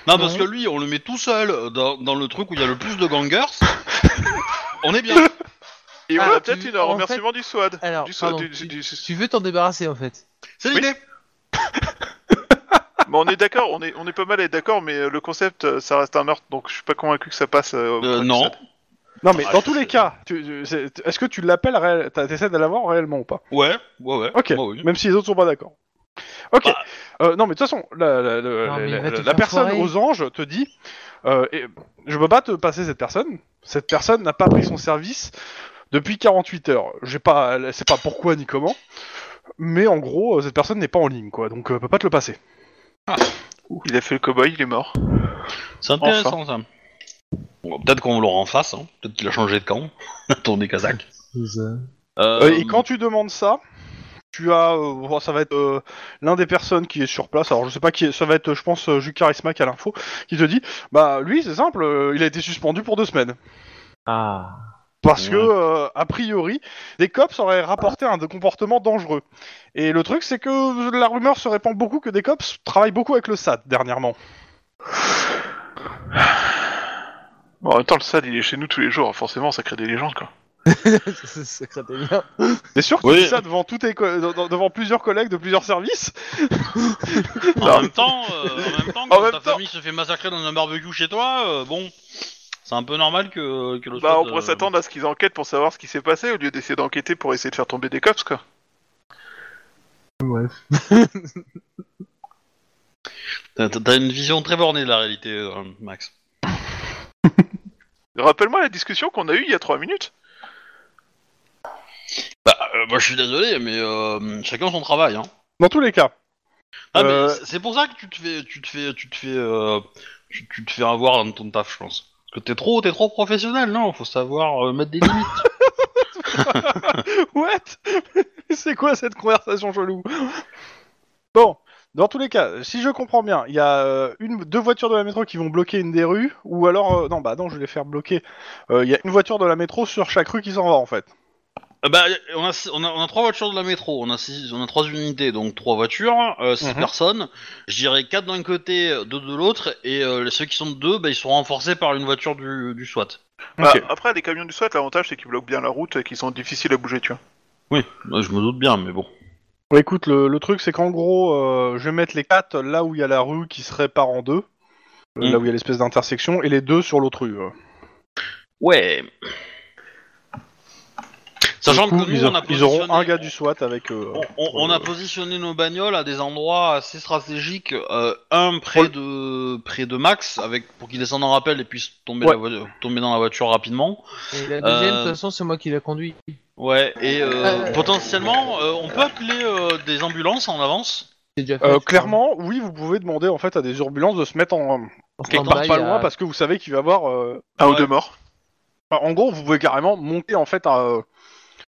[SPEAKER 2] Non, parce
[SPEAKER 4] Ouais.
[SPEAKER 2] que lui, on le met tout seul euh, dans, dans le truc où il y a le plus de gangers. on est bien.
[SPEAKER 1] Et
[SPEAKER 4] Ah,
[SPEAKER 1] on a
[SPEAKER 4] tu-
[SPEAKER 1] peut-être une un
[SPEAKER 4] en
[SPEAKER 1] remerciement du SWAD.
[SPEAKER 4] Alors,
[SPEAKER 1] Du SWAD,
[SPEAKER 4] pardon,
[SPEAKER 1] du-
[SPEAKER 4] tu,
[SPEAKER 1] du-
[SPEAKER 4] tu veux t'en débarrasser en fait.
[SPEAKER 2] C'est
[SPEAKER 1] Oui.
[SPEAKER 2] l'idée.
[SPEAKER 1] mais on est d'accord, on est, on est pas mal à être d'accord, mais euh, le concept, euh, ça reste un meurtre, donc je suis pas convaincu que ça passe. euh, auprès
[SPEAKER 2] Euh,
[SPEAKER 1] du
[SPEAKER 2] non.
[SPEAKER 1] SWAT.
[SPEAKER 3] Non, mais
[SPEAKER 2] Ah,
[SPEAKER 3] dans
[SPEAKER 2] je
[SPEAKER 3] tous
[SPEAKER 2] sais.
[SPEAKER 3] les cas, tu- tu- c'est- est-ce que tu l'appelles réel... t'as- T'essaies de l'avoir réellement ou pas
[SPEAKER 2] Ouais, ouais, ouais.
[SPEAKER 3] Ok.
[SPEAKER 2] Bah oui.
[SPEAKER 3] Même si les autres sont pas d'accord. Ok.
[SPEAKER 2] Bah.
[SPEAKER 3] Euh, non, mais de toute façon, la, la- la-
[SPEAKER 4] Non, mais il
[SPEAKER 3] la-
[SPEAKER 4] va te
[SPEAKER 3] la
[SPEAKER 4] faire
[SPEAKER 3] personne
[SPEAKER 4] foirer.
[SPEAKER 3] aux anges te dit euh, et- Je peux pas te passer cette personne. Cette personne n'a pas pris son service depuis 48 heures. J'ai pas, elle sait pas pourquoi ni comment. Mais en gros, euh, cette personne n'est pas en ligne, quoi. Donc, euh, peut pas te le passer.
[SPEAKER 1] Ouh, Il a fait le cowboy, il est mort.
[SPEAKER 2] C'est intéressant, ça. Bon, peut-être qu'on l'aura en face. hein. Peut-être qu'il a changé de camp. Il a tourné Kazakh. Euh,
[SPEAKER 3] Euh, et quand tu demandes ça, tu as, euh, bon, ça va être euh, l'un des personnes qui est sur place. Alors je sais pas qui, est, ça va être, je pense, euh, Jules Charisma qui a l'info, qui te dit, bah lui c'est simple, euh, il a été suspendu pour deux semaines
[SPEAKER 4] Ah.
[SPEAKER 3] parce que
[SPEAKER 2] Ouais.
[SPEAKER 3] euh, a priori des cops auraient rapporté un comportement dangereux. Et le truc c'est que la rumeur se répand beaucoup que des cops travaillent beaucoup avec le SAD dernièrement.
[SPEAKER 1] Bon, en même temps, le SAD, il est chez nous tous les jours, hein, forcément, ça crée des légendes, quoi.
[SPEAKER 4] c'est secret des liens.
[SPEAKER 3] C'est sûr que
[SPEAKER 2] Oui.
[SPEAKER 3] tu dis ça devant tous tes co- de- de- devant plusieurs collègues de plusieurs services.
[SPEAKER 2] En même temps, euh, en même temps,
[SPEAKER 1] En
[SPEAKER 2] quand
[SPEAKER 1] même
[SPEAKER 2] ta
[SPEAKER 1] temps.
[SPEAKER 2] famille se fait massacrer dans un barbecue chez toi, euh, bon, c'est un peu normal que, que le
[SPEAKER 1] Bah,
[SPEAKER 2] SWAT,
[SPEAKER 1] on pourrait
[SPEAKER 2] euh,
[SPEAKER 1] s'attendre à ce qu'ils enquêtent pour savoir ce qui s'est passé, au lieu d'essayer d'enquêter pour essayer de faire tomber des cops, quoi.
[SPEAKER 4] Bref.
[SPEAKER 2] T'as t'as une vision très bornée de la réalité, euh, Max.
[SPEAKER 1] Rappelle-moi la discussion qu'on a eue il y a trois minutes.
[SPEAKER 2] Bah, euh, moi je suis désolé, mais euh, chacun son travail. Hein.
[SPEAKER 3] Dans tous les cas.
[SPEAKER 2] Ah, mais
[SPEAKER 3] Euh.
[SPEAKER 2] c'est- c'est pour ça que tu te fais, tu te fais, tu te fais, euh, tu, tu te fais avoir dans ton taf, je pense. Parce que t'es trop, t'es trop professionnel, non Faut savoir euh, mettre des limites.
[SPEAKER 3] What C'est quoi cette conversation chelou Bon, dans tous les cas, si je comprends bien, il y a euh, une, deux voitures de la métro qui vont bloquer une des rues, ou alors... euh, non, bah non, je vais les faire bloquer. Euh, Il y a une voiture de la métro sur chaque rue qui s'en va, en fait.
[SPEAKER 2] Euh, bah, on a, six- on a, on a trois voitures de la métro, on a six, on a trois unités, donc trois voitures, euh, six
[SPEAKER 3] Mhm.
[SPEAKER 2] personnes. Je dirais quatre d'un côté, deux de l'autre, et euh, ceux qui sont de deux, bah, ils sont renforcés par une voiture du, du SWAT.
[SPEAKER 1] Bah,
[SPEAKER 3] Ok.
[SPEAKER 1] après, les camions du SWAT, l'avantage, c'est qu'ils bloquent bien la route et qu'ils sont difficiles à bouger, tu vois.
[SPEAKER 2] Oui, je me doute bien, mais bon.
[SPEAKER 3] Bah, écoute, le, le truc, c'est qu'en gros, euh, je vais mettre les quatre là où il y a la rue qui se répare en deux, euh,
[SPEAKER 2] Mm.
[SPEAKER 3] là où il y a l'espèce d'intersection, et les deux sur l'autre rue. euh.
[SPEAKER 2] Ouais. Sachant
[SPEAKER 3] Du coup,
[SPEAKER 2] que nous,
[SPEAKER 3] ils,
[SPEAKER 2] on a
[SPEAKER 3] ils auront un
[SPEAKER 2] positionné-
[SPEAKER 3] gars du SWAT avec... euh,
[SPEAKER 2] On, on- on a positionné nos bagnoles à des endroits assez stratégiques, euh, un près de de près de Max avec pour qu'il descende en rappel et puisse tomber,
[SPEAKER 3] Ouais.
[SPEAKER 2] la voiture- tomber dans la voiture rapidement.
[SPEAKER 4] Et la deuxième,
[SPEAKER 2] Euh,
[SPEAKER 4] de toute façon, c'est moi qui la conduis.
[SPEAKER 2] Ouais, et euh,
[SPEAKER 4] Ouais.
[SPEAKER 2] potentiellement, euh, on peut appeler euh, des ambulances en avance.
[SPEAKER 4] C'est déjà fait,
[SPEAKER 3] Euh,
[SPEAKER 4] je
[SPEAKER 3] clairement, oui, vous pouvez demander en fait à des urbulances de se mettre en
[SPEAKER 4] crois.
[SPEAKER 2] quelque
[SPEAKER 4] En
[SPEAKER 3] part
[SPEAKER 4] stand-by,
[SPEAKER 3] pas
[SPEAKER 4] Bah, il y a-
[SPEAKER 3] loin parce que vous savez qu'il va y avoir. euh,
[SPEAKER 1] Un ou
[SPEAKER 2] Ouais.
[SPEAKER 1] deux morts.
[SPEAKER 3] enfin, en gros, vous pouvez carrément monter en fait un,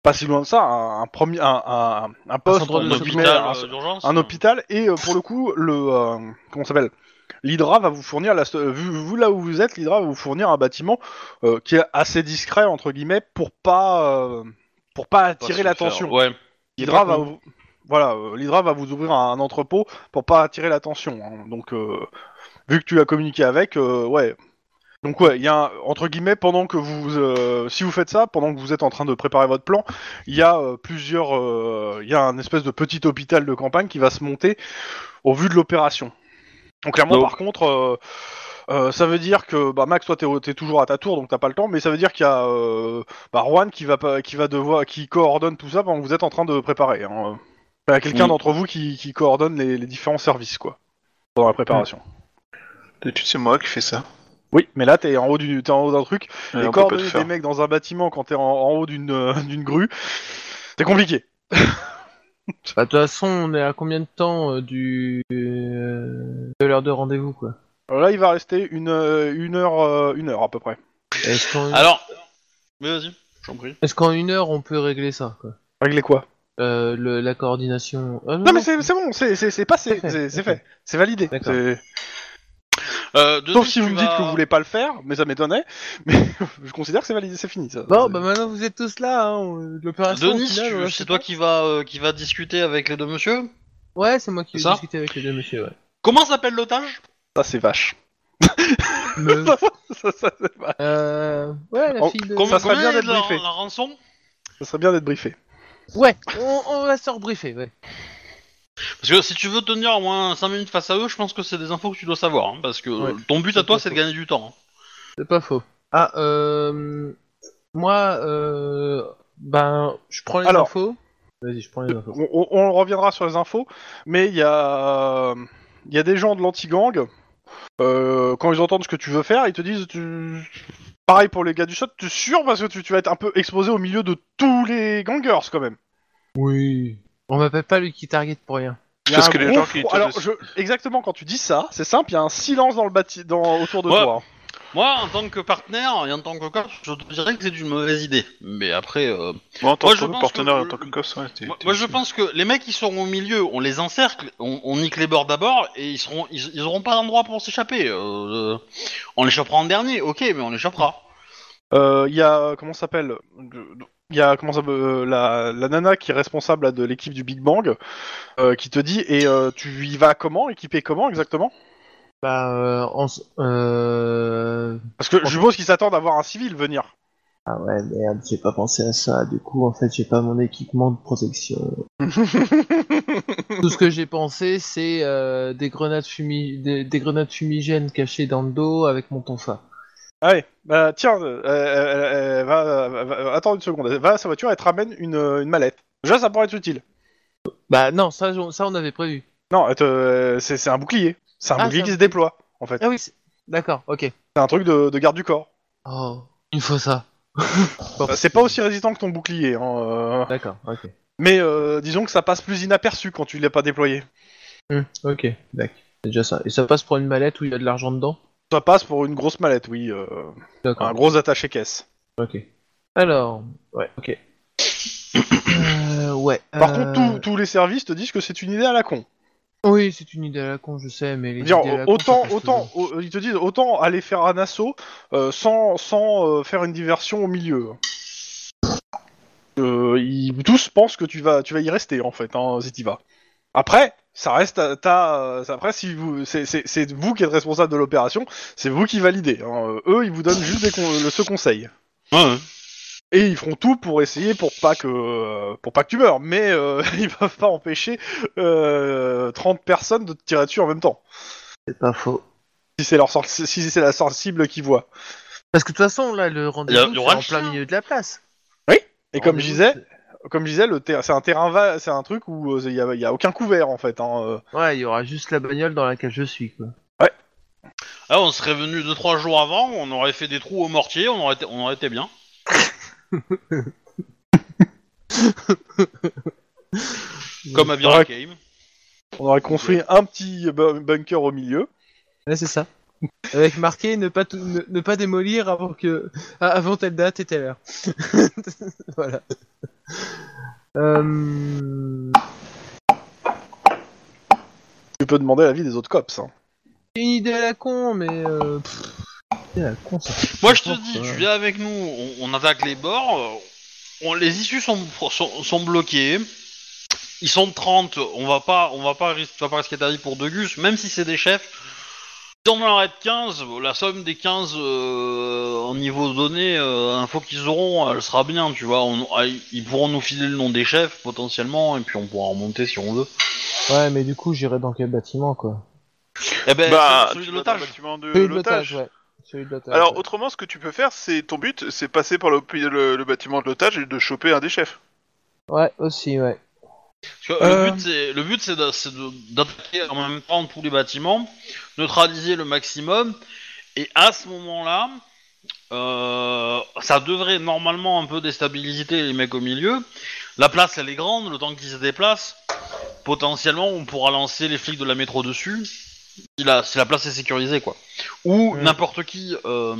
[SPEAKER 3] pas si loin de ça, un, un premier, un, un- un poste,
[SPEAKER 4] centre de
[SPEAKER 2] Un
[SPEAKER 3] entre guillemets,
[SPEAKER 2] hôpital
[SPEAKER 3] un-
[SPEAKER 2] euh, d'urgence.
[SPEAKER 3] un hôpital et euh, pour le coup le euh, comment ça s'appelle l'Hydra va vous fournir la st- euh, vu, vous là où vous êtes l'Hydra va vous fournir un bâtiment euh, qui est assez discret entre guillemets pour pas euh, pour pas
[SPEAKER 2] Pas
[SPEAKER 3] attirer
[SPEAKER 2] se
[SPEAKER 3] l'attention
[SPEAKER 2] faire- Ouais.
[SPEAKER 3] l'Hydra va vous... voilà euh, l'Hydra va vous ouvrir un, un entrepôt pour pas attirer l'attention hein. donc euh, vu que tu as communiqué avec euh, ouais donc ouais, il y a un- entre guillemets pendant que vous, euh, si vous faites ça, pendant que vous êtes en train de préparer votre plan, il y a euh, plusieurs, euh, il y a un espèce de petit hôpital de campagne qui va se monter au vu de l'opération. Donc clairement,
[SPEAKER 2] Donc-
[SPEAKER 3] par contre, euh, euh, ça veut dire que bah, Max, toi, t'es, au- t'es toujours à ta tour, donc t'as pas le temps, mais ça veut dire qu'il y a euh, bah, Juan qui va pas- qui va devoir, qui coordonne tout ça pendant que vous êtes en train de préparer. hein. Enfin, quelqu'un
[SPEAKER 2] Oui.
[SPEAKER 3] d'entre vous qui, qui coordonne les, les différents services, quoi, pendant la préparation.
[SPEAKER 1] D'habitude, c'est moi qui fais ça.
[SPEAKER 3] Oui, mais là, t'es en haut du, t'es en haut d'un truc.
[SPEAKER 1] Euh,
[SPEAKER 3] les
[SPEAKER 1] on peut pas tout
[SPEAKER 3] coordonnées
[SPEAKER 1] faire.
[SPEAKER 3] des mecs dans un bâtiment quand t'es en, en haut d'une, euh, d'une grue, c'est compliqué.
[SPEAKER 4] Bah, de toute façon, on est à combien de temps euh, du euh, de l'heure de rendez-vous quoi
[SPEAKER 3] Alors là, il va rester une, euh, une heure, euh, une heure à peu près.
[SPEAKER 4] Est-ce qu'en
[SPEAKER 2] Alors, mais vas-y, j'en prie.
[SPEAKER 4] est-ce qu'en une heure on peut régler ça quoi
[SPEAKER 3] Réglez quoi
[SPEAKER 4] Euh, le- La coordination. Ah,
[SPEAKER 3] Non mais c'est c'est bon, c'est c'est- c'est passé,
[SPEAKER 4] Parfait,
[SPEAKER 3] c'est c'est
[SPEAKER 4] parfait.
[SPEAKER 3] fait, c'est validé.
[SPEAKER 4] D'accord.
[SPEAKER 3] C'est-
[SPEAKER 2] Euh, de
[SPEAKER 3] Sauf
[SPEAKER 2] suite,
[SPEAKER 3] si vous
[SPEAKER 2] tu
[SPEAKER 3] me dites
[SPEAKER 2] vas-
[SPEAKER 3] que vous voulez pas le faire, mais ça m'étonnait. Mais je considère que c'est validé, c'est fini ça.
[SPEAKER 4] Bon,
[SPEAKER 3] C'est-
[SPEAKER 4] bah maintenant vous êtes tous là, hein, on- l'opération.
[SPEAKER 2] Denis,
[SPEAKER 4] au final,
[SPEAKER 2] tu-
[SPEAKER 4] on l'a fait
[SPEAKER 2] c'est toi
[SPEAKER 4] pas.
[SPEAKER 2] qui va, euh, qui va discuter avec les deux monsieur
[SPEAKER 4] Ouais, c'est moi qui
[SPEAKER 2] C'est
[SPEAKER 4] vais
[SPEAKER 2] ça
[SPEAKER 4] discuter avec les deux messieurs, ouais.
[SPEAKER 2] Comment s'appelle l'otage
[SPEAKER 3] ça c'est vache.
[SPEAKER 4] Me-
[SPEAKER 3] ça, ça, c'est vache.
[SPEAKER 4] euh, ouais, la
[SPEAKER 3] Oh,
[SPEAKER 4] fille de.
[SPEAKER 2] Combien-
[SPEAKER 3] Ça serait
[SPEAKER 2] combien
[SPEAKER 3] bien
[SPEAKER 2] est
[SPEAKER 3] d'être
[SPEAKER 2] la-
[SPEAKER 3] briefé.
[SPEAKER 2] la rançon
[SPEAKER 3] Ça serait bien d'être briefé.
[SPEAKER 4] Ouais, on, on va se rebriefer, ouais.
[SPEAKER 2] Parce que si tu veux tenir au moins 5 minutes face à eux, je pense que c'est des infos que tu dois savoir. hein, parce que
[SPEAKER 4] Ouais.
[SPEAKER 2] euh, ton but à toi, c'est de gagner du temps. hein.
[SPEAKER 4] C'est pas faux. Ah, euh. Moi, euh. Ben, je prends les
[SPEAKER 3] Alors.
[SPEAKER 4] infos. Vas-y, je prends les infos.
[SPEAKER 3] On, on- on reviendra sur les infos, mais il y a euh, il y a des gens de l'anti-gang. euh, quand ils entendent ce que tu veux faire, ils te disent tu... pareil pour les gars du shot, tu es sûr parce que tu, tu vas être un peu exposé au milieu de tous les gangers quand même.
[SPEAKER 4] Oui. On m'appelle pas lui qui target pour rien.
[SPEAKER 3] Il y a
[SPEAKER 1] Parce
[SPEAKER 3] un
[SPEAKER 1] que les
[SPEAKER 3] gros
[SPEAKER 1] gens qui
[SPEAKER 3] froid-
[SPEAKER 1] te-
[SPEAKER 3] Alors, je... exactement quand tu dis ça, c'est simple, il y a un silence dans le bâti... dans... autour de
[SPEAKER 2] Ouais.
[SPEAKER 3] toi.
[SPEAKER 2] Moi, en tant que partenaire et en tant que coach, je te dirais que c'est une mauvaise idée. Mais après, euh,
[SPEAKER 1] Moi, en tant
[SPEAKER 2] Moi,
[SPEAKER 1] que
[SPEAKER 2] je pense
[SPEAKER 1] partenaire
[SPEAKER 2] que
[SPEAKER 1] et en
[SPEAKER 2] le-
[SPEAKER 1] tant que gosse, ouais, t'es-
[SPEAKER 2] moi,
[SPEAKER 1] t'es-
[SPEAKER 2] moi, je pense que les mecs qui seront au milieu, on les encercle, on, on nique les bords d'abord et ils seront, ils, ils auront pas d'endroit pour s'échapper. euh, euh, on les chopera en dernier, ok, mais on les chopera.
[SPEAKER 3] Euh, Il y a, comment ça s'appelle Il y a, comment ça euh, la... la nana qui est responsable là, de l'équipe du Big Bang, euh, qui te dit, et euh, tu y vas comment, équipé comment exactement
[SPEAKER 4] Bah, euh. On s- euh...
[SPEAKER 3] Parce que je suppose qu'ils s'attendent à voir un civil venir.
[SPEAKER 4] Ah ouais, merde, j'ai pas pensé à ça. Du coup, en fait, j'ai pas mon équipement de protection. Tout ce que j'ai pensé, c'est euh, des, grenades fumi... des, des grenades fumigènes cachées dans le dos avec mon tonfa.
[SPEAKER 3] Allez, bah tiens, euh, euh, euh, va, va- va- attends une seconde, va à sa voiture et te ramène une, euh, une mallette. Déjà, ça pourrait être utile.
[SPEAKER 4] Bah non, ça, on- ça on avait prévu.
[SPEAKER 3] Non, elle te- euh, c'est c'est un bouclier. C'est un
[SPEAKER 4] Ah,
[SPEAKER 3] bouclier
[SPEAKER 4] c'est
[SPEAKER 3] qui
[SPEAKER 4] un
[SPEAKER 3] se déploie, en fait.
[SPEAKER 4] Ah oui, c'est- d'accord, ok.
[SPEAKER 3] C'est un truc de- de garde du corps.
[SPEAKER 4] Oh, il me faut ça.
[SPEAKER 3] Bah, c'est pas aussi résistant que ton bouclier, hein, euh,
[SPEAKER 4] D'accord, ok.
[SPEAKER 3] mais euh, disons que ça passe plus inaperçu quand tu l'as pas déployé.
[SPEAKER 4] Hum, ok, d'accord. C'est déjà ça. Et ça passe pour une mallette où il y a de l'argent dedans
[SPEAKER 3] Ça passe pour une grosse mallette, oui, euh,
[SPEAKER 4] D'accord,
[SPEAKER 3] un gros attaché caisse.
[SPEAKER 4] Ah, ok. Alors, ouais, ok. Euh, ouais.
[SPEAKER 3] Par contre,
[SPEAKER 4] euh,
[SPEAKER 3] tous- tous les services te disent que c'est une idée à la con.
[SPEAKER 4] Oui, c'est une idée à la con, je sais, mais les
[SPEAKER 3] Dire,
[SPEAKER 4] idées à la con,
[SPEAKER 3] autant,
[SPEAKER 4] ça passe
[SPEAKER 3] autant,
[SPEAKER 4] toujours.
[SPEAKER 3] au- ils te disent autant aller faire un assaut euh, sans, sans euh, faire une diversion au milieu. Euh, ils tous pensent que tu vas, tu vas y rester en fait, hein, si t'y vas. Après, ça reste, à- ta, euh, après, si vous, c'est- c'est c'est vous qui êtes responsable de l'opération, c'est vous qui validez. hein. Euh, Eux, ils vous donnent juste des con- le- ce conseil.
[SPEAKER 2] Ouais.
[SPEAKER 3] Et ils feront tout pour essayer pour pas que, euh, pour pas que tu meurs, mais euh, ils peuvent pas empêcher euh, 30 personnes de te tirer dessus en même temps.
[SPEAKER 4] C'est pas faux.
[SPEAKER 3] Si c'est leur sens- si c'est la sensible qui voit.
[SPEAKER 4] Parce que de toute façon, là, le
[SPEAKER 2] Il y a-
[SPEAKER 4] rendez-vous,
[SPEAKER 2] il y
[SPEAKER 4] c'est
[SPEAKER 2] aura
[SPEAKER 4] en
[SPEAKER 2] le
[SPEAKER 4] plein
[SPEAKER 2] chien.
[SPEAKER 4] milieu de la place.
[SPEAKER 3] Et comme je
[SPEAKER 4] Rendez-vous,
[SPEAKER 3] disais, comme je disais, le ter- Ah c'est un terrain va, c'est un truc où il y, a- y a aucun couvert en fait. hein, euh.
[SPEAKER 4] c'est- Ouais, il y aura juste la bagnole dans laquelle je suis, quoi.
[SPEAKER 2] Ah, on serait venu 2-3 jours avant, on aurait fait des trous au mortier, on aurait été, on aurait été bien. Comme à Birakeim.
[SPEAKER 3] On aurait construit un petit bu- bunker au milieu.
[SPEAKER 4] Ouais, c'est ça. Avec marqué ne pas, tout- ne, ne pas démolir avant que ah, avant telle date et telle heure. voilà. Euh,
[SPEAKER 3] Tu peux demander l'avis des autres cops. hein.
[SPEAKER 4] J'ai une idée à la con, mais. Euh... pff, idée à la con, ça.
[SPEAKER 2] Moi je te
[SPEAKER 4] D'accord,
[SPEAKER 2] dis,
[SPEAKER 4] ouais.
[SPEAKER 2] tu viens avec nous, on, on attaque les bords, euh, on, les issues sont, sont, sont bloquées, ils sont 30, on va pas, on va pas, ris- tu vas pas risquer ta vie pour deux gus, même si c'est des chefs. Si on en arrête 15, la somme des 15 euh, en niveau donné, euh, info qu'ils auront, elle sera bien, tu vois. on- ah, ils- ils pourront nous filer le nom des chefs potentiellement, et puis on pourra remonter si on veut.
[SPEAKER 4] Ouais, mais du coup, j'irai dans quel bâtiment, quoi
[SPEAKER 2] Eh ben,
[SPEAKER 1] bah,
[SPEAKER 2] celui
[SPEAKER 1] tu
[SPEAKER 2] de
[SPEAKER 1] vas dans le
[SPEAKER 2] l'otage.
[SPEAKER 1] bâtiment
[SPEAKER 3] Euh,
[SPEAKER 1] de
[SPEAKER 4] Celui de
[SPEAKER 1] l'otage.
[SPEAKER 4] l'otage, ouais. Celui de l'otage.
[SPEAKER 1] Alors
[SPEAKER 4] ouais.
[SPEAKER 1] autrement, ce que tu peux faire, c'est ton but, c'est passer par le, le- le bâtiment de l'otage et de choper un des chefs.
[SPEAKER 4] ouais, aussi, ouais.
[SPEAKER 2] Parce que
[SPEAKER 3] Euh.
[SPEAKER 2] Le but, c'est- le but, c'est de- c'est de- d'attaquer en même temps tous les bâtiments, neutraliser le maximum, et à ce moment-là, euh, ça devrait normalement un peu déstabiliser les mecs au milieu. La place, elle est grande, le temps qu'ils se déplacent, potentiellement, on pourra lancer les flics de la métro dessus, si la, si la place est sécurisée, quoi. Ou
[SPEAKER 4] Ouais.
[SPEAKER 2] n'importe qui euh,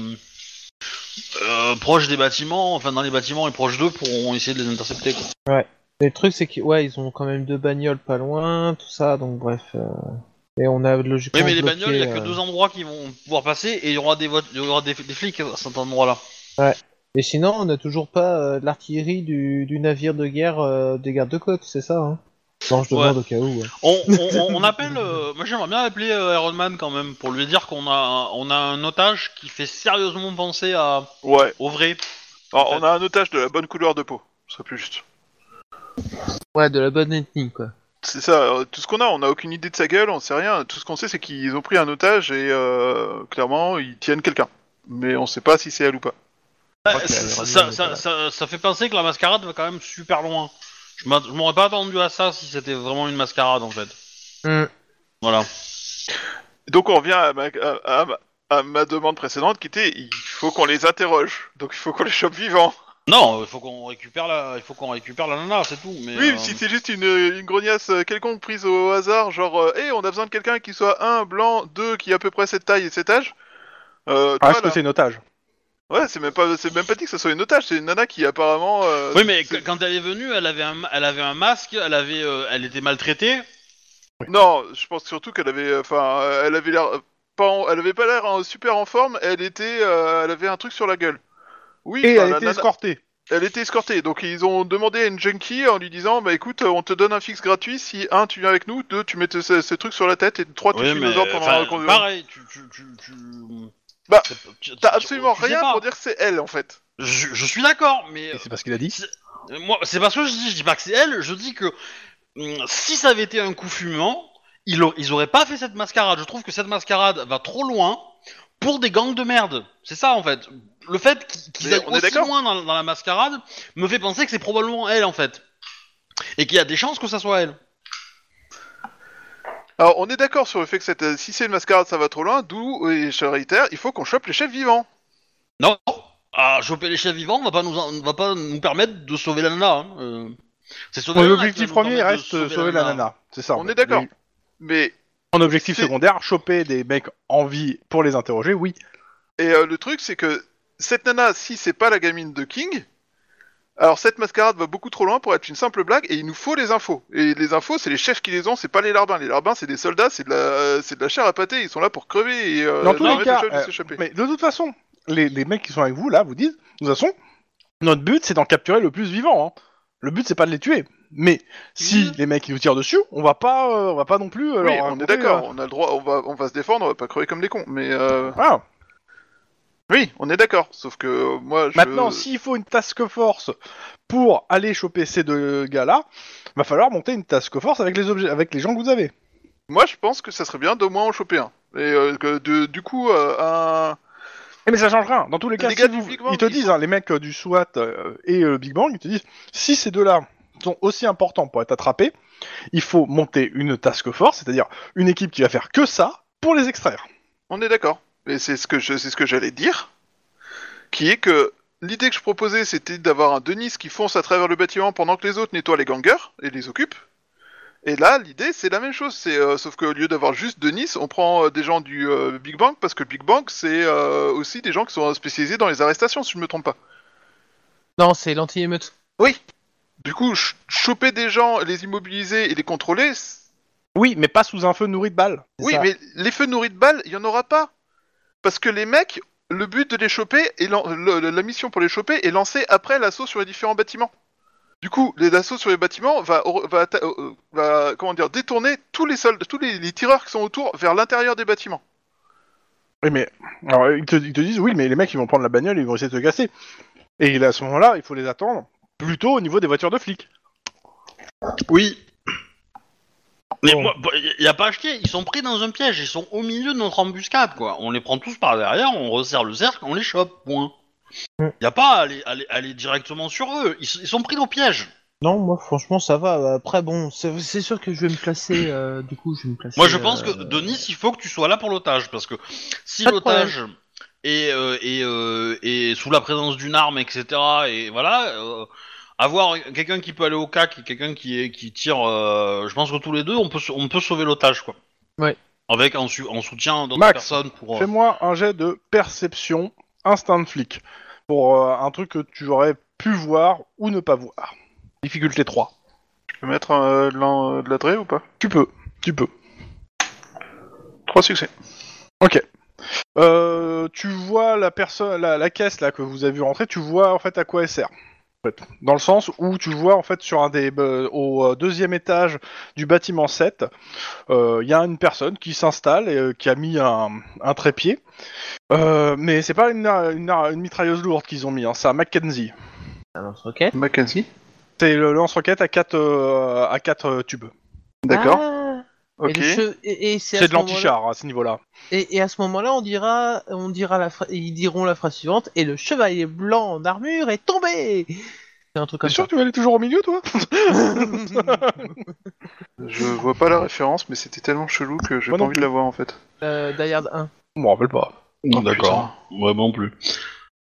[SPEAKER 2] euh, proche des bâtiments, enfin dans les bâtiments et proche d'eux, pourront essayer de les intercepter, quoi.
[SPEAKER 4] Mais le truc, c'est qu'ils ouais, ils ont quand même deux bagnoles pas loin, tout ça, donc bref. euh, Et on a logiquement.
[SPEAKER 2] Oui, mais les
[SPEAKER 4] bloqué,
[SPEAKER 2] bagnoles, il n'y a que
[SPEAKER 4] euh,
[SPEAKER 2] deux endroits qui vont pouvoir passer et il y aura des, voit- il y aura des, des flics à cet endroit-là.
[SPEAKER 4] Et sinon, on n'a toujours pas euh, de l'artillerie du, du navire de guerre euh, des gardes-côtes, c'est ça hein Non, je demande au cas où. ouais.
[SPEAKER 2] On, on- on- on appelle. euh, moi, j'aimerais bien appeler euh, Iron Man quand même pour lui dire qu'on a, on a un otage qui fait sérieusement penser à,
[SPEAKER 1] Ouais.
[SPEAKER 2] au vrai.
[SPEAKER 1] Alors,
[SPEAKER 2] En fait.
[SPEAKER 1] on a un otage de la bonne couleur de peau. Ce serait plus juste.
[SPEAKER 4] Ouais, de la bonne ethnie, quoi.
[SPEAKER 1] C'est ça, euh, tout ce qu'on a, on n'a aucune idée de sa gueule, on sait rien. Tout ce qu'on sait, c'est qu'ils ont pris un otage et euh, clairement, ils tiennent quelqu'un. Mais on sait pas si c'est elle ou pas.
[SPEAKER 2] Bah, ça, ça, ça- ça- ça fait penser que la mascarade va quand même super loin. Je m'a- je m'aurais pas attendu à ça si c'était vraiment une mascarade en fait.
[SPEAKER 4] Hmm.
[SPEAKER 2] Voilà.
[SPEAKER 1] Donc on revient à ma, à- à ma- à ma demande précédente qui était il faut qu'on les interroge, donc il faut qu'on les chope vivants.
[SPEAKER 2] Non, il faut qu'on récupère la, il faut qu'on récupère la nana, c'est tout. Mais
[SPEAKER 1] Oui,
[SPEAKER 2] euh,
[SPEAKER 1] si c'est juste une, une grognasse euh, quelconque prise au hasard, genre euh, Hey, on a besoin de quelqu'un qui soit un, blanc, deux, qui a à peu près cette taille et cet âge. Euh,
[SPEAKER 3] Ah,
[SPEAKER 1] toi,
[SPEAKER 3] est-ce que
[SPEAKER 1] là-
[SPEAKER 3] c'est une otage
[SPEAKER 1] ouais, c'est même pas, c'est même pas dit que ce soit une otage, c'est une nana qui apparemment. euh,
[SPEAKER 2] Oui, mais
[SPEAKER 1] c'est-
[SPEAKER 2] qu- quand elle est venue, elle avait un, elle avait un masque, elle avait, euh, elle était maltraitée.
[SPEAKER 1] Non, je pense surtout qu'elle avait, enfin, euh, elle avait l'air euh, pas, en- elle avait pas l'air euh, super en forme. Elle était, euh, elle avait un truc sur la gueule. Oui,
[SPEAKER 3] Et
[SPEAKER 1] enfin,
[SPEAKER 3] elle
[SPEAKER 1] la
[SPEAKER 3] était
[SPEAKER 1] nana-
[SPEAKER 3] escortée.
[SPEAKER 1] elle était escortée. Donc ils ont demandé à une junkie en lui disant, bah écoute, euh, on te donne un fixe gratuit si un, tu viens avec nous, deux, tu mets ce, ce truc sur la tête et trois, tu
[SPEAKER 2] Oui,
[SPEAKER 1] suis
[SPEAKER 2] mais,
[SPEAKER 1] nos ordres pendant
[SPEAKER 2] enfin,
[SPEAKER 1] la conduite.
[SPEAKER 2] pareil, tu, tu, tu, tu-
[SPEAKER 1] Bah,
[SPEAKER 2] c'est pas- tu-
[SPEAKER 1] T'as
[SPEAKER 2] tu-
[SPEAKER 1] absolument
[SPEAKER 2] tu sais
[SPEAKER 1] rien
[SPEAKER 2] pas.
[SPEAKER 1] pour dire que c'est elle en fait.
[SPEAKER 2] Je, je suis d'accord, mais
[SPEAKER 3] Et c'est parce qu'il a dit.
[SPEAKER 2] euh, moi, c'est parce que je dis, je dis pas que c'est elle. Je dis que hum, si ça avait été un coup fumant, ils, aur- ils auraient pas fait cette mascarade. Je trouve que cette mascarade va trop loin pour des gangs de merde. C'est ça en fait. Le fait qu'ils- qu'ils
[SPEAKER 1] Mais
[SPEAKER 2] aillent
[SPEAKER 1] on est
[SPEAKER 2] aussi
[SPEAKER 1] d'accord.
[SPEAKER 2] loin dans, dans la mascarade me fait penser que c'est probablement elle en fait, et qu'il y a des chances que ça soit elle.
[SPEAKER 1] Alors on est d'accord sur le fait que cette, euh, si c'est une mascarade, ça va trop loin. D'où, et je le réitère, il faut qu'on chope les chefs vivants.
[SPEAKER 2] Non Ah, choper les chefs vivants on va pas nous, on va pas nous permettre de sauver la nana. hein, euh. C'est sauver
[SPEAKER 3] Mon
[SPEAKER 2] la nana qui
[SPEAKER 3] objectif
[SPEAKER 2] va nous
[SPEAKER 3] premier
[SPEAKER 2] permettre de
[SPEAKER 3] reste euh, sauver, la nana. C'est ça. en
[SPEAKER 1] On
[SPEAKER 3] fait.
[SPEAKER 1] est d'accord. Mais
[SPEAKER 3] Mais Mon objectif
[SPEAKER 1] C'est-
[SPEAKER 3] secondaire, choper des mecs en vie pour les interroger, oui.
[SPEAKER 1] Et euh, le truc, c'est que cette nana, si c'est pas la gamine de King, alors cette mascarade va beaucoup trop loin pour être une simple blague et il nous faut les infos. Et les infos, c'est les chefs qui les ont, c'est pas les larbins. Les larbins, c'est des soldats, c'est de, la, euh, c'est de la chair à pâté, ils sont là pour crever et euh,
[SPEAKER 3] Dans tous les
[SPEAKER 1] permettre aux
[SPEAKER 3] cas,
[SPEAKER 1] chefs de
[SPEAKER 3] euh,
[SPEAKER 1] s'échapper.
[SPEAKER 3] Mais de toute façon, les, les mecs qui sont avec vous, là, vous disent, de toute façon, notre but, c'est d'en capturer le plus vivant. hein. Le but, c'est pas de les tuer. Mais si
[SPEAKER 2] Mhm.
[SPEAKER 3] les mecs ils nous tirent dessus, on va pas, euh, on va pas non plus. euh,
[SPEAKER 1] Oui,
[SPEAKER 3] leur
[SPEAKER 1] on
[SPEAKER 3] raconter,
[SPEAKER 1] est d'accord,
[SPEAKER 3] euh,
[SPEAKER 1] on a le droit, on va, on va se défendre, on va pas crever comme des cons. Mais euh,
[SPEAKER 3] voilà.
[SPEAKER 1] oui, on est d'accord, sauf que euh, moi, je...
[SPEAKER 3] Maintenant, s'il faut une task force pour aller choper ces deux gars-là, va falloir monter une task force avec les objets, avec les gens que vous avez.
[SPEAKER 1] moi, je pense que ça serait bien d'au moins en choper un. Et euh, que de- du coup, euh, un...
[SPEAKER 3] Eh, mais ça change rien. Dans tous les cas,
[SPEAKER 1] Les
[SPEAKER 3] si
[SPEAKER 1] gars
[SPEAKER 3] vous-
[SPEAKER 1] du Big Bang,
[SPEAKER 3] ils te
[SPEAKER 1] ils
[SPEAKER 3] disent, hein, les mecs euh, du SWAT euh, et euh, Big Bang, ils te disent, si ces deux-là sont aussi importants pour être attrapés, il faut monter une task force, c'est-à-dire une équipe qui va faire que ça pour les extraire.
[SPEAKER 1] on est d'accord. et c'est ce que je- c'est ce que j'allais dire, qui est que l'idée que je proposais, c'était d'avoir un Denis qui fonce à travers le bâtiment pendant que les autres nettoient les gangers et les occupent. Et là, l'idée, c'est la même chose, c'est euh, sauf qu'au lieu d'avoir juste Denis, on prend euh, des gens du euh, Big Bang parce que le Big Bang, c'est euh, aussi des gens qui sont spécialisés dans les arrestations, si je me trompe pas.
[SPEAKER 4] Non, c'est l'anti-émeute.
[SPEAKER 1] Du coup, ch- choper des gens, les immobiliser et les contrôler, c-
[SPEAKER 3] Oui, mais pas sous un feu nourri de balles.
[SPEAKER 4] C'est
[SPEAKER 1] Oui,
[SPEAKER 4] ça.
[SPEAKER 1] mais les feux nourris de balles, il n'y en aura pas. Parce que les mecs, le but de les choper, et lan- le- le- la mission pour les choper est lancée après l'assaut sur les différents bâtiments. Du coup, les- l'assaut sur les bâtiments va, va, atta- euh, va, comment dire, détourner tous les soldes, tous les, les tireurs qui sont autour vers l'intérieur des bâtiments.
[SPEAKER 3] Oui, mais alors, ils, te, ils te disent oui, mais les mecs ils vont prendre la bagnole, ils vont essayer de te casser. Et là, à ce moment-là, il faut les attendre plutôt au niveau des voitures de flics.
[SPEAKER 2] Oui. Mais
[SPEAKER 3] Bon.
[SPEAKER 2] moi, il a pas acheté, ils sont pris dans un piège, ils sont au milieu de notre embuscade, quoi. On les prend tous par derrière, on resserre le cercle, on les chope, point.
[SPEAKER 4] Mm.
[SPEAKER 2] Il a pas à aller, aller- aller directement sur eux, ils, s- ils sont pris au piège.
[SPEAKER 4] Non, moi franchement ça va. Après bon, c'est c'est sûr que je vais me placer. euh, du coup, je vais me placer.
[SPEAKER 2] Moi, je pense
[SPEAKER 4] euh,
[SPEAKER 2] que, Denis, il faut que tu sois là pour l'otage, parce que si
[SPEAKER 4] Pas de problème.
[SPEAKER 2] l'otage est, euh, est, euh, est sous la présence d'une arme, etc., et voilà, euh, avoir quelqu'un qui peut aller au cac et quelqu'un qui, est- qui tire, euh, je pense que tous les deux, on peut, on peut sauver l'otage, quoi.
[SPEAKER 4] Ouais.
[SPEAKER 2] Avec en, su- en soutien d'autres
[SPEAKER 3] Max,
[SPEAKER 2] personnes pour... euh,
[SPEAKER 3] Fais-moi un jet de perception, instinct de flic, pour euh, un truc que tu aurais pu voir ou ne pas voir. Difficulté 3.
[SPEAKER 1] Je peux mettre euh, de l'en- de l'adré ou pas
[SPEAKER 3] Tu peux, tu peux.
[SPEAKER 1] Trois succès.
[SPEAKER 3] Euh, tu vois la personne, la, la caisse là que vous avez vu rentrer, tu vois en fait à quoi elle sert. En fait. Dans le sens où tu vois en fait sur un des euh, au euh, deuxième étage du bâtiment 7, euh, il y a une personne qui s'installe et euh, qui a mis un, un trépied. Euh, mais c'est pas une, ar- une ar- une mitrailleuse lourde qu'ils ont mis, hein, c'est un Mackenzie.
[SPEAKER 4] Un lance-roquette.
[SPEAKER 1] Mackenzie.
[SPEAKER 3] C'est le lance-roquette à 4 à quatre euh, tubes.
[SPEAKER 1] D'accord.
[SPEAKER 4] Ah,
[SPEAKER 1] ok.
[SPEAKER 4] Et, le che- et- et c'est à
[SPEAKER 3] C'est
[SPEAKER 4] ce
[SPEAKER 3] de
[SPEAKER 4] moment-là-
[SPEAKER 3] l'anti-char à ce niveau-là.
[SPEAKER 4] Et, et à ce moment-là, on dira, on dira la fra- ils diront la phrase suivante. Et le chevalier blanc en armure est tombé. C'est un truc
[SPEAKER 3] T'es
[SPEAKER 4] comme
[SPEAKER 3] sûr
[SPEAKER 4] ça.
[SPEAKER 3] que tu vas aller toujours au milieu toi
[SPEAKER 1] Je vois pas la référence, mais c'était tellement chelou que j'ai
[SPEAKER 3] Moi
[SPEAKER 1] pas
[SPEAKER 3] non
[SPEAKER 1] envie de la voir en fait.
[SPEAKER 4] euh, Die Hard 1.
[SPEAKER 3] Je m'en rappelle pas.
[SPEAKER 1] Oh,
[SPEAKER 2] D'accord. Moi non plus.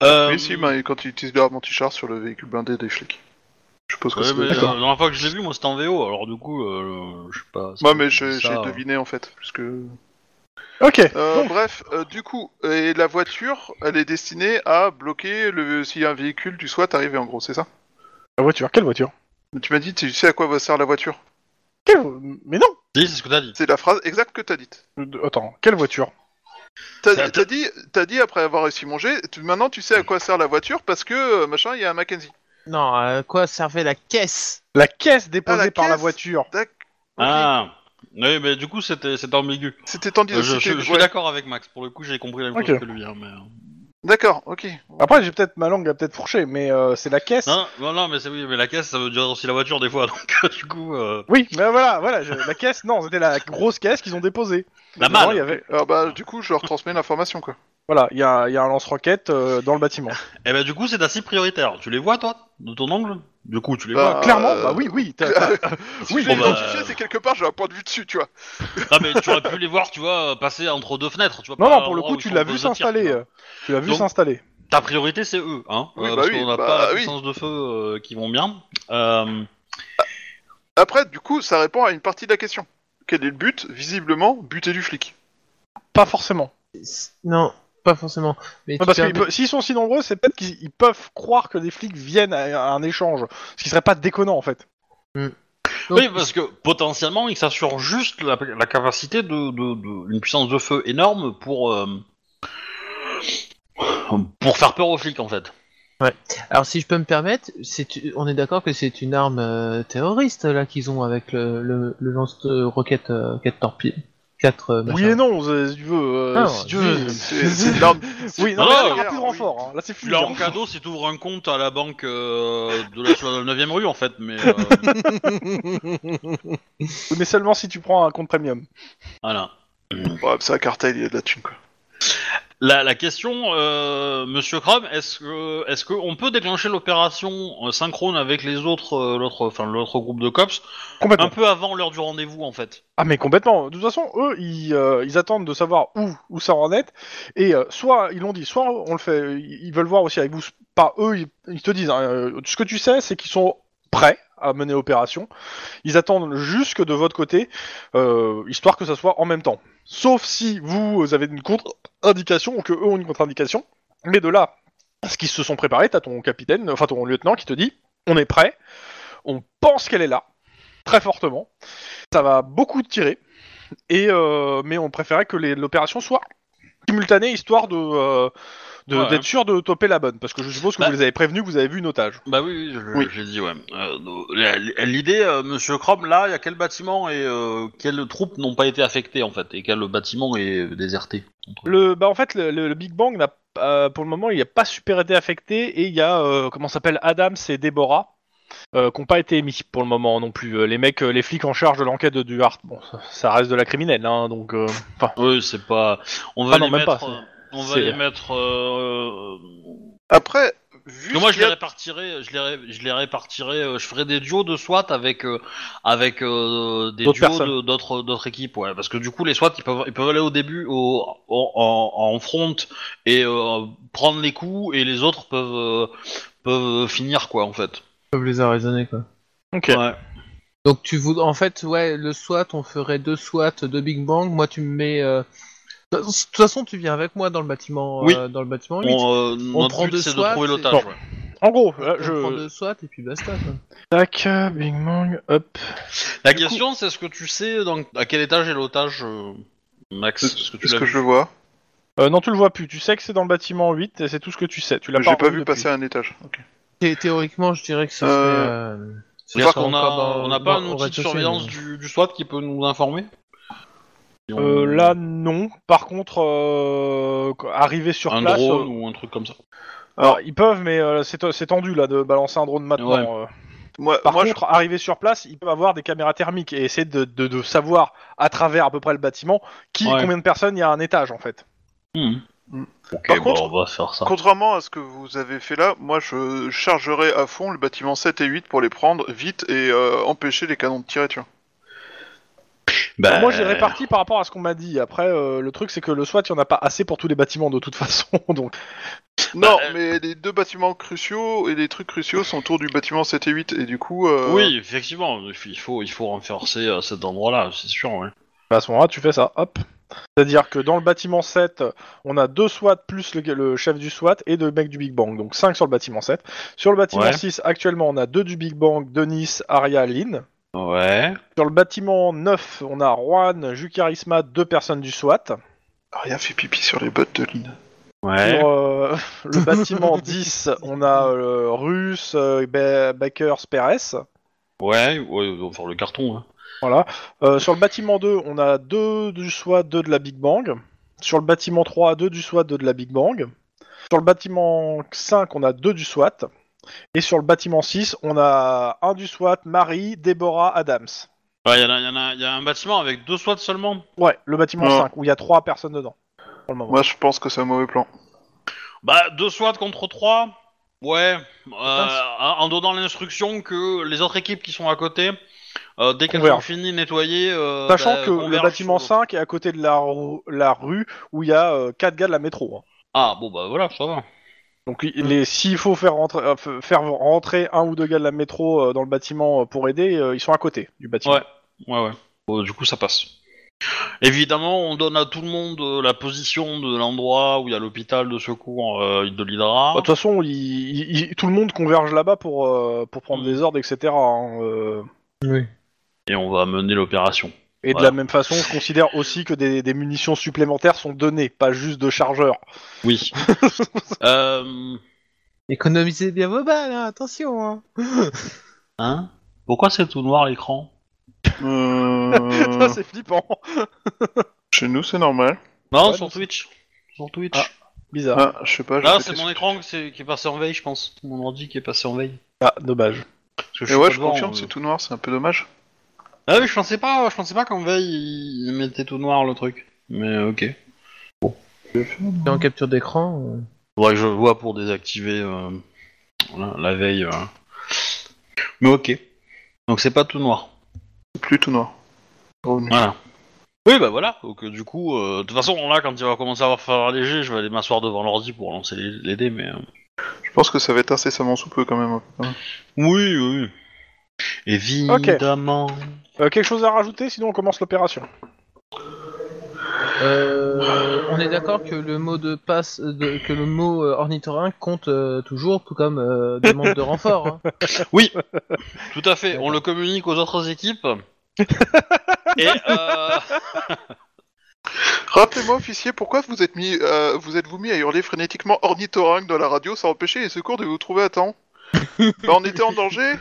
[SPEAKER 2] Euh,
[SPEAKER 1] Mais si, bah, quand il utilise leur anti-char sur le véhicule blindé des flics. Je suppose que
[SPEAKER 2] ouais,
[SPEAKER 1] c'est
[SPEAKER 2] mais, euh,
[SPEAKER 1] D'accord.
[SPEAKER 2] la dernière fois que je l'ai vu, moi c'était en VO, alors du coup, euh, je sais pas.
[SPEAKER 1] Moi, mais je-
[SPEAKER 2] ça,
[SPEAKER 1] j'ai
[SPEAKER 2] euh,
[SPEAKER 1] deviné en fait, puisque.
[SPEAKER 3] Ok.
[SPEAKER 1] Euh,
[SPEAKER 3] Donc,
[SPEAKER 1] bref, euh, du coup, et la voiture, elle est destinée à bloquer le, si un véhicule du SWAT arrivait en gros, c'est ça
[SPEAKER 3] la voiture, quelle voiture
[SPEAKER 1] Mais Tu m'as dit, tu sais à quoi va sert la voiture
[SPEAKER 3] Quelle vo- Mais non
[SPEAKER 2] Si, c'est ce que t'as dit.
[SPEAKER 1] C'est la phrase exacte que t'as dite.
[SPEAKER 3] De- Attends, quelle voiture
[SPEAKER 2] C'est
[SPEAKER 1] T'as
[SPEAKER 2] la ter-
[SPEAKER 1] t'as dit, t'as dit après avoir réussi mon jet, tu- maintenant tu sais à quoi sert la voiture parce que euh, machin, il y a un Mackenzie.
[SPEAKER 4] Non, à quoi servait la caisse
[SPEAKER 3] La caisse déposée
[SPEAKER 1] Ah, la
[SPEAKER 3] par la
[SPEAKER 1] caisse
[SPEAKER 3] voiture.
[SPEAKER 1] Tac.
[SPEAKER 2] Ah oui, mais du coup, c'était c'était ambigu.
[SPEAKER 1] C'était tendu.
[SPEAKER 2] Euh, je, je-
[SPEAKER 1] c'était-
[SPEAKER 2] je suis
[SPEAKER 1] ouais.
[SPEAKER 2] d'accord avec Max, pour le coup, j'ai compris la même chose
[SPEAKER 3] Ok.
[SPEAKER 2] que lui. hein, mais... euh,
[SPEAKER 1] D'accord, ok.
[SPEAKER 3] Après, j'ai peut-être ma langue a peut-être fourché, mais euh, c'est la caisse.
[SPEAKER 2] Non, non, non, mais c'est oui, mais la caisse, ça veut dire aussi la voiture des fois, donc du coup. euh,
[SPEAKER 3] oui, mais voilà, voilà, je- la caisse. Non, c'était la grosse caisse qu'ils ont déposée.
[SPEAKER 2] La
[SPEAKER 3] Dedans,
[SPEAKER 2] malle
[SPEAKER 3] il y avait-
[SPEAKER 1] Alors bah, du coup, je leur transmets l'information quoi.
[SPEAKER 3] Voilà, il y a, il y a un lance-roquette euh, dans le bâtiment.
[SPEAKER 2] Et bah, du coup, c'est assez prioritaire. Tu les vois, toi De ton angle Du coup, tu les
[SPEAKER 1] Bah,
[SPEAKER 2] vois.
[SPEAKER 3] Clairement,
[SPEAKER 1] euh,
[SPEAKER 3] bah oui, oui. t'as- t'as-
[SPEAKER 1] oui,
[SPEAKER 3] Oui,
[SPEAKER 1] je l'ai
[SPEAKER 2] bon, bah,
[SPEAKER 1] identifié, c'est quelque part, j'ai un point de vue dessus, tu vois.
[SPEAKER 2] Ah, mais tu aurais pu les voir, tu vois, passer entre deux fenêtres. Tu vois,
[SPEAKER 3] Non,
[SPEAKER 2] pas
[SPEAKER 3] non, pour le
[SPEAKER 2] au
[SPEAKER 3] coup,
[SPEAKER 2] moment où
[SPEAKER 3] tu
[SPEAKER 2] ils
[SPEAKER 3] l'as
[SPEAKER 2] sont
[SPEAKER 3] vu
[SPEAKER 2] posés à tir,
[SPEAKER 3] s'installer.
[SPEAKER 2] tu vois.
[SPEAKER 3] euh, Tu l'as vu
[SPEAKER 2] Donc-
[SPEAKER 3] s'installer.
[SPEAKER 2] Ta priorité, c'est eux, hein
[SPEAKER 1] Oui, bah
[SPEAKER 2] Parce
[SPEAKER 1] oui,
[SPEAKER 2] qu'on n'a
[SPEAKER 1] bah
[SPEAKER 2] pas la
[SPEAKER 1] oui.
[SPEAKER 2] puissance de feu euh, qui vont bien. Euh,
[SPEAKER 1] Après, du coup, ça répond à une partie de la question. Quel est le but Visiblement, buter du flic.
[SPEAKER 3] Pas forcément.
[SPEAKER 4] Non, pas forcément. Mais
[SPEAKER 3] Non,
[SPEAKER 4] tu
[SPEAKER 3] parce qu'ils
[SPEAKER 4] permets-
[SPEAKER 3] peuvent- s'ils sont si nombreux, c'est peut-être qu'ils ils peuvent croire que des flics viennent à à un échange, ce qui serait pas déconnant en fait.
[SPEAKER 4] Donc,
[SPEAKER 2] oui, parce que potentiellement, ils s'assurent juste la, la capacité de, de- de- une puissance de feu énorme pour euh, pour faire peur aux flics en fait.
[SPEAKER 4] Alors si je peux me permettre, c'est u- on est d'accord que c'est une arme euh, terroriste là qu'ils ont avec le, le, le lance-roquette 4 torpilles. 4
[SPEAKER 3] Oui et non, euh, si tu veux. euh,
[SPEAKER 4] Ah,
[SPEAKER 3] si tu
[SPEAKER 4] oui.
[SPEAKER 3] veux.
[SPEAKER 1] C'est c'est une arme-
[SPEAKER 3] Oui, non,
[SPEAKER 2] Non,
[SPEAKER 3] mais là,
[SPEAKER 2] non,
[SPEAKER 3] il y aura plus de
[SPEAKER 1] oui.
[SPEAKER 3] renfort. hein. Là, c'est
[SPEAKER 2] Tu
[SPEAKER 3] fluide.
[SPEAKER 2] l'as
[SPEAKER 3] hein.
[SPEAKER 2] en cadeau si tu ouvres un compte à la banque euh, de la, sur la 9ème rue en fait, mais euh,
[SPEAKER 3] Oui, Mais seulement si tu prends un compte premium.
[SPEAKER 2] voilà.
[SPEAKER 1] Ouais, c'est un cartel, il y a de la thune, quoi.
[SPEAKER 2] La, la question, euh, Monsieur Cram, est-ce que est-ce qu'on peut déclencher l'opération euh, synchrone avec les autres, euh, l'autre, enfin l'autre groupe de cops
[SPEAKER 3] Complètement.
[SPEAKER 2] un peu avant l'heure du rendez-vous en fait
[SPEAKER 3] Ah mais complètement. De toute façon, eux, ils, euh, ils attendent de savoir où, où ça en est. Et euh, soit ils l'ont dit, soit on le fait. Ils ils veulent voir aussi avec vous. Pas eux, ils, ils te disent. hein, euh, ce que tu sais, c'est qu'ils sont prêts à mener opération. Ils attendent jusque de votre côté, euh, histoire que ça soit en même temps. Sauf si vous avez une contre-indication ou que eux ont une contre-indication. Mais de là, à ce qu'ils se sont préparés, t'as ton capitaine, enfin ton lieutenant qui te dit, on est prêt, on pense qu'elle est là, très fortement ça va beaucoup tirer. Et euh, mais on préférait que les- l'opération soit simultanée histoire de euh, de-
[SPEAKER 2] Ouais.
[SPEAKER 3] d'être sûr de toper la bonne parce que je suppose que
[SPEAKER 2] Bah-
[SPEAKER 3] vous les avez prévenus que vous avez vu une otage.
[SPEAKER 2] Bah oui, oui, je-
[SPEAKER 1] Oui.
[SPEAKER 2] j'ai dit ouais. Euh, no- la- L'idée, euh, Monsieur Crom, là, il y a quel bâtiment et euh, quelles troupes n'ont pas été affectées en fait et quel bâtiment est déserté
[SPEAKER 3] Le bah en fait le, le- le Big Bang n'a euh, pour le moment il n'a pas super été affecté et il y a euh, comment ça s'appelle Adams et Deborah euh, qui n'ont pas été émis pour le moment non plus. Euh, Les mecs euh, les flics en charge de l'enquête du Hart bon ça- ça reste de la criminelle hein, donc euh, enfin
[SPEAKER 2] Oui, c'est pas. On va
[SPEAKER 3] Ah non,
[SPEAKER 2] les
[SPEAKER 3] même
[SPEAKER 2] mettre.
[SPEAKER 3] pas,
[SPEAKER 2] euh, on va
[SPEAKER 3] c'est-
[SPEAKER 2] les mettre. euh, euh,
[SPEAKER 1] Après, vu
[SPEAKER 2] Mais moi,
[SPEAKER 1] ce
[SPEAKER 2] je
[SPEAKER 1] qu'il
[SPEAKER 2] les
[SPEAKER 1] y a-
[SPEAKER 2] répartirais, je les, ré- je les répartirais, euh, je ferais des duos de SWAT avec, euh, avec euh, des duos
[SPEAKER 3] D'autres personnes.
[SPEAKER 2] de- d'autres d'autres équipes, ouais. Parce que du coup, les SWAT, ils peuvent, ils peuvent aller au début au, en, en- en front et euh, prendre les coups, et les autres peuvent, euh, peuvent finir, quoi, en fait.
[SPEAKER 4] Ils peuvent les arraisonner, quoi.
[SPEAKER 3] ok
[SPEAKER 2] Ouais.
[SPEAKER 4] Donc tu voudrais, en fait, ouais, le SWAT, on ferait deux SWAT, deux Big Bang. Moi, tu me mets. euh, De toute façon, tu viens avec moi dans le bâtiment,
[SPEAKER 2] Oui.
[SPEAKER 4] euh, dans le bâtiment 8. On,
[SPEAKER 2] On, euh, notre
[SPEAKER 4] prend
[SPEAKER 2] but,
[SPEAKER 4] deux
[SPEAKER 2] c'est de
[SPEAKER 4] SWAT,
[SPEAKER 2] trouver
[SPEAKER 4] c'est-
[SPEAKER 2] l'otage,
[SPEAKER 3] Bon.
[SPEAKER 2] ouais.
[SPEAKER 3] en gros là, je
[SPEAKER 4] prend deux SWAT et puis basta. Quoi.
[SPEAKER 3] tac euh, Big Bang hop
[SPEAKER 2] La
[SPEAKER 1] Du coup-
[SPEAKER 2] question, c'est est-ce que tu sais dans, à quel étage est l'otage, euh, Max Est-ce que tu
[SPEAKER 1] Est-ce
[SPEAKER 2] l'as
[SPEAKER 1] que
[SPEAKER 2] vu
[SPEAKER 1] je le vois
[SPEAKER 3] Euh, non tu le vois plus tu sais que c'est dans le bâtiment 8 et c'est tout ce que tu sais tu l'as
[SPEAKER 1] J'ai pas
[SPEAKER 3] revu
[SPEAKER 1] vu
[SPEAKER 3] depuis.
[SPEAKER 1] passer un étage. Ok.
[SPEAKER 4] Thé- Théoriquement, je dirais que ça serait.
[SPEAKER 1] Euh,
[SPEAKER 4] euh, ce
[SPEAKER 2] Parce
[SPEAKER 4] serait
[SPEAKER 2] qu'on
[SPEAKER 4] encore
[SPEAKER 2] a,
[SPEAKER 4] dans-
[SPEAKER 2] on n'a pas un
[SPEAKER 4] dans- au
[SPEAKER 2] outil de
[SPEAKER 4] rez-de-chaussée,
[SPEAKER 2] surveillance
[SPEAKER 4] mais-
[SPEAKER 2] du, du SWAT qui peut nous informer Si on-
[SPEAKER 3] Euh, là, non. Par contre, euh, qu- arrivé sur
[SPEAKER 2] un
[SPEAKER 3] place,
[SPEAKER 2] drone
[SPEAKER 3] euh,
[SPEAKER 2] ou un truc comme ça.
[SPEAKER 3] alors, ils peuvent, mais euh, c'est c'est tendu là de balancer un drone maintenant. euh.
[SPEAKER 1] Moi,
[SPEAKER 3] Par
[SPEAKER 1] moi, je-
[SPEAKER 3] contre, arrivé sur place, ils peuvent avoir des caméras thermiques et essayer de, de- de savoir à travers à peu près le bâtiment qui,
[SPEAKER 2] Ouais.
[SPEAKER 3] combien de personnes il y a à un étage en fait. Hmm.
[SPEAKER 2] Ok,
[SPEAKER 1] Par contre-
[SPEAKER 2] on va faire ça.
[SPEAKER 1] contrairement à ce que vous avez fait là, moi je chargerai à fond le bâtiment 7 et 8 pour les prendre vite et euh, empêcher les canons de tirer, tu vois.
[SPEAKER 2] Bah,
[SPEAKER 3] Moi, j'ai réparti par rapport à ce qu'on m'a dit. Après, euh, le truc, c'est que le SWAT, il n'y en a pas assez pour tous les bâtiments de toute façon. Donc,
[SPEAKER 1] Non,
[SPEAKER 2] Bah, euh,
[SPEAKER 1] mais les deux bâtiments cruciaux et les trucs cruciaux sont autour du bâtiment 7 et 8 et du coup. euh,
[SPEAKER 2] Oui, effectivement, il faut, il faut renforcer euh, cet endroit-là, c'est sûr. ouais.
[SPEAKER 3] à ce moment-là, tu fais ça. Hop. C'est-à-dire que dans le bâtiment 7, on a deux SWAT plus le, le chef du SWAT et deux mecs du Big Bang, donc 5 sur le bâtiment 7. Sur le bâtiment
[SPEAKER 2] Ouais.
[SPEAKER 3] 6, actuellement, on a deux du Big Bang, Denis, Aria, Lynn.
[SPEAKER 2] Ouais.
[SPEAKER 3] Sur le bâtiment 9, on a Juan, Jucarisma, deux personnes du SWAT.
[SPEAKER 1] Rien fait pipi sur les bottes de Lynn.
[SPEAKER 2] Ouais.
[SPEAKER 3] Sur euh, le bâtiment 10, on a euh, Russe, euh, Ba- Bakers, Perez.
[SPEAKER 2] Ouais, ouais, on va faire le carton. hein.
[SPEAKER 3] Voilà. Euh, sur le bâtiment 2, on a deux du SWAT, deux de la Big Bang. Sur le bâtiment 3, deux du SWAT, deux de la Big Bang. Sur le bâtiment 5, on a deux du SWAT. Et sur le bâtiment 6, on a un du SWAT, Marie, Déborah, Adams.
[SPEAKER 2] Ouais, il y, en a- y en a- y a un bâtiment avec deux SWAT seulement.
[SPEAKER 3] Ouais, le bâtiment
[SPEAKER 1] Ouais.
[SPEAKER 3] 5, où il y a trois personnes dedans. Pour le moment.
[SPEAKER 1] Moi je pense que c'est un mauvais plan.
[SPEAKER 2] Bah, deux SWAT contre trois. Ouais, euh,
[SPEAKER 4] Mince.
[SPEAKER 2] en en donnant l'instruction que les autres équipes qui sont à côté, euh, dès qu'elles
[SPEAKER 3] Convergent.
[SPEAKER 2] ont fini de nettoyer, euh,
[SPEAKER 3] Sachant
[SPEAKER 2] bah,
[SPEAKER 3] que le
[SPEAKER 2] convergent
[SPEAKER 3] bâtiment
[SPEAKER 2] sur-
[SPEAKER 3] 5 est à côté de la, rou- la rue où il y a 4 gars de la métro. hein.
[SPEAKER 2] Ah bon bah voilà, ça va.
[SPEAKER 3] Donc il est- s'il faut faire rentrer, euh, f- faire rentrer un ou deux gars de la métro euh, dans le bâtiment euh, pour aider, euh, ils sont à côté du bâtiment.
[SPEAKER 2] Ouais, ouais, ouais. Bon, du coup, ça passe. Évidemment, on donne à tout le monde euh, la position de l'endroit où il y a l'hôpital de secours euh, de l'Hydra.
[SPEAKER 3] Bah, De toute façon, il- il- il- tout le monde converge là-bas pour, euh, pour prendre
[SPEAKER 2] Mm.
[SPEAKER 3] des ordres, etc. hein, euh.
[SPEAKER 4] Oui.
[SPEAKER 2] Et on va mener l'opération.
[SPEAKER 3] Et
[SPEAKER 2] Voilà.
[SPEAKER 3] de la même façon, je considère aussi que des, des munitions supplémentaires sont données, pas juste de chargeurs.
[SPEAKER 2] Oui. euh...
[SPEAKER 4] Économisez bien vos balles, hein, attention. hein.
[SPEAKER 2] Hein Pourquoi c'est tout noir l'écran
[SPEAKER 1] Euh,
[SPEAKER 2] Mm.
[SPEAKER 3] Ça, c'est flippant.
[SPEAKER 1] Chez nous c'est normal.
[SPEAKER 2] Non,
[SPEAKER 3] Ouais,
[SPEAKER 2] sur
[SPEAKER 3] non,
[SPEAKER 2] Twitch. Sur Twitch.
[SPEAKER 3] Ah, Bizarre.
[SPEAKER 1] Ah, je sais pas. j'ai
[SPEAKER 2] Là,
[SPEAKER 1] pété
[SPEAKER 2] c'est
[SPEAKER 1] sur-
[SPEAKER 2] mon écran qui s'est- qui est passé en veille, je pense. Mon ordi qui est passé en veille.
[SPEAKER 3] Ah, dommage.
[SPEAKER 2] Parce que
[SPEAKER 1] Mais
[SPEAKER 2] suis
[SPEAKER 1] ouais,
[SPEAKER 2] pas
[SPEAKER 1] je
[SPEAKER 2] devant,
[SPEAKER 1] confirme,
[SPEAKER 2] euh.
[SPEAKER 1] c'est tout noir, c'est un peu dommage.
[SPEAKER 2] Ah oui, je euh, pensais pas, je pensais pas qu'en veille il il mettait tout noir le truc. Mais ok. Bon.
[SPEAKER 4] Et en capture d'écran. euh,
[SPEAKER 2] Faudrait que je vois pour désactiver euh, la, la veille. euh. Mais ok. Donc c'est pas tout noir.
[SPEAKER 1] Plus tout noir. Revenu.
[SPEAKER 2] Voilà. Oui, bah voilà. Donc euh, du coup, euh, de toute façon, là, quand il va commencer à avoir faire léger, je vais aller m'asseoir devant l'ordi pour lancer les, les dés, mais... euh,
[SPEAKER 1] Je pense que ça va être incessamment sous peu quand même. hein.
[SPEAKER 2] Oui, oui. Évidemment.
[SPEAKER 3] Euh, quelque chose à rajouter, sinon on commence l'opération.
[SPEAKER 4] euh, on est d'accord que le mot de passe, de- que le mot euh, ornithorynque compte euh, toujours, tout comme euh, demande de renfort. hein.
[SPEAKER 2] Tout à fait. On le communique aux autres équipes. Et euh,
[SPEAKER 1] Rappelez-moi, officier, pourquoi vous êtes mis, euh, vous êtes-vous mis à hurler frénétiquement ornithorynque dans la radio sans empêcher les secours de vous trouver à temps Bah, on était en danger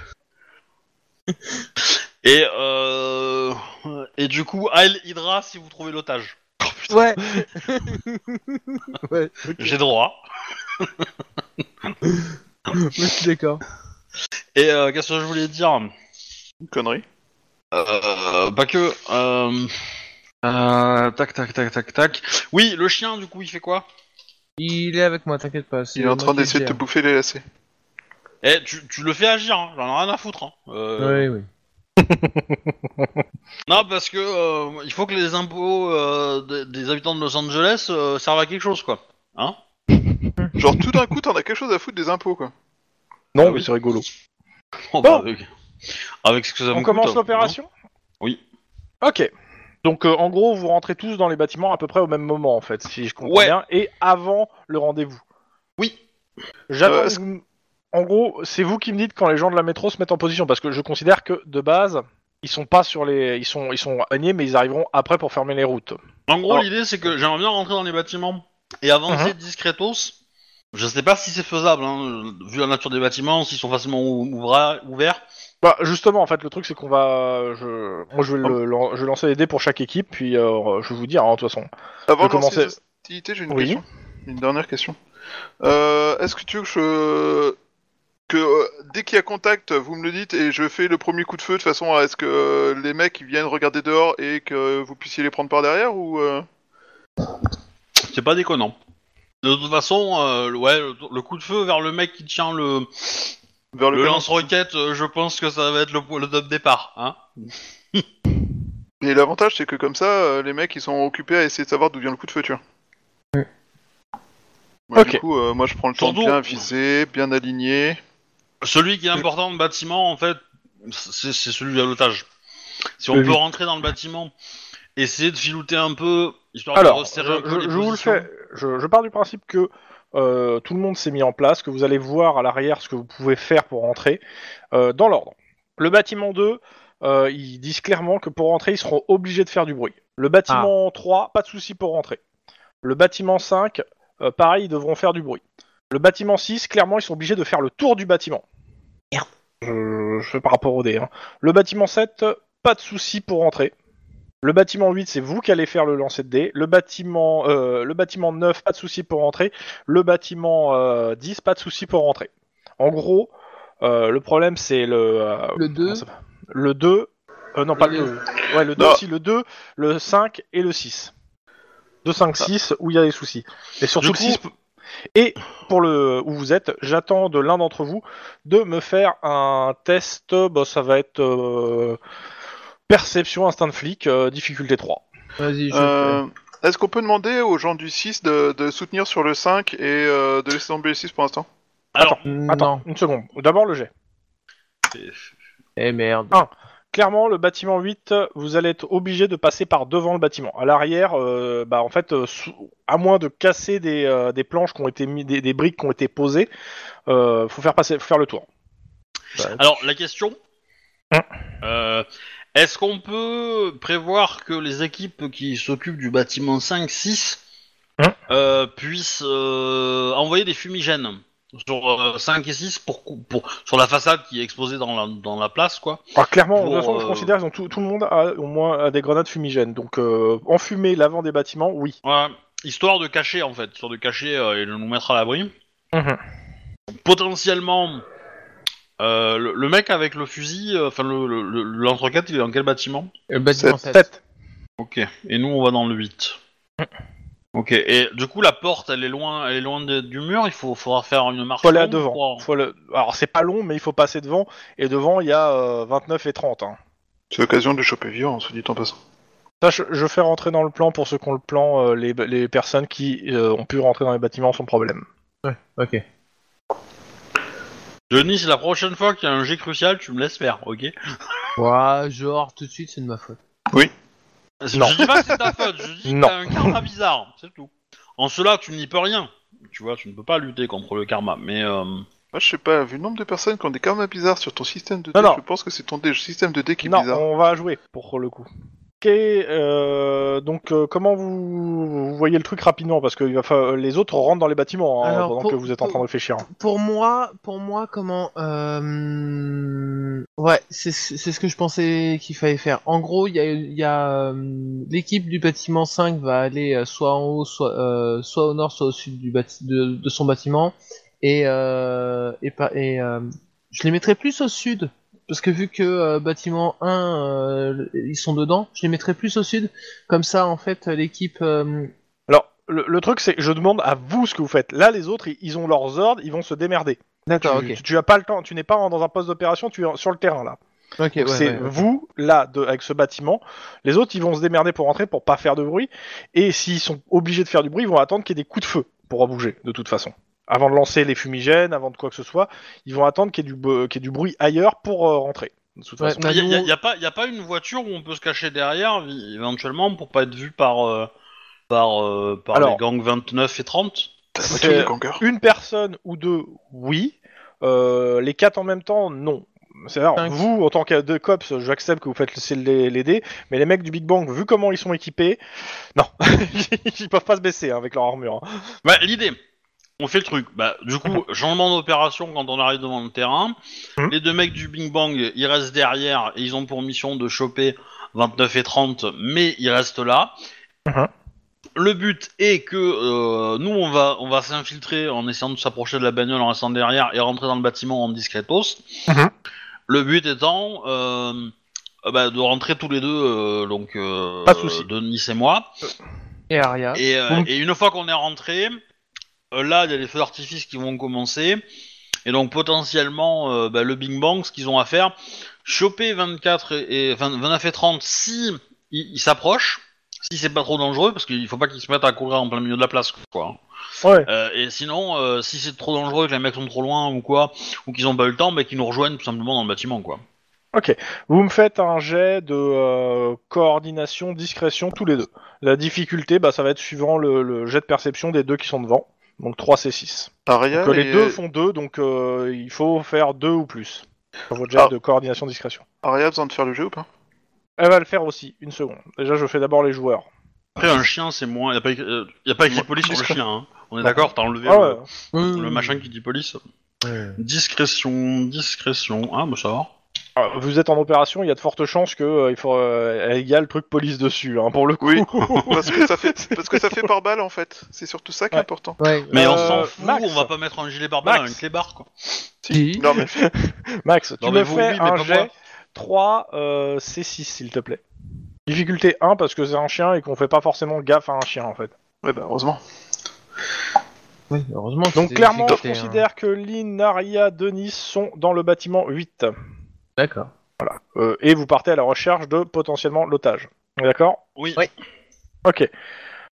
[SPEAKER 2] et euh, et du coup, Al Hydra si vous trouvez l'otage.
[SPEAKER 4] Ouais.
[SPEAKER 2] ouais. J'ai droit.
[SPEAKER 4] Ouais, je suis d'accord.
[SPEAKER 2] Et euh, qu'est-ce que je voulais dire
[SPEAKER 1] Une connerie.
[SPEAKER 2] Euh, Pas que. euh, euh, tac, tac, tac, tac, tac. Oui, le chien, du coup, il fait quoi
[SPEAKER 4] Il est avec moi, t'inquiète pas. c'est
[SPEAKER 1] Il est en
[SPEAKER 4] moi
[SPEAKER 1] train
[SPEAKER 4] qui le
[SPEAKER 1] d'essayer de te
[SPEAKER 4] gère.
[SPEAKER 1] bouffer les lacets.
[SPEAKER 2] Eh, tu, tu le fais agir. hein. J'en ai rien à foutre. hein. Euh,
[SPEAKER 4] Oui, oui.
[SPEAKER 2] Non, parce que euh, il faut que les impôts euh, de- des habitants de Los Angeles euh, servent à quelque chose, quoi. Hein
[SPEAKER 1] Genre tout d'un coup, t'en as quelque chose à foutre des impôts quoi.
[SPEAKER 3] Non,
[SPEAKER 2] Ah oui.
[SPEAKER 3] mais c'est rigolo.
[SPEAKER 2] Oh,
[SPEAKER 3] Bon.
[SPEAKER 2] avec, avec ce que ça me
[SPEAKER 3] On
[SPEAKER 2] coûte,
[SPEAKER 3] commence
[SPEAKER 2] euh,
[SPEAKER 3] l'opération
[SPEAKER 2] Oui.
[SPEAKER 3] Ok. Donc euh, en gros, vous rentrez tous dans les bâtiments à peu près au même moment, en fait, si je comprends
[SPEAKER 2] Ouais.
[SPEAKER 3] bien, et avant le rendez-vous.
[SPEAKER 2] Oui.
[SPEAKER 3] J'attends.
[SPEAKER 1] Euh, est-ce
[SPEAKER 3] que vous- En gros, c'est vous qui me dites quand les gens de la métro se mettent en position, parce que je considère que de base, ils sont pas sur les, ils sont, ils sont alignés, mais ils arriveront après pour fermer les routes.
[SPEAKER 2] En gros,
[SPEAKER 3] Alors- Uh-huh.
[SPEAKER 2] l'idée, c'est que j'aimerais bien rentrer dans les bâtiments et avancer discretos. Je sais pas si c'est faisable, hein, vu la nature des bâtiments, s'ils sont facilement ou- ouvra- ouverts.
[SPEAKER 3] Bah justement, en fait, le truc c'est qu'on va, je, moi
[SPEAKER 2] Hum.
[SPEAKER 3] je vais le- lan- je vais lancer les dés pour chaque équipe, puis euh, je vais vous dire hein, de toute façon.
[SPEAKER 1] Avant
[SPEAKER 3] Je
[SPEAKER 1] de lancer
[SPEAKER 3] commençais-
[SPEAKER 1] les hostilités, j'ai une
[SPEAKER 3] Oui.
[SPEAKER 1] question. Une dernière question. Euh, Est-ce que tu veux que je... Que euh, dès qu'il y a contact, vous me le dites et je fais le premier coup de feu de façon à ce que euh, les mecs ils viennent regarder dehors et que vous puissiez les prendre par derrière ou euh,
[SPEAKER 2] C'est pas déconnant. De toute façon, euh, ouais, le, le coup de feu vers le mec qui tient le,
[SPEAKER 1] vers le,
[SPEAKER 2] le
[SPEAKER 1] canon
[SPEAKER 2] lance-roquette, euh, je pense que ça va être le, le top départ. Hein
[SPEAKER 1] Et l'avantage c'est que comme ça, euh, les mecs ils sont occupés à essayer de savoir d'où vient le coup de feu, tu vois.
[SPEAKER 4] Oui.
[SPEAKER 1] Ouais,
[SPEAKER 3] Ok.
[SPEAKER 1] Du coup, euh, moi je prends le temps de
[SPEAKER 2] Surtout-
[SPEAKER 1] bien viser, bien aligner.
[SPEAKER 2] Celui qui est important dans le bâtiment, en fait, c'est c'est celui à l'otage. Si on
[SPEAKER 3] Oui,
[SPEAKER 2] peut
[SPEAKER 3] oui.
[SPEAKER 2] rentrer dans le bâtiment, essayer de filouter un peu, histoire de
[SPEAKER 3] Alors, je,
[SPEAKER 2] resserrer un peu
[SPEAKER 3] je-
[SPEAKER 2] les
[SPEAKER 3] je vous le
[SPEAKER 2] positions.
[SPEAKER 3] fais. Je, je pars du principe que euh, tout le monde s'est mis en place, que vous allez voir à l'arrière ce que vous pouvez faire pour rentrer euh, dans l'ordre. Le bâtiment 2, euh, ils disent clairement que pour rentrer, ils seront obligés de faire du bruit. Le bâtiment 3, pas de souci pour rentrer. Le bâtiment 5, euh, pareil, ils devront faire du bruit. Le bâtiment 6, clairement, ils sont obligés de faire le tour du bâtiment.
[SPEAKER 4] Merde.
[SPEAKER 3] Je, je fais par rapport au dé. hein. Le bâtiment 7, pas de souci pour rentrer. Le bâtiment 8, c'est vous qui allez faire le lancer de dés. Le bâtiment, euh, le bâtiment 9, pas de souci pour rentrer. Le bâtiment euh, 10, pas de souci pour rentrer. En gros, euh, le problème, c'est le... euh,
[SPEAKER 4] Le 2.
[SPEAKER 3] comment ça va Le 2... euh, non, pas le
[SPEAKER 4] Et
[SPEAKER 3] 2. Ouais, le 2,
[SPEAKER 1] Non.
[SPEAKER 3] si, le 2, le 5 et le 6. 2, 5, 6, où il y a des soucis. Et surtout
[SPEAKER 2] Du
[SPEAKER 3] le
[SPEAKER 2] coup-
[SPEAKER 3] 6... Et pour le où vous êtes, j'attends de l'un d'entre vous de me faire un test. Bah, ça va être euh, perception, instinct de flic, euh, difficulté 3.
[SPEAKER 4] Vas-y, je.
[SPEAKER 1] Euh, Est-ce qu'on peut demander aux gens du 6 de, de soutenir sur le 5 et euh, de laisser tomber le 6 pour l'instant
[SPEAKER 2] Alors,
[SPEAKER 4] Mm,
[SPEAKER 3] Attends,
[SPEAKER 4] Non.
[SPEAKER 3] une seconde. D'abord le jet.
[SPEAKER 4] Eh merde.
[SPEAKER 3] Clairement, le bâtiment 8, vous allez être obligé de passer par devant le bâtiment. À l'arrière, euh, bah, en fait, euh, sous- à moins de casser des, euh, des planches qui ont été mis, des, des briques qui ont été posées, euh, faut faire passer, faut faire le tour.
[SPEAKER 2] alors, la question
[SPEAKER 3] Hein
[SPEAKER 2] euh, Est-ce qu'on peut prévoir que les équipes qui s'occupent du bâtiment 5-6
[SPEAKER 3] Hein
[SPEAKER 2] euh, puissent euh, envoyer des fumigènes sur euh, 5 et 6 pour, cou- pour, sur la façade qui est exposée dans la, dans la place, quoi
[SPEAKER 3] Alors clairement,
[SPEAKER 2] Pour,
[SPEAKER 3] de toute façon, je
[SPEAKER 2] euh,
[SPEAKER 3] considère que tout, tout le monde a au moins a des grenades fumigènes. Donc, euh, enfumer l'avant des bâtiments, oui.
[SPEAKER 2] Ouais, histoire de cacher en fait, histoire de cacher euh, et de nous mettre à l'abri.
[SPEAKER 3] Mmh.
[SPEAKER 2] Potentiellement, euh, le, le mec avec le fusil, euh, enfin le, le, le- l'entrequête,
[SPEAKER 4] Euh,
[SPEAKER 2] il est dans quel bâtiment
[SPEAKER 4] Le bâtiment
[SPEAKER 1] Sept.
[SPEAKER 4] sept.
[SPEAKER 2] Ok. Et nous on va dans le 8. Ok, et du coup la porte elle est loin, elle est loin de- du mur, il faut, faudra faire une marche.
[SPEAKER 3] Faut aller à
[SPEAKER 2] longue
[SPEAKER 3] devant.
[SPEAKER 2] pour-
[SPEAKER 3] Faut le- Alors c'est pas long, mais il faut passer devant. Et devant, il y a euh, 29 et 30. hein.
[SPEAKER 1] C'est l'occasion de le choper vivant, soit dit en passant.
[SPEAKER 3] Ça, je, je fais rentrer dans le plan pour ceux qui ont le plan euh, les, les personnes qui euh, ont pu rentrer dans les bâtiments sans problème.
[SPEAKER 4] Ok.
[SPEAKER 2] Denis, la prochaine fois qu'il y a un jet crucial, tu me laisses faire, ok
[SPEAKER 4] Ouah, genre, tout de suite, c'est de ma faute.
[SPEAKER 3] Non.
[SPEAKER 2] Je dis pas que c'est ta faute, je dis
[SPEAKER 3] Non.
[SPEAKER 2] que t'as un karma bizarre, c'est tout. En cela, tu n'y peux rien. Tu vois, tu ne peux pas lutter contre le karma, mais euh,
[SPEAKER 1] Moi, je sais pas, vu le nombre de personnes qui ont des karmas bizarres sur ton système de
[SPEAKER 3] Non,
[SPEAKER 1] dé,
[SPEAKER 3] non.
[SPEAKER 1] je pense que c'est ton dé- système de dé qui est
[SPEAKER 3] non,
[SPEAKER 1] bizarre.
[SPEAKER 3] on va jouer pour le coup. Ok, euh, donc euh, comment vous, vous voyez le truc rapidement Parce que il va fa- euh, les autres rentrent dans les bâtiments hein,
[SPEAKER 4] Alors,
[SPEAKER 3] pendant
[SPEAKER 4] pour-
[SPEAKER 3] que vous êtes en train de réfléchir. hein.
[SPEAKER 4] Pour moi, pour moi, comment... euh, Ouais, c'est ce c'est ce que je pensais qu'il fallait faire. En gros, il y a, il y a, euh, l'équipe du bâtiment 5 va aller euh, soit en haut, soit, euh, soit au nord, soit au sud du bâti- de, de son bâtiment. Et, euh, et, pas- et, euh, je les mettrais plus au sud. Parce que vu que euh, bâtiment 1, euh, ils sont dedans, je les mettrais plus au sud. Comme ça, en fait, l'équipe... euh,
[SPEAKER 3] Alors, le, le truc, c'est que je demande à vous ce que vous faites. Là, les autres, ils, ils ont leurs ordres, ils vont se démerder.
[SPEAKER 4] D'accord,
[SPEAKER 3] tu,
[SPEAKER 4] ok.
[SPEAKER 3] tu as pas le temps, tu n'es pas en- dans un poste d'opération, tu es en- sur le terrain là.
[SPEAKER 4] Ok, ouais,
[SPEAKER 3] Donc, c'est
[SPEAKER 4] ouais, ouais.
[SPEAKER 3] vous là de, avec ce bâtiment. Les autres, ils vont se démerder pour rentrer pour pas faire de bruit. Et s'ils sont obligés de faire du bruit, ils vont attendre qu'il y ait des coups de feu pour bouger de toute façon. Avant de lancer les fumigènes, avant de quoi que ce soit, ils vont attendre qu'il y, ait du bo- qu'il y ait du bruit ailleurs pour euh, rentrer. De toute
[SPEAKER 4] Ouais,
[SPEAKER 3] façon.
[SPEAKER 4] Bah,
[SPEAKER 2] il n'y a,
[SPEAKER 4] nous-
[SPEAKER 2] y a pas- y a pas une voiture où on peut se cacher derrière, vi- éventuellement, pour pas être vu par, euh, par, euh, par
[SPEAKER 3] Alors.
[SPEAKER 2] les gangs 29 et 30
[SPEAKER 1] T'as
[SPEAKER 3] c'est-
[SPEAKER 1] pas tué le gangueur.
[SPEAKER 3] Une personne ou deux, oui. Euh, les quatre en même temps, non. C'est-à-dire,
[SPEAKER 4] Cinq.
[SPEAKER 3] vous, en tant que deux cops, j'accepte que vous faites le- les, les dés, mais les mecs du Big Bang, vu comment ils sont équipés, non, ils peuvent pas se baisser hein, avec leur armure. hein.
[SPEAKER 2] Bah, l'idée, on fait le truc. Bah, du coup, changement d'opération quand on arrive devant le terrain.
[SPEAKER 3] Mhm.
[SPEAKER 2] Les deux mecs du Bing Bang, ils restent derrière et ils ont pour mission de choper 29 et 30, mais ils restent là.
[SPEAKER 3] Mhm.
[SPEAKER 2] Le but est que euh, nous, on va, on va s'infiltrer en essayant de s'approcher de la bagnole en restant derrière et rentrer dans le bâtiment en discretos.
[SPEAKER 3] Mhm.
[SPEAKER 2] Le but étant euh, euh, bah, de rentrer tous les deux, euh, donc euh,
[SPEAKER 3] Pas de souci.
[SPEAKER 2] Denis et moi.
[SPEAKER 4] Et Aria.
[SPEAKER 2] Et, euh,
[SPEAKER 3] Donc-
[SPEAKER 2] et une fois qu'on est rentré, euh, là, il y a les feux d'artifice qui vont commencer. Et donc, potentiellement, euh, bah, le Big Bang, ce qu'ils ont à faire, choper 24 et, et 20 29 et 30 si ils ils s'approchent, si c'est pas trop dangereux, parce qu'il faut pas qu'ils se mettent à courir en plein milieu de la place, quoi.
[SPEAKER 3] Ouais.
[SPEAKER 2] Euh, et sinon, euh, si c'est trop dangereux, que les mecs sont trop loin ou quoi, ou qu'ils ont pas eu le temps, bah, qu'ils nous rejoignent tout simplement dans le bâtiment, quoi.
[SPEAKER 3] Vous me faites un jet de euh, coordination, discrétion, tous les deux. La difficulté, bah, ça va être suivant le, le jet de perception des deux qui sont devant. Donc 3 C6.
[SPEAKER 1] Aria
[SPEAKER 2] Ah,
[SPEAKER 3] Que les
[SPEAKER 1] et-
[SPEAKER 3] deux font deux, donc euh, il faut faire deux ou plus. Sur votre jet
[SPEAKER 1] Ah.
[SPEAKER 3] de coordination, discrétion.
[SPEAKER 1] Aria a besoin de faire le jeu ou pas
[SPEAKER 3] Elle va le faire aussi, une seconde. Déjà, je fais d'abord les joueurs.
[SPEAKER 2] Après, un chien, c'est moins. Il n'y a pas, écrit- euh, y a pas écrit police sur le chien, hein. On est d'accord, t'as enlevé
[SPEAKER 3] Ah
[SPEAKER 2] le-
[SPEAKER 3] ouais.
[SPEAKER 2] le, machin qui dit police.
[SPEAKER 4] Ouais.
[SPEAKER 2] Discrétion, discrétion. Ah, bah ça va.
[SPEAKER 3] Alors, vous êtes en opération, il y a de fortes chances que euh, il faut, euh, elle égale truc police dessus, hein, pour le coup.
[SPEAKER 1] Oui. Parce que ça fait, parce que ça fait par balle en fait. C'est surtout ça qui est
[SPEAKER 3] Ouais.
[SPEAKER 1] important.
[SPEAKER 4] Ouais.
[SPEAKER 2] Mais on
[SPEAKER 3] Euh,
[SPEAKER 2] s'en fout,
[SPEAKER 3] Max.
[SPEAKER 2] on va pas mettre un gilet barbare
[SPEAKER 3] Max.
[SPEAKER 2] avec les barres, quoi.
[SPEAKER 4] Si.
[SPEAKER 1] Non mais
[SPEAKER 3] Max, tu
[SPEAKER 2] Non, mais
[SPEAKER 3] me
[SPEAKER 2] vous,
[SPEAKER 3] fais
[SPEAKER 2] oui, mais
[SPEAKER 3] un
[SPEAKER 2] pas
[SPEAKER 3] jet
[SPEAKER 2] moi.
[SPEAKER 3] 3 euh, C6, s'il te plaît. Difficulté 1, parce que c'est un chien et qu'on fait pas forcément gaffe à un chien, en fait.
[SPEAKER 1] ouais, bah heureusement.
[SPEAKER 4] Ouais, heureusement. que
[SPEAKER 3] Donc,
[SPEAKER 4] c'était-
[SPEAKER 3] clairement, je
[SPEAKER 4] c'était un-
[SPEAKER 3] considère que Lynn, Aria, Denis sont dans le bâtiment 8.
[SPEAKER 4] D'accord.
[SPEAKER 3] Euh, et vous partez à la recherche de potentiellement l'otage. D'accord
[SPEAKER 2] Oui.
[SPEAKER 4] Ouais.
[SPEAKER 3] Ok.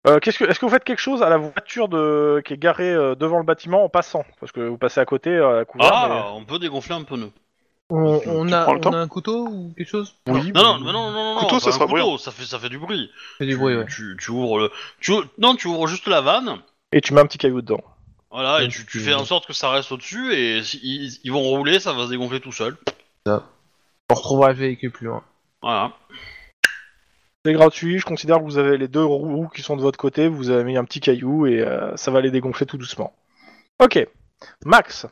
[SPEAKER 3] Euh, qu'est-ce que, est-ce que vous faites quelque chose à la voiture de, qui est garée euh, devant le bâtiment en passant Parce que vous passez à côté euh, à couvert.
[SPEAKER 2] Ah,
[SPEAKER 3] mais-
[SPEAKER 2] on peut dégonfler un pneu.
[SPEAKER 4] On, on
[SPEAKER 1] Tu
[SPEAKER 4] a,
[SPEAKER 1] prends le
[SPEAKER 4] on
[SPEAKER 1] temps
[SPEAKER 4] a un couteau ou quelque chose
[SPEAKER 3] Oui,
[SPEAKER 2] Non, non, non, non, non, non.
[SPEAKER 1] Couteau,
[SPEAKER 2] pas
[SPEAKER 1] ça
[SPEAKER 2] un
[SPEAKER 1] sera
[SPEAKER 2] couteau,
[SPEAKER 1] bruyant.
[SPEAKER 2] ça fait, ça fait du bruit.
[SPEAKER 4] Fait du bruit, ouais.
[SPEAKER 2] Tu, tu ouvres le. Tu, non, tu ouvres juste la vanne.
[SPEAKER 3] Et tu mets un petit caillou dedans.
[SPEAKER 2] Voilà, et
[SPEAKER 4] Donc,
[SPEAKER 2] tu, tu
[SPEAKER 4] tu-
[SPEAKER 2] fais en sorte que ça reste au-dessus, et si- ils, ils vont rouler, ça va se dégonfler tout seul.
[SPEAKER 4] On retrouvera le véhicule plus loin.
[SPEAKER 2] Voilà.
[SPEAKER 3] C'est gratuit, je considère que vous avez les deux roues qui sont de votre côté, vous avez mis un petit caillou et euh, ça va les dégonfler tout doucement. Ok. Max,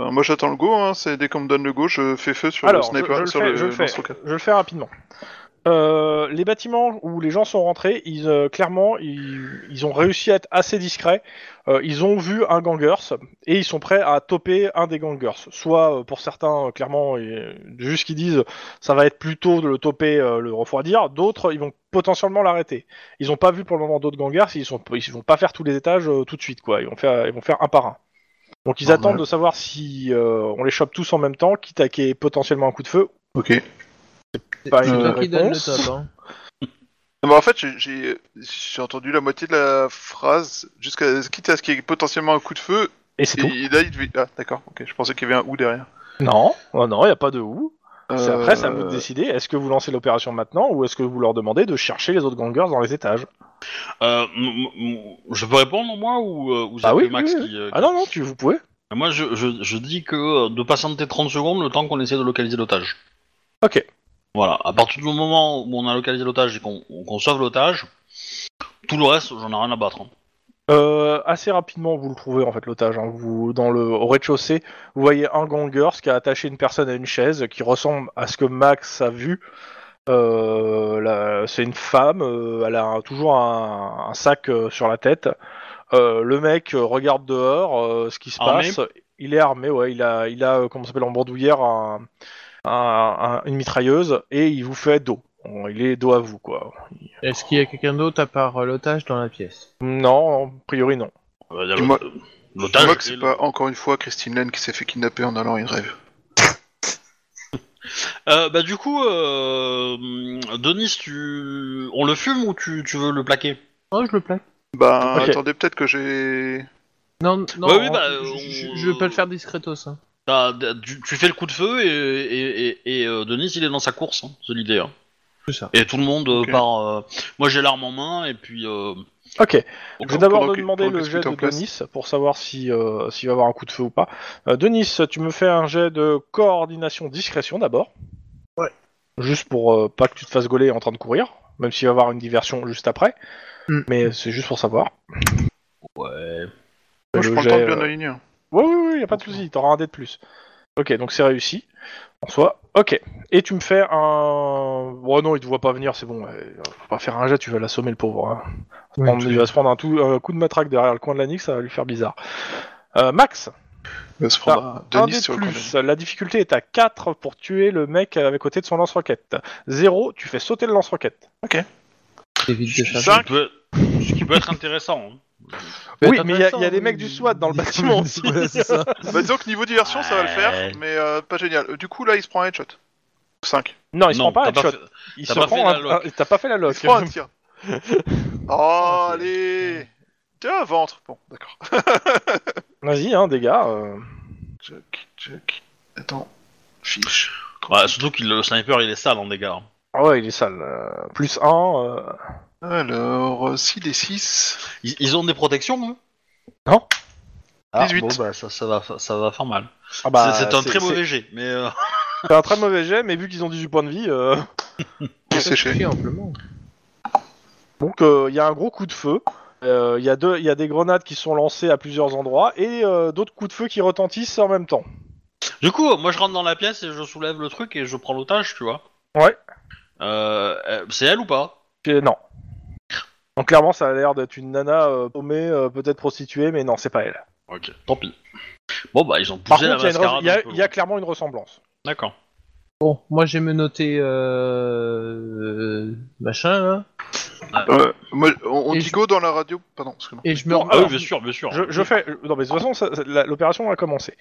[SPEAKER 1] Euh, moi j'attends le go. Hein. C'est dès qu'on me donne le go, je fais feu sur
[SPEAKER 3] alors,
[SPEAKER 1] le
[SPEAKER 3] je, je
[SPEAKER 1] sniper,
[SPEAKER 3] le
[SPEAKER 1] sur
[SPEAKER 3] fais,
[SPEAKER 1] le,
[SPEAKER 3] je le fais,
[SPEAKER 1] lance-roquette.
[SPEAKER 3] je le fais rapidement. Euh, les bâtiments où les gens sont rentrés, ils, euh, clairement, ils, ils ont réussi à être assez discrets. Euh, ils ont vu un gangers et ils sont prêts à toper un des gangers. Soit euh, pour certains, euh, clairement, et- vu ce qu'ils disent, ça va être plutôt de le toper, euh, le refroidir. D'autres, ils vont potentiellement l'arrêter. Ils n'ont pas vu pour le moment d'autres gangers. Ils sont, ils vont pas faire tous les étages euh, tout de suite, quoi. Ils vont faire, ils vont faire un par un. Donc
[SPEAKER 1] Ah,
[SPEAKER 3] ils
[SPEAKER 2] Normal.
[SPEAKER 3] attendent de savoir si euh, on les chope tous en même temps, quitte à qu'il y ait potentiellement un coup de feu.
[SPEAKER 1] Ok.
[SPEAKER 4] C'est
[SPEAKER 3] Pas
[SPEAKER 4] c'est
[SPEAKER 3] une
[SPEAKER 4] toi qui donne le
[SPEAKER 3] réponse.
[SPEAKER 4] top. Hein.
[SPEAKER 1] Non, mais en fait, j'ai- j'ai j'ai entendu la moitié de la phrase, jusqu'à quitte à ce qu'il y ait potentiellement un coup de feu,
[SPEAKER 3] Et c'est
[SPEAKER 1] et,
[SPEAKER 3] tout.
[SPEAKER 1] là, il devait... Ah, d'accord, ok, je pensais qu'il y avait un ou derrière.
[SPEAKER 3] Non, oh non, il n'y a pas de où. C'est
[SPEAKER 1] Euh,
[SPEAKER 3] Après, c'est à vous de décider, est-ce que vous lancez l'opération maintenant ou est-ce que vous leur demandez de chercher les autres gangers dans les étages
[SPEAKER 2] Euh, m- m- je peux répondre moi ou euh, ou c'est
[SPEAKER 3] Bah oui,
[SPEAKER 2] que Max
[SPEAKER 3] oui, oui.
[SPEAKER 2] qui, euh,
[SPEAKER 3] Ah non, non, tu, vous pouvez.
[SPEAKER 2] qui- Moi je, je, je dis que euh, de patienter 30 secondes le temps qu'on essaie de localiser l'otage.
[SPEAKER 3] Ok.
[SPEAKER 2] Voilà, à partir du moment où on a localisé l'otage et qu'on qu'on sauve l'otage, tout le reste j'en ai rien à battre. hein.
[SPEAKER 3] Euh, assez rapidement, vous le trouvez en fait l'otage. hein. Vous, dans le au rez-de-chaussée, vous voyez un gangers qui a attaché une personne à une chaise qui ressemble à ce que Max a vu. Euh, la- c'est une femme, euh, elle a un- toujours un, un sac euh, sur la tête. Euh, le mec euh, regarde dehors euh, ce qui se
[SPEAKER 2] Armé
[SPEAKER 3] passe. Il est armé, ouais. Il a, il a euh, comment ça s'appelle en bandoulière un- un- un- une mitrailleuse et il vous fait dos. Bon, Il est dos à vous, quoi.
[SPEAKER 4] Est-ce qu'il y a quelqu'un d'autre à part euh, l'otage dans la pièce
[SPEAKER 3] Non, a priori non.
[SPEAKER 2] Euh, y a
[SPEAKER 1] Dis-moi-
[SPEAKER 2] l'o-
[SPEAKER 1] Dis-moi que
[SPEAKER 2] L'otage.
[SPEAKER 1] c'est
[SPEAKER 2] et le-
[SPEAKER 1] pas encore une fois Christine Lane qui s'est fait kidnapper en allant à une rêve.
[SPEAKER 2] Euh, bah du coup, euh, Denis, tu, on le fume ou tu, tu veux le plaquer
[SPEAKER 4] Oh, je le plaque.
[SPEAKER 1] Bah,
[SPEAKER 3] Ok. Bah,
[SPEAKER 1] attendez, peut-être que j'ai...
[SPEAKER 4] Non, non,
[SPEAKER 2] Ouais, oui,
[SPEAKER 4] on-
[SPEAKER 2] bah,
[SPEAKER 4] je, je-
[SPEAKER 2] on-
[SPEAKER 4] je veux pas le faire discretos. Hein.
[SPEAKER 2] T'as- t'as- tu, tu fais le coup de feu et, et, et, et, euh, Denis il est dans sa course, hein, c'est l'idée. hein.
[SPEAKER 4] C'est ça.
[SPEAKER 2] Et tout le monde euh,
[SPEAKER 1] Ok.
[SPEAKER 2] part. euh, moi j'ai l'arme en main et puis. euh,
[SPEAKER 3] Ok.
[SPEAKER 2] on-
[SPEAKER 3] Je vais d'abord
[SPEAKER 1] pendant
[SPEAKER 3] te
[SPEAKER 1] que-
[SPEAKER 3] demander
[SPEAKER 1] pendant
[SPEAKER 3] le
[SPEAKER 1] que ce
[SPEAKER 3] jet
[SPEAKER 1] qui est en
[SPEAKER 3] de
[SPEAKER 1] place.
[SPEAKER 3] Denis pour savoir si, euh, s'il va avoir un coup de feu ou pas. Euh, Denis, tu me fais un jet de coordination discrétion d'abord.
[SPEAKER 4] Ouais.
[SPEAKER 3] Juste pour euh, pas que tu te fasses gauler en train de courir, même s'il va y avoir une diversion juste après.
[SPEAKER 4] Mm.
[SPEAKER 3] Mais c'est juste pour savoir.
[SPEAKER 2] ouais.
[SPEAKER 1] Moi, je
[SPEAKER 3] Le
[SPEAKER 1] prends le temps de
[SPEAKER 3] jet,
[SPEAKER 1] bien
[SPEAKER 3] euh,
[SPEAKER 1] aligner. hein.
[SPEAKER 3] Ouais, ouais, ouais, y a pas de souci, t'auras un dé de plus. Ok, donc c'est réussi. En soi, ok. Et tu me fais un. Ouais, non, il te voit pas venir, c'est bon. euh, Faut pas faire un jet, tu vas l'assommer le pauvre. hein. On- il va se prendre un, tout, un coup de matraque derrière le coin de la nique, ça va lui faire bizarre. Euh, Max,
[SPEAKER 1] On va se prendre un
[SPEAKER 3] un
[SPEAKER 1] Ah, Denis
[SPEAKER 3] dé de
[SPEAKER 1] sur le coin de la
[SPEAKER 3] plus. La difficulté est à 4 pour tuer le mec avec côté de son lance-roquette. 0, tu fais sauter le lance-roquette.
[SPEAKER 4] Évite de chercher.
[SPEAKER 2] Ce qui peut être, ce qui peut être intéressant. hein.
[SPEAKER 4] peut
[SPEAKER 3] Oui,
[SPEAKER 4] être
[SPEAKER 3] mais il y a- hein, il y a
[SPEAKER 4] intéressant,
[SPEAKER 3] des
[SPEAKER 4] oui.
[SPEAKER 3] mecs du SWAT dans le bâtiment aussi.
[SPEAKER 4] Voilà, c'est ça.
[SPEAKER 1] ligne. Bah, disons que niveau diversion, ça va le
[SPEAKER 2] Ouais.
[SPEAKER 1] faire, mais euh, pas génial. Euh, Du coup, là, il se prend un headshot. 5.
[SPEAKER 3] Non, il se
[SPEAKER 2] Non,
[SPEAKER 3] prend pas un
[SPEAKER 2] t'as
[SPEAKER 3] headshot.
[SPEAKER 2] fait-
[SPEAKER 3] Il
[SPEAKER 2] t'as
[SPEAKER 3] se
[SPEAKER 2] pas fait
[SPEAKER 3] prend
[SPEAKER 2] la
[SPEAKER 3] un-
[SPEAKER 2] lock.
[SPEAKER 3] un- T'as pas fait la
[SPEAKER 1] Il
[SPEAKER 3] lock.
[SPEAKER 1] se prend un tir. Oh, allez Tiens, ventre Bon, d'accord.
[SPEAKER 3] Vas-y, hein, dégâts. euh.
[SPEAKER 1] Jack, Jack. Attends. Fiche.
[SPEAKER 2] Ouais, Bah, surtout que le sniper il est sale en dégâts. hein.
[SPEAKER 3] Ah ouais, il est sale. euh, Plus euh. 1.
[SPEAKER 1] Alors, 6 des 6.
[SPEAKER 2] Ils, ils ont des protections eux
[SPEAKER 3] Non.
[SPEAKER 2] Ah,
[SPEAKER 1] 18.
[SPEAKER 2] bon, bah, ça, ça, va, ça va faire mal.
[SPEAKER 3] Ah bah,
[SPEAKER 2] c'est c'est un très mauvais jet, mais euh,
[SPEAKER 3] c'est- C'est un très mauvais jet, mais vu qu'ils ont 18 points de vie. euh,
[SPEAKER 1] Il est
[SPEAKER 4] Ça suffit
[SPEAKER 1] séché.
[SPEAKER 4] amplement.
[SPEAKER 3] Donc il y a un gros coup de feu. Euh, Il y, a deux- il y a des grenades qui sont lancées à plusieurs endroits et euh, d'autres coups de feu qui retentissent en même temps.
[SPEAKER 2] Du coup, euh, moi je rentre dans la pièce et je soulève le truc et je prends l'otage, tu vois.
[SPEAKER 3] Ouais.
[SPEAKER 2] Euh, euh, c'est elle ou pas
[SPEAKER 3] Et non. Donc clairement, ça a l'air d'être une nana euh, paumée, euh, peut-être prostituée, mais non, c'est pas elle.
[SPEAKER 2] Ok, tant pis. Bon bah ils ont
[SPEAKER 3] Par
[SPEAKER 2] poussé la
[SPEAKER 3] contre, il y a une
[SPEAKER 2] mascarade.
[SPEAKER 3] res- il y,
[SPEAKER 2] un
[SPEAKER 3] a-
[SPEAKER 2] peu,
[SPEAKER 3] il y a
[SPEAKER 2] ouais.
[SPEAKER 3] clairement une ressemblance.
[SPEAKER 2] D'accord.
[SPEAKER 4] Bon, moi j'ai me noté euh... machin là.
[SPEAKER 1] Euh, moi, on on
[SPEAKER 4] Et
[SPEAKER 1] dit
[SPEAKER 4] je-
[SPEAKER 1] go dans la radio. Pardon, excuse-moi.
[SPEAKER 4] Et je me
[SPEAKER 3] Bon, euh,
[SPEAKER 2] Ah oui,
[SPEAKER 3] Alors,
[SPEAKER 2] bien sûr, bien sûr.
[SPEAKER 3] Je, je fais. euh, Non, mais de toute façon, ça- ça- la- l'opération a commencé.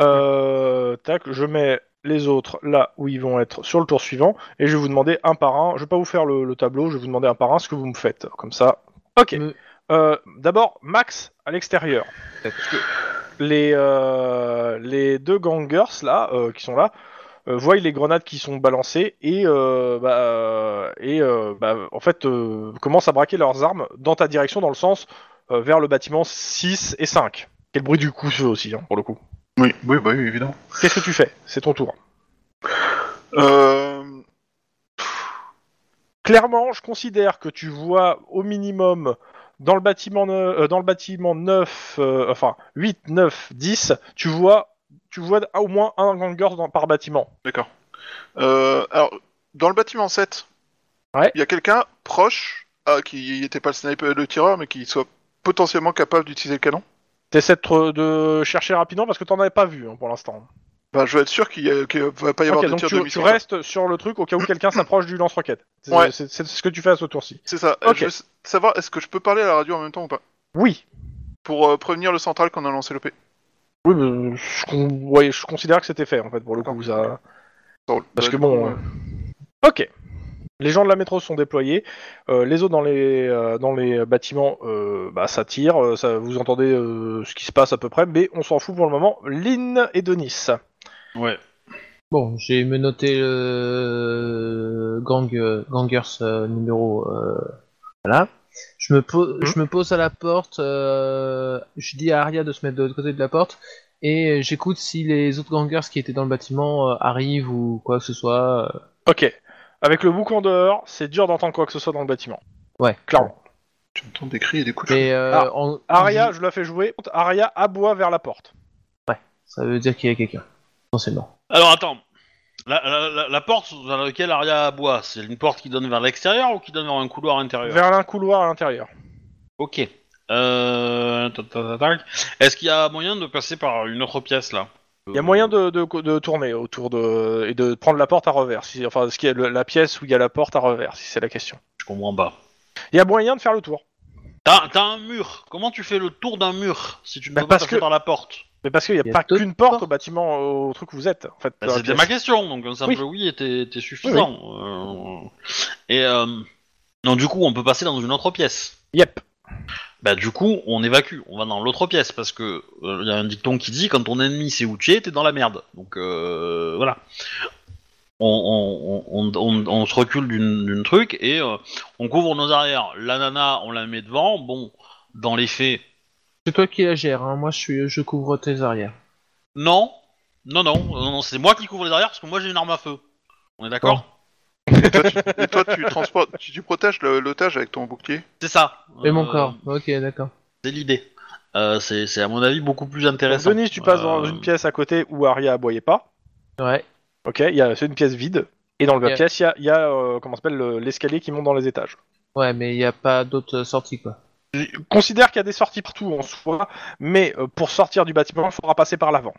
[SPEAKER 3] Euh, tac, je mets les autres là où ils vont être sur le tour suivant et je vais vous demander un par un. Je vais pas vous faire le, le tableau, je vais vous demander un par un ce que vous me faites. Comme ça. Ok.
[SPEAKER 4] Me-
[SPEAKER 3] Euh, D'abord, Max à l'extérieur. Les, euh, les deux gangers là, euh, qui sont là, euh, voient les grenades qui sont balancées et, euh, bah, euh, et euh, bah, en fait, euh, commencent à braquer leurs armes dans ta direction, dans le sens euh, vers le bâtiment 6 et 5. Quel bruit du coup feu aussi, hein, pour le coup.
[SPEAKER 1] Oui, oui, bah oui, évidemment.
[SPEAKER 3] Qu'est-ce que tu fais C'est ton tour.
[SPEAKER 1] Euh...
[SPEAKER 3] Clairement, je considère que tu vois au minimum dans le bâtiment, ne- euh, dans le bâtiment 9, euh, enfin 8, 9, 10, tu vois, tu vois au moins un ganger dans- par bâtiment.
[SPEAKER 1] D'accord. Euh, alors, dans le bâtiment 7,
[SPEAKER 3] Ouais.
[SPEAKER 1] il y a quelqu'un proche, ah, qui n'était pas le sniper, le tireur, mais qui soit potentiellement capable d'utiliser le canon.
[SPEAKER 3] T'essaies de, te- de chercher rapidement parce que t'en avais pas vu hein, pour l'instant.
[SPEAKER 1] Bah, je veux être sûr qu'il ne va pas y avoir
[SPEAKER 3] Ok,
[SPEAKER 1] de
[SPEAKER 3] donc
[SPEAKER 1] tir
[SPEAKER 3] tu,
[SPEAKER 1] de
[SPEAKER 3] tu
[SPEAKER 1] missile.
[SPEAKER 3] restes sur le truc au cas où quelqu'un s'approche du lance-roquette. C'est
[SPEAKER 1] Ouais.
[SPEAKER 3] c'est- c'est ce que tu fais à ce tour-ci.
[SPEAKER 1] C'est ça. Euh,
[SPEAKER 3] Ok.
[SPEAKER 1] Je veux s- savoir, est-ce que je peux parler à la radio en même temps ou pas
[SPEAKER 3] Oui.
[SPEAKER 1] Pour euh, prévenir le central qu'on a lancé l'OP.
[SPEAKER 3] Oui, mais je, con- ouais, je considère que c'était fait en fait pour le coup. Ça... Parce
[SPEAKER 1] Bah,
[SPEAKER 3] que bon. euh, Ok. Les gens de la métro sont déployés. euh, les autres dans les euh, dans les bâtiments, euh, bah, ça tire. euh, Ça, vous entendez euh, ce qui se passe à peu près, mais on s'en fout pour le moment. Lynn et Denis.
[SPEAKER 2] Ouais.
[SPEAKER 4] Bon, j'ai menotté le gang, euh, gangers euh, numéro. euh, voilà. Je me, pose,
[SPEAKER 3] Mmh.
[SPEAKER 4] je me pose à la porte. euh, je dis à Aria de se mettre de l'autre côté de la porte. Et j'écoute si les autres gangers qui étaient dans le bâtiment euh, arrivent ou quoi que ce soit. euh,
[SPEAKER 3] Ok. Avec le boucan dehors, c'est dur d'entendre quoi que ce soit dans le bâtiment.
[SPEAKER 4] ouais,
[SPEAKER 3] Clairement.
[SPEAKER 1] Tu entends des cris et des coups
[SPEAKER 4] Et euh,
[SPEAKER 3] Ah,
[SPEAKER 4] en-
[SPEAKER 3] Aria, je la fais jouer. Aria aboie vers la porte.
[SPEAKER 4] Ça veut dire qu'il y a quelqu'un. Potentiellement.
[SPEAKER 2] Alors attends. La, la- la- la porte dans laquelle Aria aboie, c'est une porte qui donne vers l'extérieur ou qui donne vers un couloir intérieur
[SPEAKER 3] Vers un couloir à l'intérieur.
[SPEAKER 2] Ok. Euh... tac, tac, tac, tac. Est-ce qu'il y a moyen de passer par une autre pièce là
[SPEAKER 3] Il y a moyen de, de- de tourner autour de et de prendre la porte à revers. Si, enfin, ce qui est le- la pièce où il y a la porte à revers, si c'est la question.
[SPEAKER 2] Je comprends pas.
[SPEAKER 3] Il y a moyen de faire le tour.
[SPEAKER 2] T'as t'as un mur. Comment tu fais le tour d'un mur si tu ne
[SPEAKER 3] Bah,
[SPEAKER 2] peux pas
[SPEAKER 3] parce
[SPEAKER 2] passer
[SPEAKER 3] que-
[SPEAKER 2] par la porte
[SPEAKER 3] Mais parce qu'il n'y a,
[SPEAKER 4] Il y a
[SPEAKER 3] pas
[SPEAKER 4] d'autres
[SPEAKER 3] qu'une porte,
[SPEAKER 4] portes.
[SPEAKER 3] au bâtiment, au truc où vous êtes. En fait,
[SPEAKER 2] Bah,
[SPEAKER 3] dans la
[SPEAKER 2] C'était
[SPEAKER 3] pièce.
[SPEAKER 2] ma question, donc un simple oui, était, était suffisant. Euh, Et euh, non, du coup, on peut passer dans une autre pièce.
[SPEAKER 3] Yep.
[SPEAKER 2] Bah du coup, on évacue, on va dans l'autre pièce parce que il y a un dicton qui dit quand ton ennemi sait où tu es, t'es dans la merde. Donc euh, voilà. On, on- on- on- on- on se recule d'une d'une truc et euh, on couvre nos arrières. La nana, on la met devant. Bon, dans les faits,
[SPEAKER 4] C'est toi qui la gères. hein. Moi, je, suis, je couvre tes arrières.
[SPEAKER 2] non, non, non, non, non, c'est moi qui couvre les arrières parce que moi j'ai une arme à feu. On est d'accord
[SPEAKER 1] Et toi, tu, et toi, tu transportes, tu, tu protèges le- l'otage avec ton bouclier.
[SPEAKER 2] C'est ça.
[SPEAKER 4] Et mon
[SPEAKER 2] Euh,
[SPEAKER 4] corps. Ok, d'accord.
[SPEAKER 2] C'est l'idée. Euh, c'est, c'est, à mon avis beaucoup plus
[SPEAKER 3] Donc,
[SPEAKER 2] intéressant.
[SPEAKER 3] Denis, tu passes dans
[SPEAKER 2] Euh,
[SPEAKER 3] une pièce à côté où Aria aboyait pas.
[SPEAKER 4] Ouais.
[SPEAKER 3] Ok, il y a- c'est une pièce vide. Et dans la
[SPEAKER 4] Yeah.
[SPEAKER 3] pièce, il y a, il y a, euh, comment s'appelle le- l'escalier qui monte dans les étages.
[SPEAKER 4] Ouais, mais il n'y a pas d'autre sortie, quoi.
[SPEAKER 3] Considère qu'il y a des sorties partout en soi, mais euh, pour sortir du bâtiment, il faudra passer par l'avant.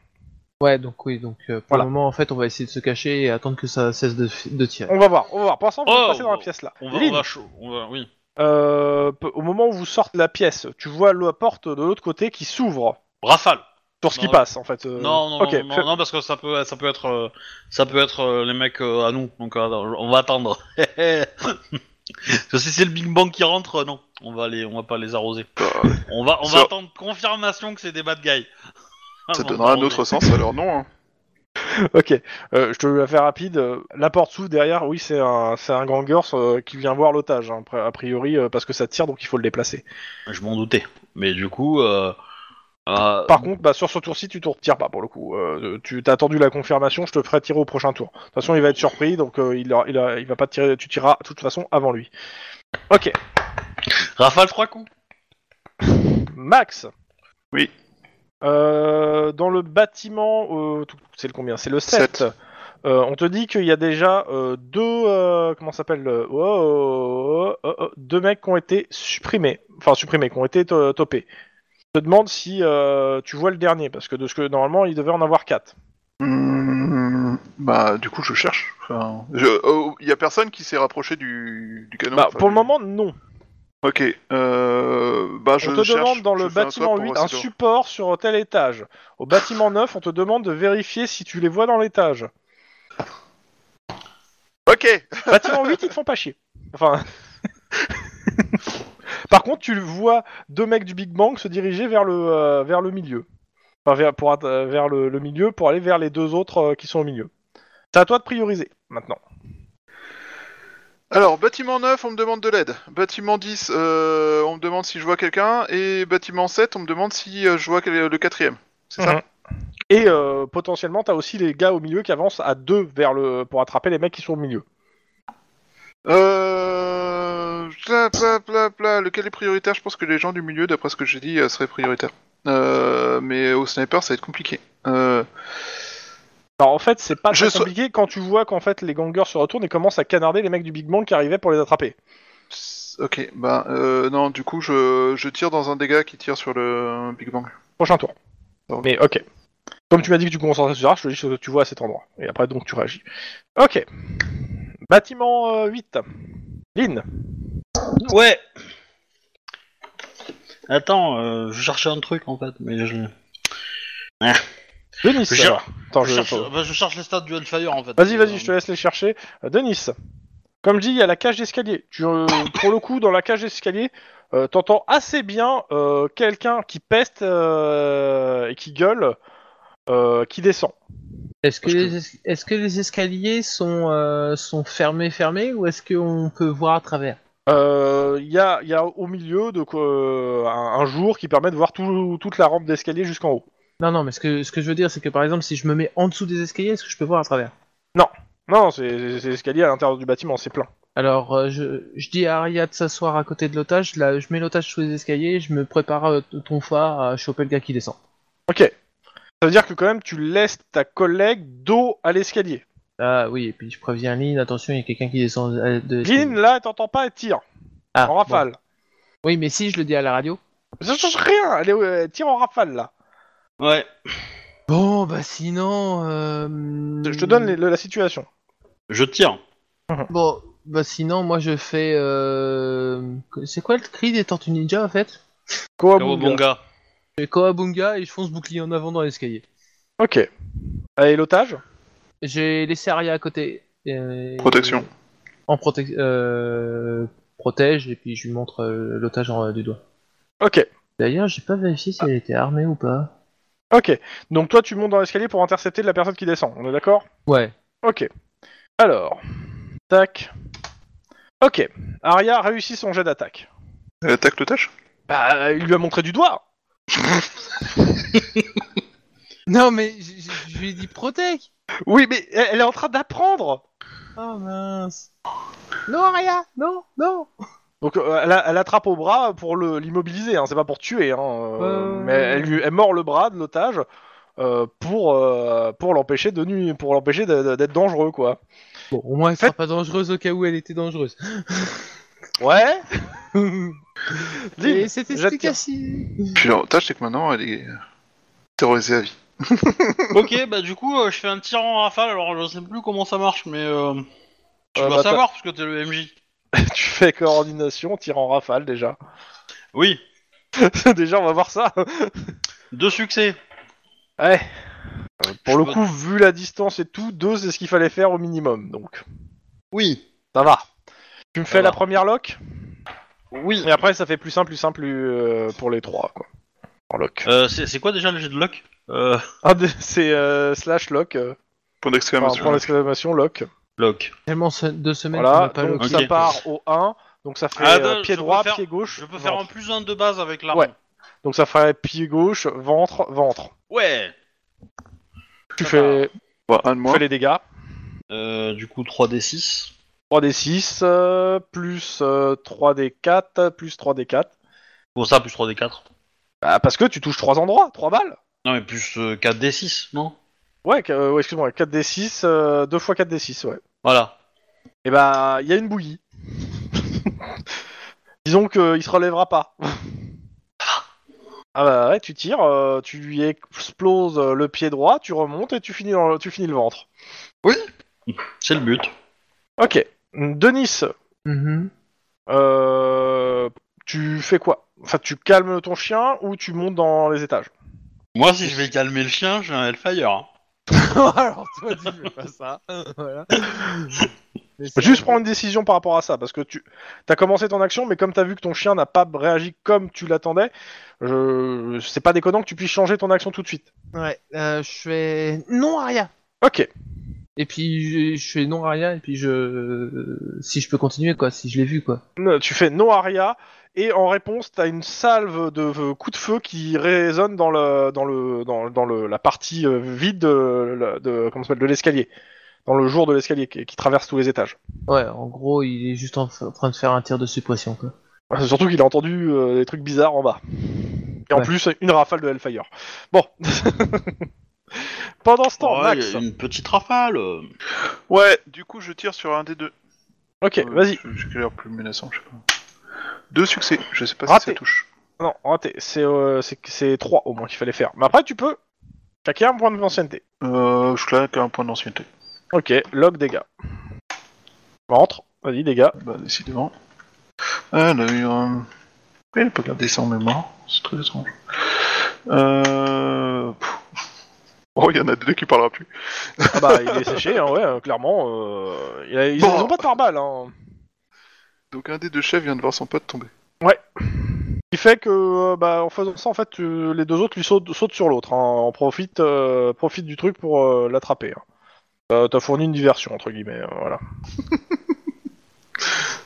[SPEAKER 4] Ouais, donc oui, donc euh, pour
[SPEAKER 3] Voilà.
[SPEAKER 4] le moment, en fait, on va essayer de se cacher et attendre que ça cesse de, fi- de tirer.
[SPEAKER 3] On va voir, on va voir. Pour l'instant, vous
[SPEAKER 2] Oh,
[SPEAKER 3] passez dans la pièce là.
[SPEAKER 2] On va, on
[SPEAKER 3] Lynn,
[SPEAKER 2] va chaud. On va, oui.
[SPEAKER 3] euh, pe- au moment où vous sortez de la pièce, tu vois la porte de l'autre côté qui s'ouvre
[SPEAKER 2] Rafale.
[SPEAKER 3] sur ce qui
[SPEAKER 2] Non.
[SPEAKER 3] passe en fait. euh,
[SPEAKER 2] Non, non,
[SPEAKER 3] ok,
[SPEAKER 2] non,
[SPEAKER 3] fais-
[SPEAKER 2] non, parce que ça peut, ça peut être, euh, ça peut être euh, les mecs euh, à nous. Donc euh, on va attendre. Je sais c'est le Big Bang qui rentre, euh, non. On va les, on va pas les arroser.
[SPEAKER 1] Bah,
[SPEAKER 2] On va, on va
[SPEAKER 1] Ça-
[SPEAKER 2] attendre confirmation que c'est des bad guys. Ah,
[SPEAKER 1] Ça donnera un autre sens à leur nom. hein.
[SPEAKER 3] Ok, euh, je te la fais rapide. euh, La porte s'ouvre derrière, oui, c'est un, c'est un grand gorse qui vient voir l'otage, hein, pr- a priori, euh, parce que ça tire, donc il faut le déplacer.
[SPEAKER 2] Je m'en doutais. Mais du coup, euh, euh,
[SPEAKER 3] Par contre, bah, sur ce tour-ci, tu ne retires pas pour le coup. Euh, tu t'as attendu la confirmation, je te ferai tirer au prochain tour. De toute façon, il va être surpris, donc euh, il, a- il, a- il va pas te tirer, tu tireras de toute façon avant lui. Ok,
[SPEAKER 2] rafale trois coups.
[SPEAKER 3] Max
[SPEAKER 1] Oui.
[SPEAKER 3] Euh, dans le bâtiment, euh, tout- c'est le combien C'est le 7.
[SPEAKER 1] Sept.
[SPEAKER 3] Euh, on te dit qu'il y a déjà euh, deux. euh, comment ça s'appelle euh, oh, oh, oh, oh, oh, Deux mecs qui ont été supprimés. Enfin, supprimés, qui ont été to- topés. Je te demande si euh, tu vois le dernier, parce que de ce que normalement, il devait en avoir 4.
[SPEAKER 1] Hmm, bah, du coup, je cherche. Enfin, je- oh, il y a personne qui s'est rapproché du, du canon.
[SPEAKER 3] Bah,
[SPEAKER 1] enfin,
[SPEAKER 3] pour le
[SPEAKER 1] du-
[SPEAKER 3] moment, non.
[SPEAKER 1] Ok. Euh, bah, je
[SPEAKER 3] on te
[SPEAKER 1] cherche,
[SPEAKER 3] demande dans
[SPEAKER 1] je
[SPEAKER 3] le
[SPEAKER 1] fais un
[SPEAKER 3] bâtiment
[SPEAKER 1] swap
[SPEAKER 3] 8
[SPEAKER 1] pour
[SPEAKER 3] un
[SPEAKER 1] Rosito.
[SPEAKER 3] support sur tel étage. Au bâtiment 9, on te demande de vérifier si tu les vois dans l'étage.
[SPEAKER 1] Ok.
[SPEAKER 3] Bâtiment 8, ils te font pas chier. Enfin. Par contre, tu vois deux mecs du Big Bang se diriger vers le, euh, vers le milieu. Enfin, vers, pour, atte- euh, vers le, le milieu pour aller vers les deux autres euh, qui sont au milieu. C'est à toi de prioriser maintenant.
[SPEAKER 1] Alors, bâtiment 9, on me demande de l'aide. Bâtiment 10, euh, on me demande si je vois quelqu'un. Et bâtiment 7, on me demande si euh, je vois quel est le quatrième. C'est ça
[SPEAKER 3] Mhm. Et euh, potentiellement, t'as aussi les gars au milieu qui avancent à deux vers le pour attraper les mecs qui sont au milieu.
[SPEAKER 1] Euh... Pla, pla, pla, pla. Lequel est prioritaire Je pense que les gens du milieu, d'après ce que j'ai dit, euh, seraient prioritaires. Euh, mais au sniper, ça va être compliqué. Euh,
[SPEAKER 3] Alors en fait, c'est pas
[SPEAKER 1] Je
[SPEAKER 3] très
[SPEAKER 1] sou-
[SPEAKER 3] compliqué quand tu vois qu'en fait les gangers se retournent et commencent à canarder les mecs du Big Bang qui arrivaient pour les attraper.
[SPEAKER 1] Ok, ben euh, non, du coup, je, je tire dans un dégât qui tire sur le Big Bang.
[SPEAKER 3] Prochain tour.
[SPEAKER 1] Ok.
[SPEAKER 3] Mais ok. Comme tu m'as dit que tu concentrais sur ça, je te dis ce que tu vois à cet endroit. Et après, donc, tu réagis. Ok. Bâtiment euh, 8. Lynn.
[SPEAKER 2] Ouais. Attends, euh, je cherchais un truc en fait, mais je.
[SPEAKER 3] Denis.
[SPEAKER 2] Je-
[SPEAKER 3] alors. Attends,
[SPEAKER 2] je,
[SPEAKER 3] je-
[SPEAKER 2] cherche, bah, je cherche les stats du Hellfire en fait.
[SPEAKER 3] Vas-y, vas-y, je te
[SPEAKER 2] Euh,
[SPEAKER 3] laisse les chercher. Euh, Denis. Comme dit, il y a la cage d'escalier. Tu, euh, pour le coup, dans la cage d'escalier, euh, t'entends assez bien euh, quelqu'un qui peste euh, et qui gueule, euh, qui descend.
[SPEAKER 4] Est-ce que,
[SPEAKER 3] Parce que-
[SPEAKER 4] les es- est-ce que les escaliers sont, euh, sont fermés, fermés, ou est-ce qu'on peut voir à travers
[SPEAKER 3] Euh, Il y, a, il y a au milieu de quoi, euh, un, un jour qui permet de voir tout- toute la rampe d'escalier jusqu'en haut.
[SPEAKER 4] Non, non, mais ce que, ce que je veux dire, c'est que par exemple, si je me mets en dessous des escaliers, est-ce que je peux voir à travers
[SPEAKER 3] Non, non, c'est c'est- c'est l'escalier à l'intérieur du bâtiment, c'est plein.
[SPEAKER 4] Alors, euh, je, je dis à Aria de s'asseoir à côté de l'otage, là, je mets l'otage sous les escaliers, je me prépare euh, t- ton foie à choper le gars qui descend.
[SPEAKER 3] Ok. Ça veut dire que quand même tu laisses ta collègue dos à l'escalier.
[SPEAKER 4] Ah oui, et puis je préviens Lynn, attention, il y a quelqu'un qui descend euh, de...
[SPEAKER 3] Lynn, là, elle t'entend pas, elle tire
[SPEAKER 4] Ah,
[SPEAKER 3] en
[SPEAKER 4] bon.
[SPEAKER 3] rafale.
[SPEAKER 4] Oui, mais si, je le dis à la radio.
[SPEAKER 3] Ça change rien, elle, est- elle tire en rafale là.
[SPEAKER 2] Ouais.
[SPEAKER 4] Bon, bah sinon... euh,
[SPEAKER 3] Je te donne les- le- la situation.
[SPEAKER 2] Je tire.
[SPEAKER 4] Bon, bah sinon, moi je fais... euh, C'est quoi le cri des Tortues Ninja, en fait
[SPEAKER 3] Koabunga.
[SPEAKER 2] Kawabunga.
[SPEAKER 4] Je fais Kawabunga et je fonce bouclier en avant dans l'escalier.
[SPEAKER 3] Ok. Allez, l'otage
[SPEAKER 4] J'ai laissé Aria à côté. et- euh,
[SPEAKER 1] Protection.
[SPEAKER 4] En protec- euh, protège, et puis je lui montre euh, l'otage en- du doigt.
[SPEAKER 3] Ok.
[SPEAKER 4] D'ailleurs, j'ai pas vérifié si elle était armée ou pas.
[SPEAKER 3] Ok. Donc toi, tu montes dans l'escalier pour intercepter la personne qui descend, on est d'accord
[SPEAKER 4] Ouais.
[SPEAKER 3] Ok. Alors. Tac. Ok. Aria réussit son jet d'attaque.
[SPEAKER 1] Elle attaque Euh, le tâche
[SPEAKER 3] Bah, il lui a montré du doigt
[SPEAKER 4] Non, mais j- j- je lui ai dit protège
[SPEAKER 3] Oui, mais elle elle est en train d'apprendre
[SPEAKER 4] Oh mince Non, Aria Non, non
[SPEAKER 3] Donc euh, elle, a- elle attrape au bras pour le- l'immobiliser, hein, c'est pas pour tuer, hein, euh,
[SPEAKER 4] Ouais.
[SPEAKER 3] mais elle, lui, elle mord le bras de l'otage euh, pour, euh, pour l'empêcher de nu- pour l'empêcher de- de- d'être dangereux quoi.
[SPEAKER 4] Bon, au moins elle sera pas dangereuse au cas où elle était dangereuse.
[SPEAKER 3] Ouais.
[SPEAKER 4] Et
[SPEAKER 3] Lynn,
[SPEAKER 4] cette
[SPEAKER 3] jette- Mm.
[SPEAKER 4] efficacité
[SPEAKER 1] Puis l'avantage, c'est que maintenant, elle est terrorisée à vie.
[SPEAKER 2] ok, bah du coup, euh, je fais un tir en rafale. Alors, je sais plus comment ça marche, mais euh, tu
[SPEAKER 3] Euh,
[SPEAKER 2] vas
[SPEAKER 3] bah, t'as-
[SPEAKER 2] savoir parce que t'es le MJ.
[SPEAKER 3] tu fais coordination, tir en rafale déjà.
[SPEAKER 2] Oui.
[SPEAKER 3] déjà on va voir ça.
[SPEAKER 2] Deux succès.
[SPEAKER 3] Ouais. Pour le
[SPEAKER 2] Je
[SPEAKER 3] coup, vu la distance et tout, deux c'est ce qu'il fallait faire au minimum, donc
[SPEAKER 2] Oui.
[SPEAKER 3] ça va. Tu me fais
[SPEAKER 2] va.
[SPEAKER 3] la première lock
[SPEAKER 2] Oui.
[SPEAKER 3] et après ça fait plus simple, plus simple euh, pour les trois quoi. En lock.
[SPEAKER 2] Euh, c'est c'est quoi déjà le jet de lock euh,
[SPEAKER 3] Ah, de- c'est euh, slash lock, euh,
[SPEAKER 1] Point
[SPEAKER 3] enfin,
[SPEAKER 1] d'exclamation.
[SPEAKER 3] point d'exclamation lock.
[SPEAKER 2] Lock.
[SPEAKER 4] Tellement se- deux semaines qu'on n'a
[SPEAKER 3] Voilà,
[SPEAKER 4] pas
[SPEAKER 3] donc
[SPEAKER 2] locké.
[SPEAKER 4] loqué.
[SPEAKER 3] ça part au 1, donc ça fait
[SPEAKER 2] Ah,
[SPEAKER 3] euh,
[SPEAKER 2] non,
[SPEAKER 3] pied
[SPEAKER 2] je peux
[SPEAKER 3] droit,
[SPEAKER 2] faire-
[SPEAKER 3] pied gauche.
[SPEAKER 2] Je peux faire
[SPEAKER 3] ventre.
[SPEAKER 2] un plus un de base avec l'arme.
[SPEAKER 3] Ouais. Donc ça ferait pied gauche, ventre, ventre.
[SPEAKER 2] Ouais.
[SPEAKER 3] Tu
[SPEAKER 2] Ça
[SPEAKER 3] fais,
[SPEAKER 1] Bah, un de
[SPEAKER 3] tu
[SPEAKER 1] moins.
[SPEAKER 3] fais les dégâts.
[SPEAKER 2] Euh, du coup, 3d6.
[SPEAKER 3] 3d6, euh, plus euh, 3d4, plus 3d4.
[SPEAKER 2] Bon, ça, plus 3d4.
[SPEAKER 3] Bah, parce que tu touches 3 endroits, 3 balles.
[SPEAKER 2] Non, mais plus euh, 4d6, non
[SPEAKER 3] Ouais, qu- euh, ouais, excuse-moi, 4d6, euh, 2 fois 4d6, ouais.
[SPEAKER 2] Voilà.
[SPEAKER 3] Et bah, il y a une bouillie. Disons qu'il se relèvera pas. ah bah ouais, tu tires, euh, tu lui exploses euh, le pied droit, tu remontes et tu finis, dans le, tu finis le ventre.
[SPEAKER 2] C'est le but.
[SPEAKER 3] Ok. Denis,
[SPEAKER 4] Mhm.
[SPEAKER 3] euh, tu fais quoi Enfin, tu calmes ton chien ou tu montes dans les étages
[SPEAKER 2] Moi, si je vais calmer le chien, j'ai un Hellfire. hein.
[SPEAKER 4] Oh, Alors toi, tu fais pas ça. voilà. Mais c'est
[SPEAKER 3] Juste
[SPEAKER 4] vrai.
[SPEAKER 3] prends une décision par rapport à ça, parce que tu as commencé ton action, mais comme t'as vu que ton chien n'a pas réagi comme tu l'attendais, je... c'est pas déconnant que tu puisses changer ton action tout de suite.
[SPEAKER 4] Ouais, euh, je fais non Aria.
[SPEAKER 3] Ok.
[SPEAKER 4] Et puis je, je fais non Aria et puis je euh, si je peux continuer quoi, si je l'ai vu quoi.
[SPEAKER 3] Non, Euh, Tu fais non Aria et en réponse t'as une salve de de coups de feu qui résonne dans le dans le dans, dans le, la partie euh, vide de, de comment ça s'appelle de l'escalier, dans le jour de l'escalier qui, qui traverse tous les étages.
[SPEAKER 4] Ouais, en gros, il est juste en, en train de faire un tir de suppression quoi.
[SPEAKER 3] Ouais, c'est Surtout qu'il a entendu euh, des trucs bizarres en bas. Et en
[SPEAKER 4] Ouais.
[SPEAKER 3] plus une rafale de Hellfire. Bon, Pendant ce temps,
[SPEAKER 2] Ouais,
[SPEAKER 3] Max.
[SPEAKER 2] y a Une petite rafale. euh.
[SPEAKER 1] Ouais, du coup, je tire sur un des deux.
[SPEAKER 3] Ok,
[SPEAKER 1] Euh,
[SPEAKER 3] vas-y.
[SPEAKER 1] je- J'ai l'air plus menaçant, je sais pas. Deux succès, je sais pas si
[SPEAKER 3] Raté.
[SPEAKER 1] ça touche.
[SPEAKER 3] Non, raté. C'est euh, c'est- c'est trois au moins qu'il fallait faire. Mais après, tu peux. Chacun un point de d'ancienneté.
[SPEAKER 1] Euh, je claque un point d'ancienneté.
[SPEAKER 3] Ok, log dégâts. Rentre, vas-y dégâts.
[SPEAKER 1] Bah, décidément. Ah, elle a eu un. Pourquoi elle peut garder ça en mémoire C'est très étrange. Euh. pff. Oh, il y en a deux qui parlera plus.
[SPEAKER 3] Ah bah, il est séché, hein, ouais, euh, clairement. euh, il a- ils
[SPEAKER 1] Bon.
[SPEAKER 3] ils ont pas de pare-balles. Hein.
[SPEAKER 1] Donc, un des deux chefs vient de voir son pote tomber.
[SPEAKER 3] Ce qui fait que, euh, bah, en faisant ça, en fait, tu- les deux autres lui sautent, sautent sur l'autre. Hein, on profite, euh, profite du truc pour euh, l'attraper. hein. Euh, T'as fourni une diversion, entre guillemets, euh, voilà.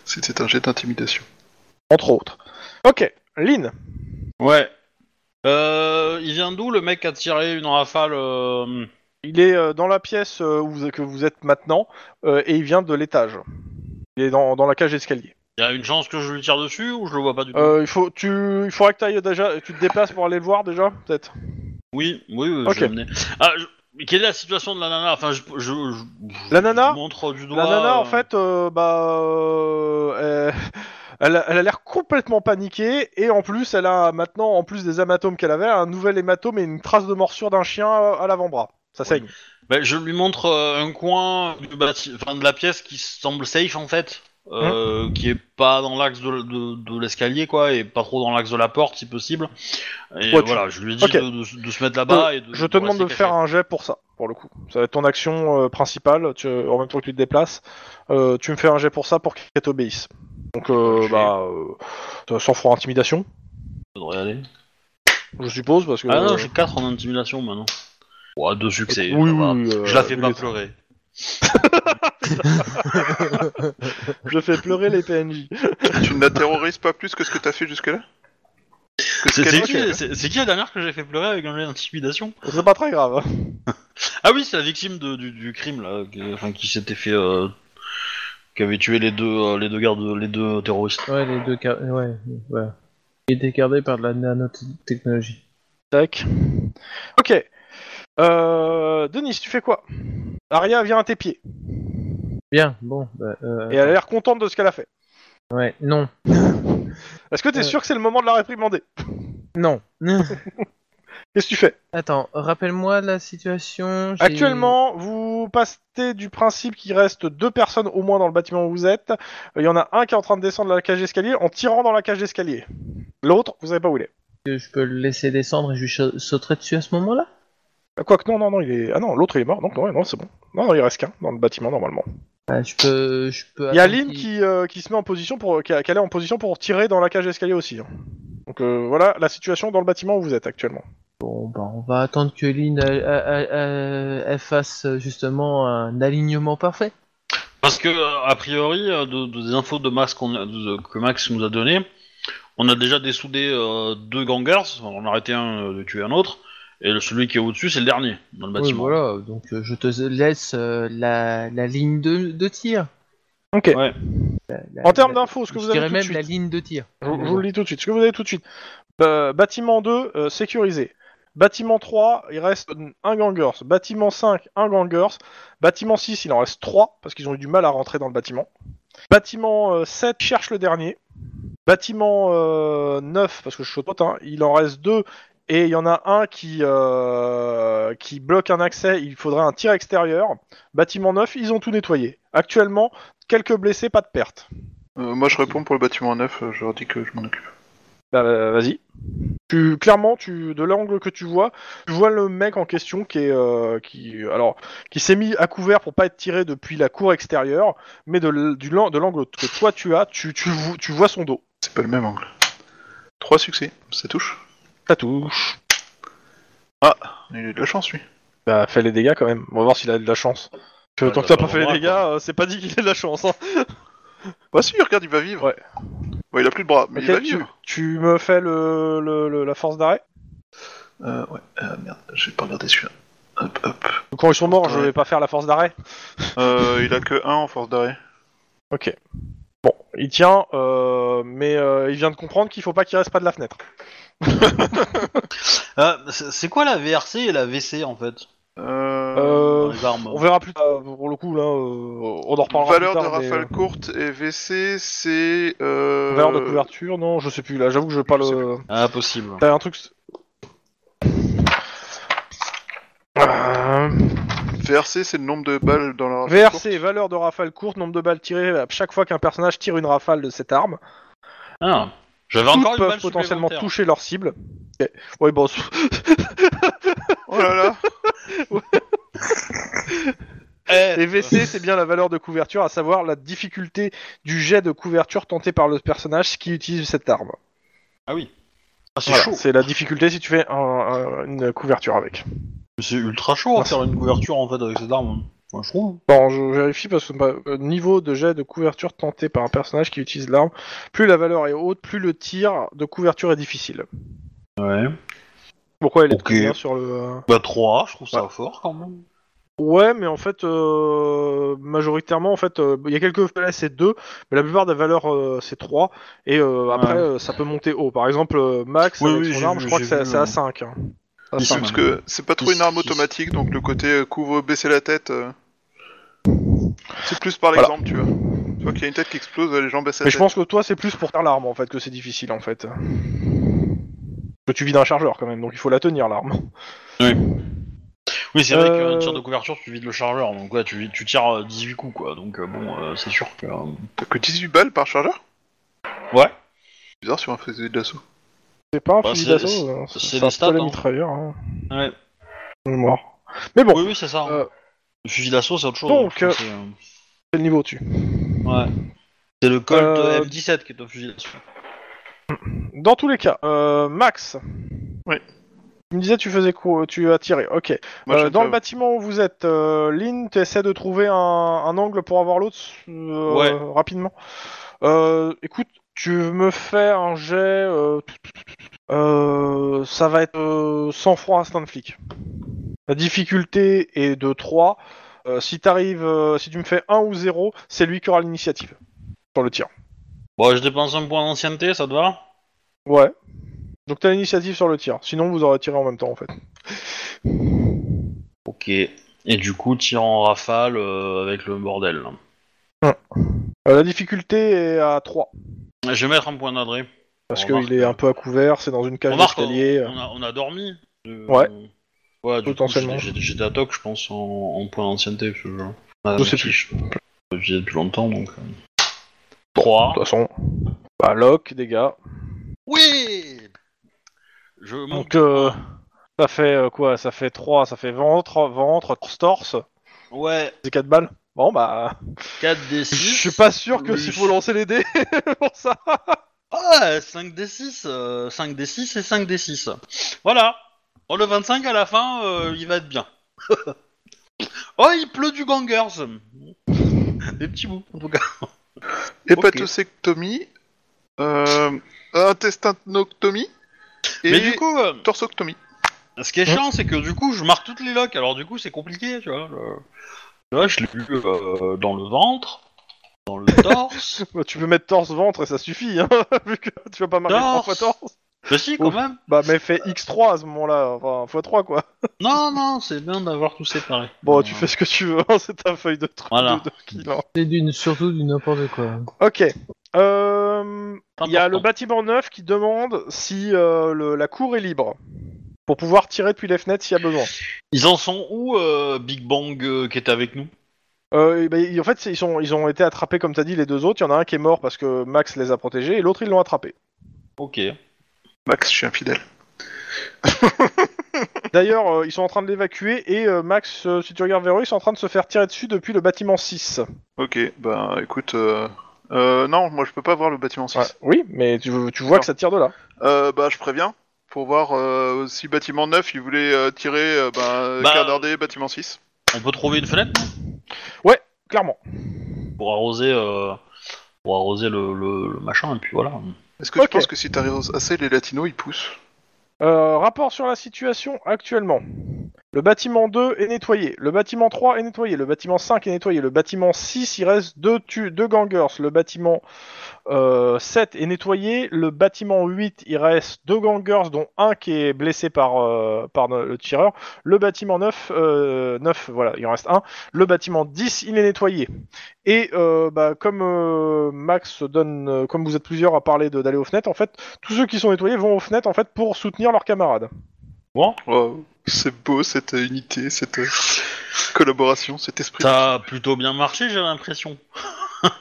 [SPEAKER 1] C'était un jet d'intimidation.
[SPEAKER 3] Entre autres. Ok, Lynn.
[SPEAKER 2] Ouais. Euh, il vient d'où le mec qui a tiré une rafale euh,
[SPEAKER 3] Il est euh, dans la pièce euh, où vous- que vous êtes maintenant euh, et il vient de l'étage. Il est dans, dans la cage d'escalier.
[SPEAKER 2] Il y a une chance que je lui tire dessus ou je le vois pas du tout
[SPEAKER 3] Euh, il faut, tu, il faudra que t'ailles déjà, tu te déplaces pour aller le voir déjà, peut-être.
[SPEAKER 2] Oui, oui, oui.
[SPEAKER 3] Ok.
[SPEAKER 2] Je l'ai amené. Ah, je- mais Quelle est la situation de la nana Enfin, je, je- je- je-
[SPEAKER 3] La nana
[SPEAKER 2] je montre du doigt.
[SPEAKER 3] La nana, en
[SPEAKER 2] euh,
[SPEAKER 3] fait, euh, bah, euh, elle, elle a- elle a l'air complètement paniquée et en plus, elle a maintenant, en plus des hématomes qu'elle avait, un nouvel hématome et une trace de morsure d'un chien euh, à, à l'avant-bras. Ça saigne.
[SPEAKER 2] bah, je lui montre euh, un coin du bâti- enfin, de la pièce qui semble safe en fait, euh,
[SPEAKER 3] Hein?
[SPEAKER 2] qui est pas dans l'axe de, de- de l'escalier quoi, et pas trop dans l'axe de la porte si possible. Et
[SPEAKER 3] Ouais, tu-
[SPEAKER 2] voilà, je lui dis
[SPEAKER 3] Ok. Euh,
[SPEAKER 2] de, de- de se mettre là-bas. et de,
[SPEAKER 3] Je te demande de
[SPEAKER 2] rester
[SPEAKER 3] faire
[SPEAKER 2] caché.
[SPEAKER 3] un jet pour ça, pour le coup. Ça va être ton action euh, principale. Tu, en même temps que tu te déplaces, euh, tu me fais un jet pour ça pour qu'elle t'obéisse. Donc, euh,
[SPEAKER 2] J'ai-
[SPEAKER 3] bah, euh, t'as sans froid intimidation,
[SPEAKER 2] Faudrait aller.
[SPEAKER 3] je suppose, parce que.
[SPEAKER 2] Ah
[SPEAKER 3] euh,
[SPEAKER 2] non, j'ai 4 en intimidation maintenant. Ouais, deux succès.
[SPEAKER 3] Oui,
[SPEAKER 2] ça va.
[SPEAKER 3] oui, euh,
[SPEAKER 2] je la fais
[SPEAKER 3] oui,
[SPEAKER 2] pas
[SPEAKER 3] les-
[SPEAKER 2] pleurer.
[SPEAKER 3] je fais pleurer les PNJ.
[SPEAKER 1] tu ne la terrorises pas plus que ce que t'as fait jusque-là Que ce
[SPEAKER 2] C'est
[SPEAKER 1] qu'elle
[SPEAKER 2] c'est
[SPEAKER 1] a fait.
[SPEAKER 2] qui, c'est- c'est qui la dernière que j'ai fait pleurer avec un jet d'intimidation
[SPEAKER 3] C'est pas très grave.
[SPEAKER 2] Ah oui, c'est la victime de- du, du crime là, que- enfin, qui s'était fait, euh, qui avait tué les deux, euh, les deux gardes, les deux terroristes.
[SPEAKER 4] Ouais, les deux car... Ouais, ouais. Il était gardé par de la nanotechnologie.
[SPEAKER 3] Tac. Ok. Euh, Denis, tu fais quoi Aria vient à tes pieds
[SPEAKER 4] Bien, bon. bah, euh,
[SPEAKER 3] et elle a l'air contente de ce qu'elle a fait.
[SPEAKER 4] Ouais, non.
[SPEAKER 3] Est-ce que t'es
[SPEAKER 4] Euh.
[SPEAKER 3] sûr que c'est le moment de la réprimander
[SPEAKER 4] Non.
[SPEAKER 3] Qu'est-ce que tu fais
[SPEAKER 4] Attends, rappelle-moi la situation. j'ai-
[SPEAKER 3] Actuellement, vous passez du principe qu'il reste deux personnes au moins dans le bâtiment où vous êtes. Il y en a un qui est en train de descendre la cage d'escalier en tirant dans la cage d'escalier. L'autre, vous savez pas où il est.
[SPEAKER 4] que je peux le laisser descendre et je lui sa- sauterai dessus à ce moment-là
[SPEAKER 3] Quoique, non, non, non, il est. Ah non, l'autre il est mort. Donc, non, non, c'est bon. Non, non, il reste qu'un dans le bâtiment normalement.
[SPEAKER 4] Ah, Je peux. Je peux
[SPEAKER 3] Il y a
[SPEAKER 4] attendre
[SPEAKER 3] Lynn
[SPEAKER 4] qu'il-
[SPEAKER 3] qui, euh, qui se met en position pour qui, a- qui est en position pour tirer dans la cage d'escalier aussi. hein. Donc euh, voilà la situation dans le bâtiment où vous êtes actuellement.
[SPEAKER 4] Bon, bah, on va attendre que Lynn elle, elle- elle- elle fasse euh, justement un alignement parfait.
[SPEAKER 2] Parce que euh, a priori, euh, de, de- des infos de Max qu'on a- de- que Max nous a donné, on a déjà dessoudé euh, deux gangers. Enfin, on a arrêté un euh, de tuer un autre, et le- celui qui est au-dessus, c'est le dernier dans le
[SPEAKER 4] Oui,
[SPEAKER 2] bâtiment.
[SPEAKER 4] voilà, donc euh, je te laisse euh, la, la ligne de, de tir.
[SPEAKER 3] Ok.
[SPEAKER 2] Ouais.
[SPEAKER 4] La-
[SPEAKER 3] En termes
[SPEAKER 4] la-
[SPEAKER 3] d'infos, ce que
[SPEAKER 4] je
[SPEAKER 3] vous avez
[SPEAKER 4] dirais
[SPEAKER 3] tout de
[SPEAKER 4] même
[SPEAKER 3] suite.
[SPEAKER 4] la ligne de tir.
[SPEAKER 3] Je, je vous le dis tout de suite. Ce que vous avez tout de suite. Euh, bâtiment 2 euh, sécurisé. Bâtiment 3, il reste un gangers. Bâtiment 5, un gangers. Bâtiment 6, il en reste 3 parce qu'ils ont eu du mal à rentrer dans le bâtiment. Bâtiment euh, 7, cherche le dernier. Bâtiment euh, 9, parce que je suis au potin, il en reste 2 et il y en a un qui, euh, qui bloque un accès, il faudrait un tir extérieur. Bâtiment 9, ils ont tout nettoyé. Actuellement, quelques blessés, pas de perte.
[SPEAKER 1] Euh, Moi, je réponds pour le bâtiment neuf, euh, je leur dis que je m'en occupe.
[SPEAKER 3] Bah, bah, vas-y. Tu clairement, tu de l'angle que tu vois, tu vois le mec en question qui est euh, qui alors qui s'est mis à couvert pour pas être tiré depuis la cour extérieure, mais de l- du lan- de l'angle que toi tu as, tu tu, vo- tu vois son dos.
[SPEAKER 1] C'est pas le même angle. Trois succès, ça touche.
[SPEAKER 3] Ça touche.
[SPEAKER 1] Il a eu de la chance, lui.
[SPEAKER 3] Bah fais les dégâts quand même. On va voir s'il a de la chance. Parce que
[SPEAKER 2] Ouais,
[SPEAKER 3] tant
[SPEAKER 2] bah,
[SPEAKER 3] que t'as
[SPEAKER 2] bah,
[SPEAKER 3] pas fait les
[SPEAKER 2] bah,
[SPEAKER 3] dégâts, euh, c'est pas dit qu'il ait de la chance. hein.
[SPEAKER 1] Bah si, regarde, il va vivre.
[SPEAKER 3] Ouais.
[SPEAKER 1] Ouais, il a plus de bras, mais il va
[SPEAKER 3] Ok, tu,
[SPEAKER 1] vivre.
[SPEAKER 3] tu me fais le, le- le- la force d'arrêt.
[SPEAKER 1] Euh, ouais, euh, merde, je vais pas regarder celui-là. Hop, hop.
[SPEAKER 3] Quand ils sont morts, je
[SPEAKER 1] Ouais.
[SPEAKER 3] vais pas faire la force d'arrêt.
[SPEAKER 1] Euh, il a que 1 en force d'arrêt.
[SPEAKER 3] Ok. Bon, il tient, euh, mais euh, il vient de comprendre qu'il faut pas qu'il reste pas de la fenêtre.
[SPEAKER 2] Euh, c'est c'est quoi la VRC et la VC en fait
[SPEAKER 1] Euh,
[SPEAKER 2] dans
[SPEAKER 3] Euh,
[SPEAKER 2] Les armes.
[SPEAKER 3] on verra plus tard, pour le coup, là, euh, on en reparlera
[SPEAKER 1] valeur
[SPEAKER 3] plus
[SPEAKER 1] de
[SPEAKER 3] tard. mais,
[SPEAKER 1] rafale
[SPEAKER 3] euh,
[SPEAKER 1] courte et VC, c'est. Euh...
[SPEAKER 3] Valeur de couverture, non, je sais plus, là, j'avoue que je veux pas
[SPEAKER 1] Je sais
[SPEAKER 3] le...
[SPEAKER 2] Ah, possible.
[SPEAKER 3] T'as un truc... Euh,
[SPEAKER 1] VRC, c'est le nombre de balles dans la rafale courte.
[SPEAKER 3] VRC, valeur de rafale courte, nombre de balles tirées à chaque fois qu'un personnage tire une rafale de cette arme.
[SPEAKER 2] Ah. J'avais
[SPEAKER 3] Toutes
[SPEAKER 2] encore une balle
[SPEAKER 3] peuvent potentiellement
[SPEAKER 2] supplémentaire.
[SPEAKER 3] toucher leur cible. Ok. Oui, bon, c'est-
[SPEAKER 1] Oh là là
[SPEAKER 2] Eh,
[SPEAKER 3] et VC, c'est bien la valeur de couverture, à savoir la difficulté du jet de couverture tenté par le personnage qui utilise cette arme.
[SPEAKER 2] Ah oui. Ah, c'est
[SPEAKER 3] Voilà,
[SPEAKER 2] chaud.
[SPEAKER 3] C'est la difficulté si tu fais un- un- une couverture avec.
[SPEAKER 2] C'est ultra chaud hein. à faire une couverture en fait avec cette arme. Moi, je trouve.
[SPEAKER 3] Bon, je vérifie parce que bah, euh, niveau de jet de couverture tenté par un personnage qui utilise l'arme, plus la valeur est haute, plus le tir de couverture est difficile.
[SPEAKER 2] Ouais.
[SPEAKER 3] Pourquoi il est
[SPEAKER 2] Ok.
[SPEAKER 3] très bien sur le... euh,
[SPEAKER 2] Bah 3, je trouve ça fort quand même.
[SPEAKER 3] Ouais, mais en fait, euh, majoritairement, en fait, euh, il y a quelques là c'est 2, mais la plupart des valeurs euh, c'est 3, et euh, après
[SPEAKER 2] Ouais.
[SPEAKER 3] euh, ça peut monter haut. Par exemple, euh, Max
[SPEAKER 2] Oui,
[SPEAKER 3] avec
[SPEAKER 2] oui,
[SPEAKER 3] son
[SPEAKER 2] j'ai
[SPEAKER 3] arme,
[SPEAKER 2] vu,
[SPEAKER 3] je crois que
[SPEAKER 2] j'ai
[SPEAKER 3] c'est
[SPEAKER 2] vu,
[SPEAKER 3] c'est à
[SPEAKER 2] euh,
[SPEAKER 3] 5. hein. À
[SPEAKER 2] Ici,
[SPEAKER 1] C'est
[SPEAKER 3] cinq.
[SPEAKER 1] Parce que c'est pas trop une arme automatique, donc le côté euh, couvre, baisser la tête. euh, C'est plus par
[SPEAKER 3] Voilà.
[SPEAKER 1] l'exemple, tu vois. Tu vois qu'il y a une tête qui explose, euh, les gens baissent la
[SPEAKER 3] Mais
[SPEAKER 1] tête.
[SPEAKER 3] je pense que toi, c'est plus pour faire l'arme en fait que c'est difficile en fait. Parce que tu vis d'un chargeur quand même, donc il faut la tenir l'arme.
[SPEAKER 2] Oui, c'est vrai
[SPEAKER 3] Euh,
[SPEAKER 2] qu'un tir de couverture, tu vides le chargeur. Donc ouais, tu, vis- tu tires euh, 18 coups quoi. Donc euh, bon, euh, c'est sûr que. euh,
[SPEAKER 1] T'as que 18 balles par chargeur
[SPEAKER 2] Ouais.
[SPEAKER 1] Bizarre sur un fusil d'assaut.
[SPEAKER 3] C'est pas un
[SPEAKER 2] Bah,
[SPEAKER 3] fusil
[SPEAKER 2] c'est-
[SPEAKER 3] d'assaut, hein,
[SPEAKER 2] c'est
[SPEAKER 3] c'est
[SPEAKER 2] des
[SPEAKER 3] un
[SPEAKER 2] stats,
[SPEAKER 3] pistolet
[SPEAKER 2] hein.
[SPEAKER 3] mitrailleur, hein,
[SPEAKER 2] Ouais.
[SPEAKER 3] de mémoire. Mais bon,
[SPEAKER 2] Oui, oui, c'est ça. hein.
[SPEAKER 3] euh,
[SPEAKER 2] Le fusil d'assaut, c'est autre chose.
[SPEAKER 3] donc,
[SPEAKER 2] Je pense que c'est, euh,
[SPEAKER 3] c'est le niveau au-dessus.
[SPEAKER 2] Ouais. C'est le Colt
[SPEAKER 3] Euh,
[SPEAKER 2] M17 qui est un fusil d'assaut.
[SPEAKER 3] Dans tous les cas, euh, Max.
[SPEAKER 1] Oui.
[SPEAKER 3] Tu me disais tu faisais quoi Tu as tiré. Ok.
[SPEAKER 1] Moi,
[SPEAKER 3] Euh,
[SPEAKER 1] je
[SPEAKER 3] dans
[SPEAKER 1] fais-
[SPEAKER 3] le bâtiment où vous êtes, euh, Lynn, tu essaies de trouver un, un angle pour avoir l'autre euh,
[SPEAKER 2] Ouais.
[SPEAKER 3] rapidement. Euh, écoute, tu me fais un jet. euh, euh, ça va être euh, sans froid instinct de flic. La difficulté est de 3. Euh, si, t'arrives, euh, si tu me fais 1 ou 0, c'est lui qui aura l'initiative sur le tir.
[SPEAKER 2] Bon, je dépense un point d'ancienneté, ça te va
[SPEAKER 3] Ouais. Donc t'as l'initiative sur le tir. Sinon, vous aurez tiré en même temps, en fait.
[SPEAKER 2] Ok. Et du coup, tir en rafale euh, avec le bordel. là.
[SPEAKER 3] Euh, la difficulté est à 3.
[SPEAKER 2] Je vais mettre un point d'adresse.
[SPEAKER 3] Parce
[SPEAKER 2] On
[SPEAKER 3] qu'il
[SPEAKER 2] remarque,
[SPEAKER 3] est
[SPEAKER 2] euh,
[SPEAKER 3] un peu à couvert, c'est dans une cage
[SPEAKER 2] Remarque, on,
[SPEAKER 3] d'escalier. euh.
[SPEAKER 2] on a, on a dormi. Euh,
[SPEAKER 3] Ouais.
[SPEAKER 2] Ouais, du coup,
[SPEAKER 3] Potentiellement.
[SPEAKER 2] j'étais- J'étais j'étais à toc, je pense, en, en point d'ancienneté. Parce que je ah,
[SPEAKER 3] Je sais
[SPEAKER 2] plus. Je l'utilisais depuis longtemps, donc... euh. 3.
[SPEAKER 3] De toute façon, bah, lock, dégâts.
[SPEAKER 2] Oui Je monte.
[SPEAKER 3] Donc, euh, ça fait euh, quoi Ça fait 3, ça fait ventre, ventre, torse, torse.
[SPEAKER 2] Ouais,
[SPEAKER 3] C'est 4 balles. Bon, bah,
[SPEAKER 2] 4 des 6.
[SPEAKER 3] je suis pas sûr que
[SPEAKER 2] plus-
[SPEAKER 3] s'il faut lancer les dés pour ça.
[SPEAKER 2] Ah, 5d6, 5d6 et 5d6. Voilà. Oh, le 25 à la fin, euh, il va être bien. oh, il pleut du gangers. Des petits bouts, en tout cas.
[SPEAKER 1] Hépatosectomie, euh, intestinoctomie et
[SPEAKER 2] Mais du coup, euh,
[SPEAKER 1] torsoctomie.
[SPEAKER 2] ce qui est chiant, c'est que du coup, je marque toutes les loques. Alors, du coup, c'est compliqué, tu vois. le- Tu vois, je l'ai eu euh, dans le ventre, dans le torse.
[SPEAKER 3] Bah, tu peux mettre torse, ventre et ça suffit, hein, vu que tu vas pas marquer 3
[SPEAKER 2] Torse.
[SPEAKER 3] fois torse.
[SPEAKER 2] Mais si, quand
[SPEAKER 3] Ouf.
[SPEAKER 2] même.
[SPEAKER 3] Bah, mais fais x3 à ce moment-là, enfin, x3 quoi.
[SPEAKER 2] Non, non, c'est bien d'avoir tout séparé.
[SPEAKER 3] Bon,
[SPEAKER 2] Euh,
[SPEAKER 3] tu fais ce que tu veux, hein, c'est ta feuille de truc
[SPEAKER 2] Voilà.
[SPEAKER 3] de, de kill, hein.
[SPEAKER 4] C'est d'une, surtout du n'importe quoi.
[SPEAKER 3] Ok. Euh,
[SPEAKER 2] pas
[SPEAKER 3] Il y a le
[SPEAKER 2] important.
[SPEAKER 3] bâtiment neuf qui demande si euh, le- la cour est libre pour pouvoir tirer depuis les fenêtres s'il y a besoin.
[SPEAKER 2] Ils en sont où, euh, Big Bang, euh, qui était avec nous
[SPEAKER 3] Euh, et ben, ils- en fait, c'est- ils, sont, ils ont été attrapés, comme t'as dit, les deux autres. Il y en a un qui est mort parce que Max les a protégés et l'autre, ils l'ont attrapé.
[SPEAKER 2] Ok.
[SPEAKER 1] Max, je suis infidèle.
[SPEAKER 3] D'ailleurs, euh, ils sont en train de l'évacuer et euh, Max, euh, si tu regardes vers eux, ils sont en train de se faire tirer dessus depuis le bâtiment 6.
[SPEAKER 1] Ok, bah écoute. Euh... euh, non, moi je peux pas voir le bâtiment 6.
[SPEAKER 3] Ouais. Oui, mais tu, tu vois que ça tire de là.
[SPEAKER 1] Euh, bah je préviens pour voir euh, si bâtiment 9 il voulait euh, tirer euh, bah,
[SPEAKER 2] Bah,
[SPEAKER 1] canarder bâtiment 6.
[SPEAKER 2] On peut trouver une fenêtre
[SPEAKER 3] Clairement.
[SPEAKER 2] pour arroser, euh, pour arroser le, le- le machin, et puis voilà.
[SPEAKER 1] Est-ce que tu
[SPEAKER 3] ok.
[SPEAKER 1] penses que si t'arrives assez les latinos ils poussent
[SPEAKER 3] Euh, rapport sur la situation actuellement. Le bâtiment 2 est nettoyé. Le bâtiment 3 est nettoyé. Le bâtiment 5 est nettoyé. Le bâtiment 6, il reste deux, tu deux gangers. Le bâtiment euh, 7 est nettoyé. Le bâtiment 8, il reste deux gangers, dont un qui est blessé par, euh, par no- le tireur. Le bâtiment 9, euh, 9, voilà, il en reste un. Le bâtiment 10, il est nettoyé. Et euh, bah, comme euh, Max donne, euh, comme vous êtes plusieurs à parler de- d'aller aux fenêtres, en fait, tous ceux qui sont nettoyés vont aux fenêtres en fait pour soutenir leurs camarades.
[SPEAKER 1] Wow, c'est beau cette euh, unité, cette euh, collaboration, cet esprit.
[SPEAKER 2] Ça a plutôt bien marché, j'ai l'impression.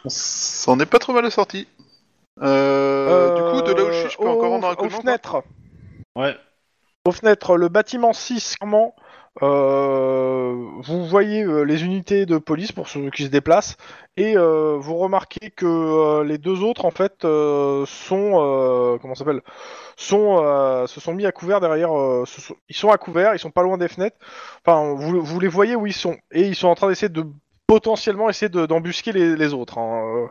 [SPEAKER 1] On s'en est pas trop mal sorti. Euh, du coup, de là où je suis, je peux
[SPEAKER 3] Euh,
[SPEAKER 1] encore
[SPEAKER 3] aux-
[SPEAKER 1] en
[SPEAKER 3] aux
[SPEAKER 1] raconter.
[SPEAKER 3] fenêtres.
[SPEAKER 2] Ouais.
[SPEAKER 3] Aux fenêtres, le bâtiment 6, clairement, euh, vous voyez euh, les unités de police pour ceux qui se déplacent, et euh, vous remarquez que euh, les deux autres, en fait, euh, sont. euh, comment ça s'appelle sont, euh, Se sont mis à couvert derrière. euh, se sont- ils sont à couvert, ils sont pas loin des fenêtres. Enfin, vous, vous les voyez où ils sont, et ils sont en train d'essayer de potentiellement essayer de- d'embusquer les, les autres, hein, euh,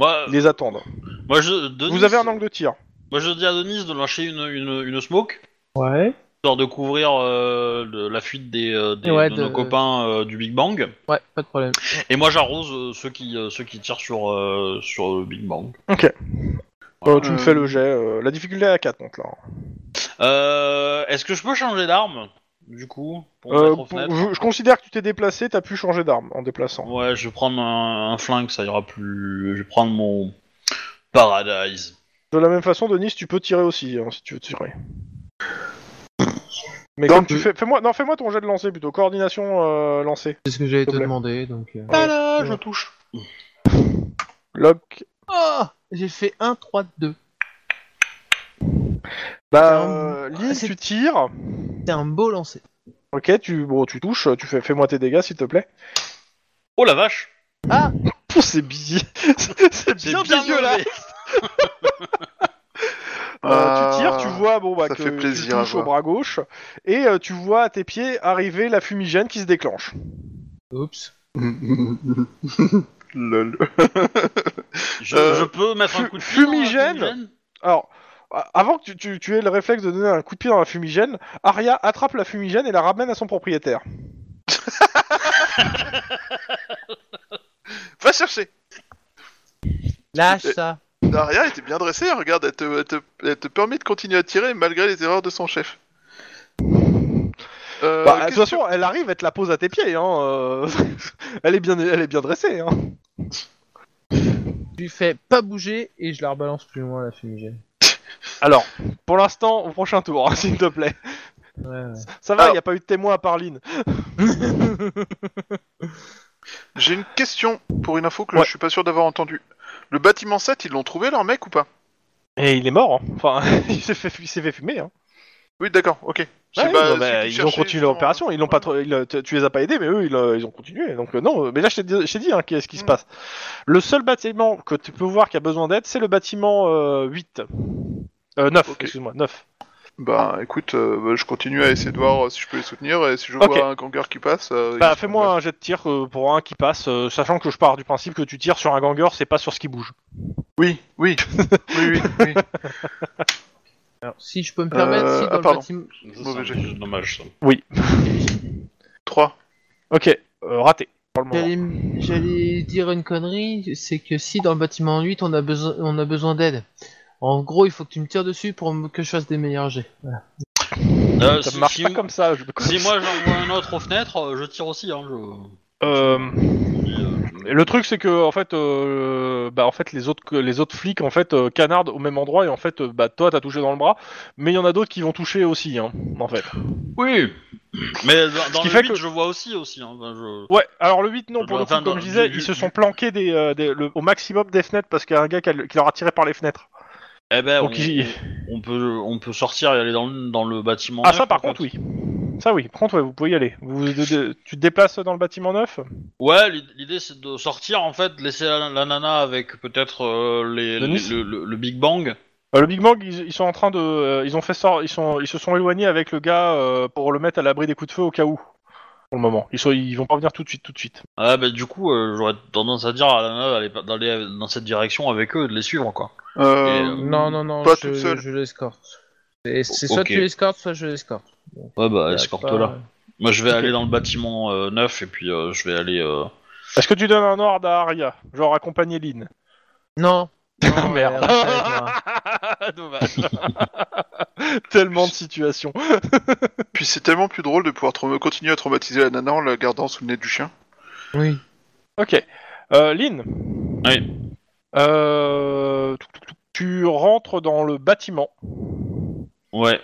[SPEAKER 2] Moi,
[SPEAKER 1] Ah.
[SPEAKER 3] ils les attendre.
[SPEAKER 2] moi, je, Denis-
[SPEAKER 3] Vous avez un angle de tir.
[SPEAKER 2] moi, je dis à Denise de lâcher une, une, une smoke,
[SPEAKER 4] Ouais.
[SPEAKER 2] histoire de couvrir euh, de- la fuite des, euh, des-
[SPEAKER 4] Ouais,
[SPEAKER 2] de,
[SPEAKER 4] de-
[SPEAKER 2] nos copains euh, du Big Bang.
[SPEAKER 4] Ouais, pas de problème.
[SPEAKER 2] Et moi, j'arrose euh, ceux, qui, euh, ceux qui tirent sur, euh, sur le Big Bang.
[SPEAKER 3] Euh, tu me
[SPEAKER 1] Euh,
[SPEAKER 3] fais le jet. euh, la difficulté est à 4 donc là.
[SPEAKER 2] Euh, Est-ce que je peux changer d'arme, du coup, pour
[SPEAKER 3] Euh,
[SPEAKER 2] mettre aux
[SPEAKER 3] pour-
[SPEAKER 2] fenêtres
[SPEAKER 3] je, je considère que tu t'es déplacé, t'as pu changer d'arme en déplaçant.
[SPEAKER 2] Ouais, je vais prendre un, un flingue, ça ira plus. Je vais prendre mon Paradise.
[SPEAKER 3] De la même façon, Denis, tu peux tirer aussi hein, si tu veux tirer. Mais
[SPEAKER 1] Donc,
[SPEAKER 3] comme tu fais, fais-moi, non, fais-moi ton jet de lancer plutôt. Coordination euh, lancer.
[SPEAKER 4] C'est ce que j'allais
[SPEAKER 3] S'il te
[SPEAKER 4] te
[SPEAKER 3] plaît.
[SPEAKER 4] demander, donc. euh.
[SPEAKER 2] Ah là, je touche.
[SPEAKER 3] Lock.
[SPEAKER 4] Ah J'ai fait 1, 3, 2.
[SPEAKER 3] Bah,
[SPEAKER 4] Euh,
[SPEAKER 3] euh, Lynn,
[SPEAKER 4] c'est-
[SPEAKER 3] tu tires.
[SPEAKER 4] C'est un beau lancer.
[SPEAKER 3] Ok, tu, bon, tu touches. Tu fais, fais-moi tes dégâts, s'il te plaît.
[SPEAKER 2] Oh la vache
[SPEAKER 3] Pouh, c'est bi- c'est
[SPEAKER 2] C'est
[SPEAKER 3] bien, dégueulasse.
[SPEAKER 2] mauvais.
[SPEAKER 3] Euh, tu tires, tu
[SPEAKER 1] Ah.
[SPEAKER 3] vois, bon bah,
[SPEAKER 1] ça
[SPEAKER 3] que
[SPEAKER 1] fait
[SPEAKER 3] tu
[SPEAKER 1] plaisir à
[SPEAKER 3] touches au
[SPEAKER 1] voir.
[SPEAKER 3] bras gauche, et euh, tu vois à tes pieds arriver la fumigène qui se déclenche.
[SPEAKER 4] Oups.
[SPEAKER 1] Euh. Lol.
[SPEAKER 2] Je,
[SPEAKER 1] Euh,
[SPEAKER 2] je peux mettre un
[SPEAKER 3] fu-
[SPEAKER 2] coup de pied dans la
[SPEAKER 3] fumigène Alors, a- avant que tu, tu- tu aies le réflexe de donner un coup de pied dans la fumigène, Arya attrape la fumigène et la ramène à son propriétaire.
[SPEAKER 1] Va chercher.
[SPEAKER 4] Lâche
[SPEAKER 1] Euh,
[SPEAKER 4] ça.
[SPEAKER 1] Daria était bien dressée, hein, regarde, elle te, elle te- elle te permet de continuer à tirer malgré les erreurs de son chef. Euh,
[SPEAKER 3] Bah, de toute
[SPEAKER 1] qu'est-ce
[SPEAKER 3] façon, elle arrive, elle te la pose à tes pieds. Hein, euh, elle, est bien, elle est bien dressée. Hein.
[SPEAKER 4] Je lui fais pas bouger et je la rebalance plus loin la fumigène.
[SPEAKER 3] Alors, pour l'instant, au prochain tour, hein, s'il te plaît.
[SPEAKER 4] Ouais, ouais.
[SPEAKER 3] Ça va, il
[SPEAKER 1] Alors-
[SPEAKER 3] n'y a pas eu de témoin à part Lynn.
[SPEAKER 1] que- J'ai une question pour une info que
[SPEAKER 3] Ouais.
[SPEAKER 1] je suis pas sûr d'avoir entendue. Le bâtiment 7, ils l'ont trouvé leur mec ou pas
[SPEAKER 3] Et il est mort. hein. Enfin, il s'est fait, il s'est fait fumer. Hein.
[SPEAKER 1] Oui, d'accord, ok. Je sais
[SPEAKER 3] Ouais,
[SPEAKER 1] pas,
[SPEAKER 3] Bah non,
[SPEAKER 1] ceux
[SPEAKER 3] mais
[SPEAKER 1] qui
[SPEAKER 3] ils
[SPEAKER 1] cherchaient,
[SPEAKER 3] ont continué
[SPEAKER 1] justement.
[SPEAKER 3] l'opération. Ils l'ont pas, trop- ils, euh, tu tu les as pas aidés, mais eux, ils, euh, ils ont continué. Donc euh, non, mais là, je t'ai dit, je t'ai dit, hein, qu'est-ce qui se
[SPEAKER 1] Mm.
[SPEAKER 3] passe. Le seul bâtiment que tu peux voir qui a besoin d'aide, c'est le bâtiment euh, 8. Euh, 9,
[SPEAKER 1] Ok.
[SPEAKER 3] excuse-moi, 9.
[SPEAKER 1] Bah écoute, euh, bah, je continue à essayer de voir euh, si je peux les soutenir et si je
[SPEAKER 3] Ok.
[SPEAKER 1] vois un ganger qui passe. euh,
[SPEAKER 3] Bah,
[SPEAKER 1] ils-
[SPEAKER 3] fais-moi un jet de tir euh, pour un qui passe, euh, sachant que je pars du principe que tu tires sur un ganger, c'est pas sur ce qui bouge.
[SPEAKER 1] Oui, oui, oui, oui. oui.
[SPEAKER 4] Alors, si je peux me permettre,
[SPEAKER 1] Euh,
[SPEAKER 4] si dans
[SPEAKER 1] ah,
[SPEAKER 4] le
[SPEAKER 1] pardon.
[SPEAKER 4] bâtiment-
[SPEAKER 2] Ça,
[SPEAKER 1] Mauvais
[SPEAKER 2] c'est dommage ça.
[SPEAKER 1] 3.
[SPEAKER 3] Ok, euh, raté. Pour le moment.
[SPEAKER 4] J'allais m- J'allais dire une connerie, c'est que si dans le bâtiment 8 on a besoin, on a besoin d'aide, en gros il faut que tu me tires dessus pour me- que je fasse des meilleurs jets. Voilà.
[SPEAKER 2] Euh,
[SPEAKER 3] Ça
[SPEAKER 2] si,
[SPEAKER 3] marche
[SPEAKER 2] si-
[SPEAKER 3] pas comme ça. Je...
[SPEAKER 2] si moi j'envoie un autre aux fenêtres, euh, je tire aussi. Hein, je...
[SPEAKER 3] Euh,
[SPEAKER 2] Euh,
[SPEAKER 3] Et Le truc c'est que en fait, euh, bah en fait les autres les autres flics en fait euh, canardent au même endroit et en fait euh, bah toi t'as touché dans le bras, mais il y en a d'autres qui vont toucher aussi hein, en fait.
[SPEAKER 2] Oui, mais dans, dans
[SPEAKER 3] qui
[SPEAKER 2] le
[SPEAKER 3] fait
[SPEAKER 2] 8,
[SPEAKER 3] que-
[SPEAKER 2] je vois aussi. aussi hein. ben, je...
[SPEAKER 3] Ouais, alors le 8 non pour le coup
[SPEAKER 2] Enfin,
[SPEAKER 3] comme je
[SPEAKER 2] du-
[SPEAKER 3] disais
[SPEAKER 2] du-
[SPEAKER 3] ils se sont planqués des, euh, des- le- au maximum des fenêtres parce qu'il y a un gars qui, a- qui leur a tiré par les fenêtres.
[SPEAKER 2] Eh ben,
[SPEAKER 3] Donc,
[SPEAKER 2] on,
[SPEAKER 3] il-
[SPEAKER 2] on peut, on peut sortir et aller dans le, dans le bâtiment.
[SPEAKER 3] Ah
[SPEAKER 2] neuf,
[SPEAKER 3] ça par
[SPEAKER 2] en fait.
[SPEAKER 3] contre oui. Ça oui, par contre ouais, vous pouvez y aller. Vous, de- de- tu te déplaces dans le bâtiment neuf
[SPEAKER 2] Ouais, l'id- l'idée c'est de sortir en fait, laisser la, la nana avec peut-être euh, les, les-
[SPEAKER 3] Denis
[SPEAKER 2] le, le- le Big Bang.
[SPEAKER 3] Euh, le Big Bang, ils, ils sont en train de, euh, ils ont fait sort, ils sont, ils se sont éloignés avec le gars euh, pour le mettre à l'abri des coups de feu au cas où. Pour le moment, ils sont, ils vont pas venir tout de suite, tout de suite.
[SPEAKER 2] Ah bah du coup, euh, j'aurais tendance à dire à la nana d'aller pas- d'aller euh, dans cette direction avec eux, de les suivre quoi.
[SPEAKER 1] Euh,
[SPEAKER 4] Non, non, non,
[SPEAKER 1] Pas toute
[SPEAKER 4] je,
[SPEAKER 1] seule.
[SPEAKER 4] je l'escorte. C'est c'est soit
[SPEAKER 2] Ok.
[SPEAKER 4] tu l'escortes, soit je l'escorte.
[SPEAKER 2] Ouais bah
[SPEAKER 4] Y a
[SPEAKER 2] escorte
[SPEAKER 4] pas-
[SPEAKER 2] là. Moi, je vais aller dans le bâtiment euh, neuf et puis euh, je vais aller. euh,
[SPEAKER 3] Est-ce que tu donnes un ordre à Aria Genre accompagner Lynn
[SPEAKER 4] Non. non
[SPEAKER 3] Merde.
[SPEAKER 4] elle reste avec moi.
[SPEAKER 3] Dommage. Tellement de situations.
[SPEAKER 1] Puis c'est tellement plus drôle de pouvoir tra- continuer à traumatiser la nana en la gardant sous le nez du chien.
[SPEAKER 4] Oui.
[SPEAKER 3] Ok. Euh, Lynn
[SPEAKER 2] Oui.
[SPEAKER 3] Euh, tuk, tuk, tuk. tu rentres dans le bâtiment
[SPEAKER 2] Ouais.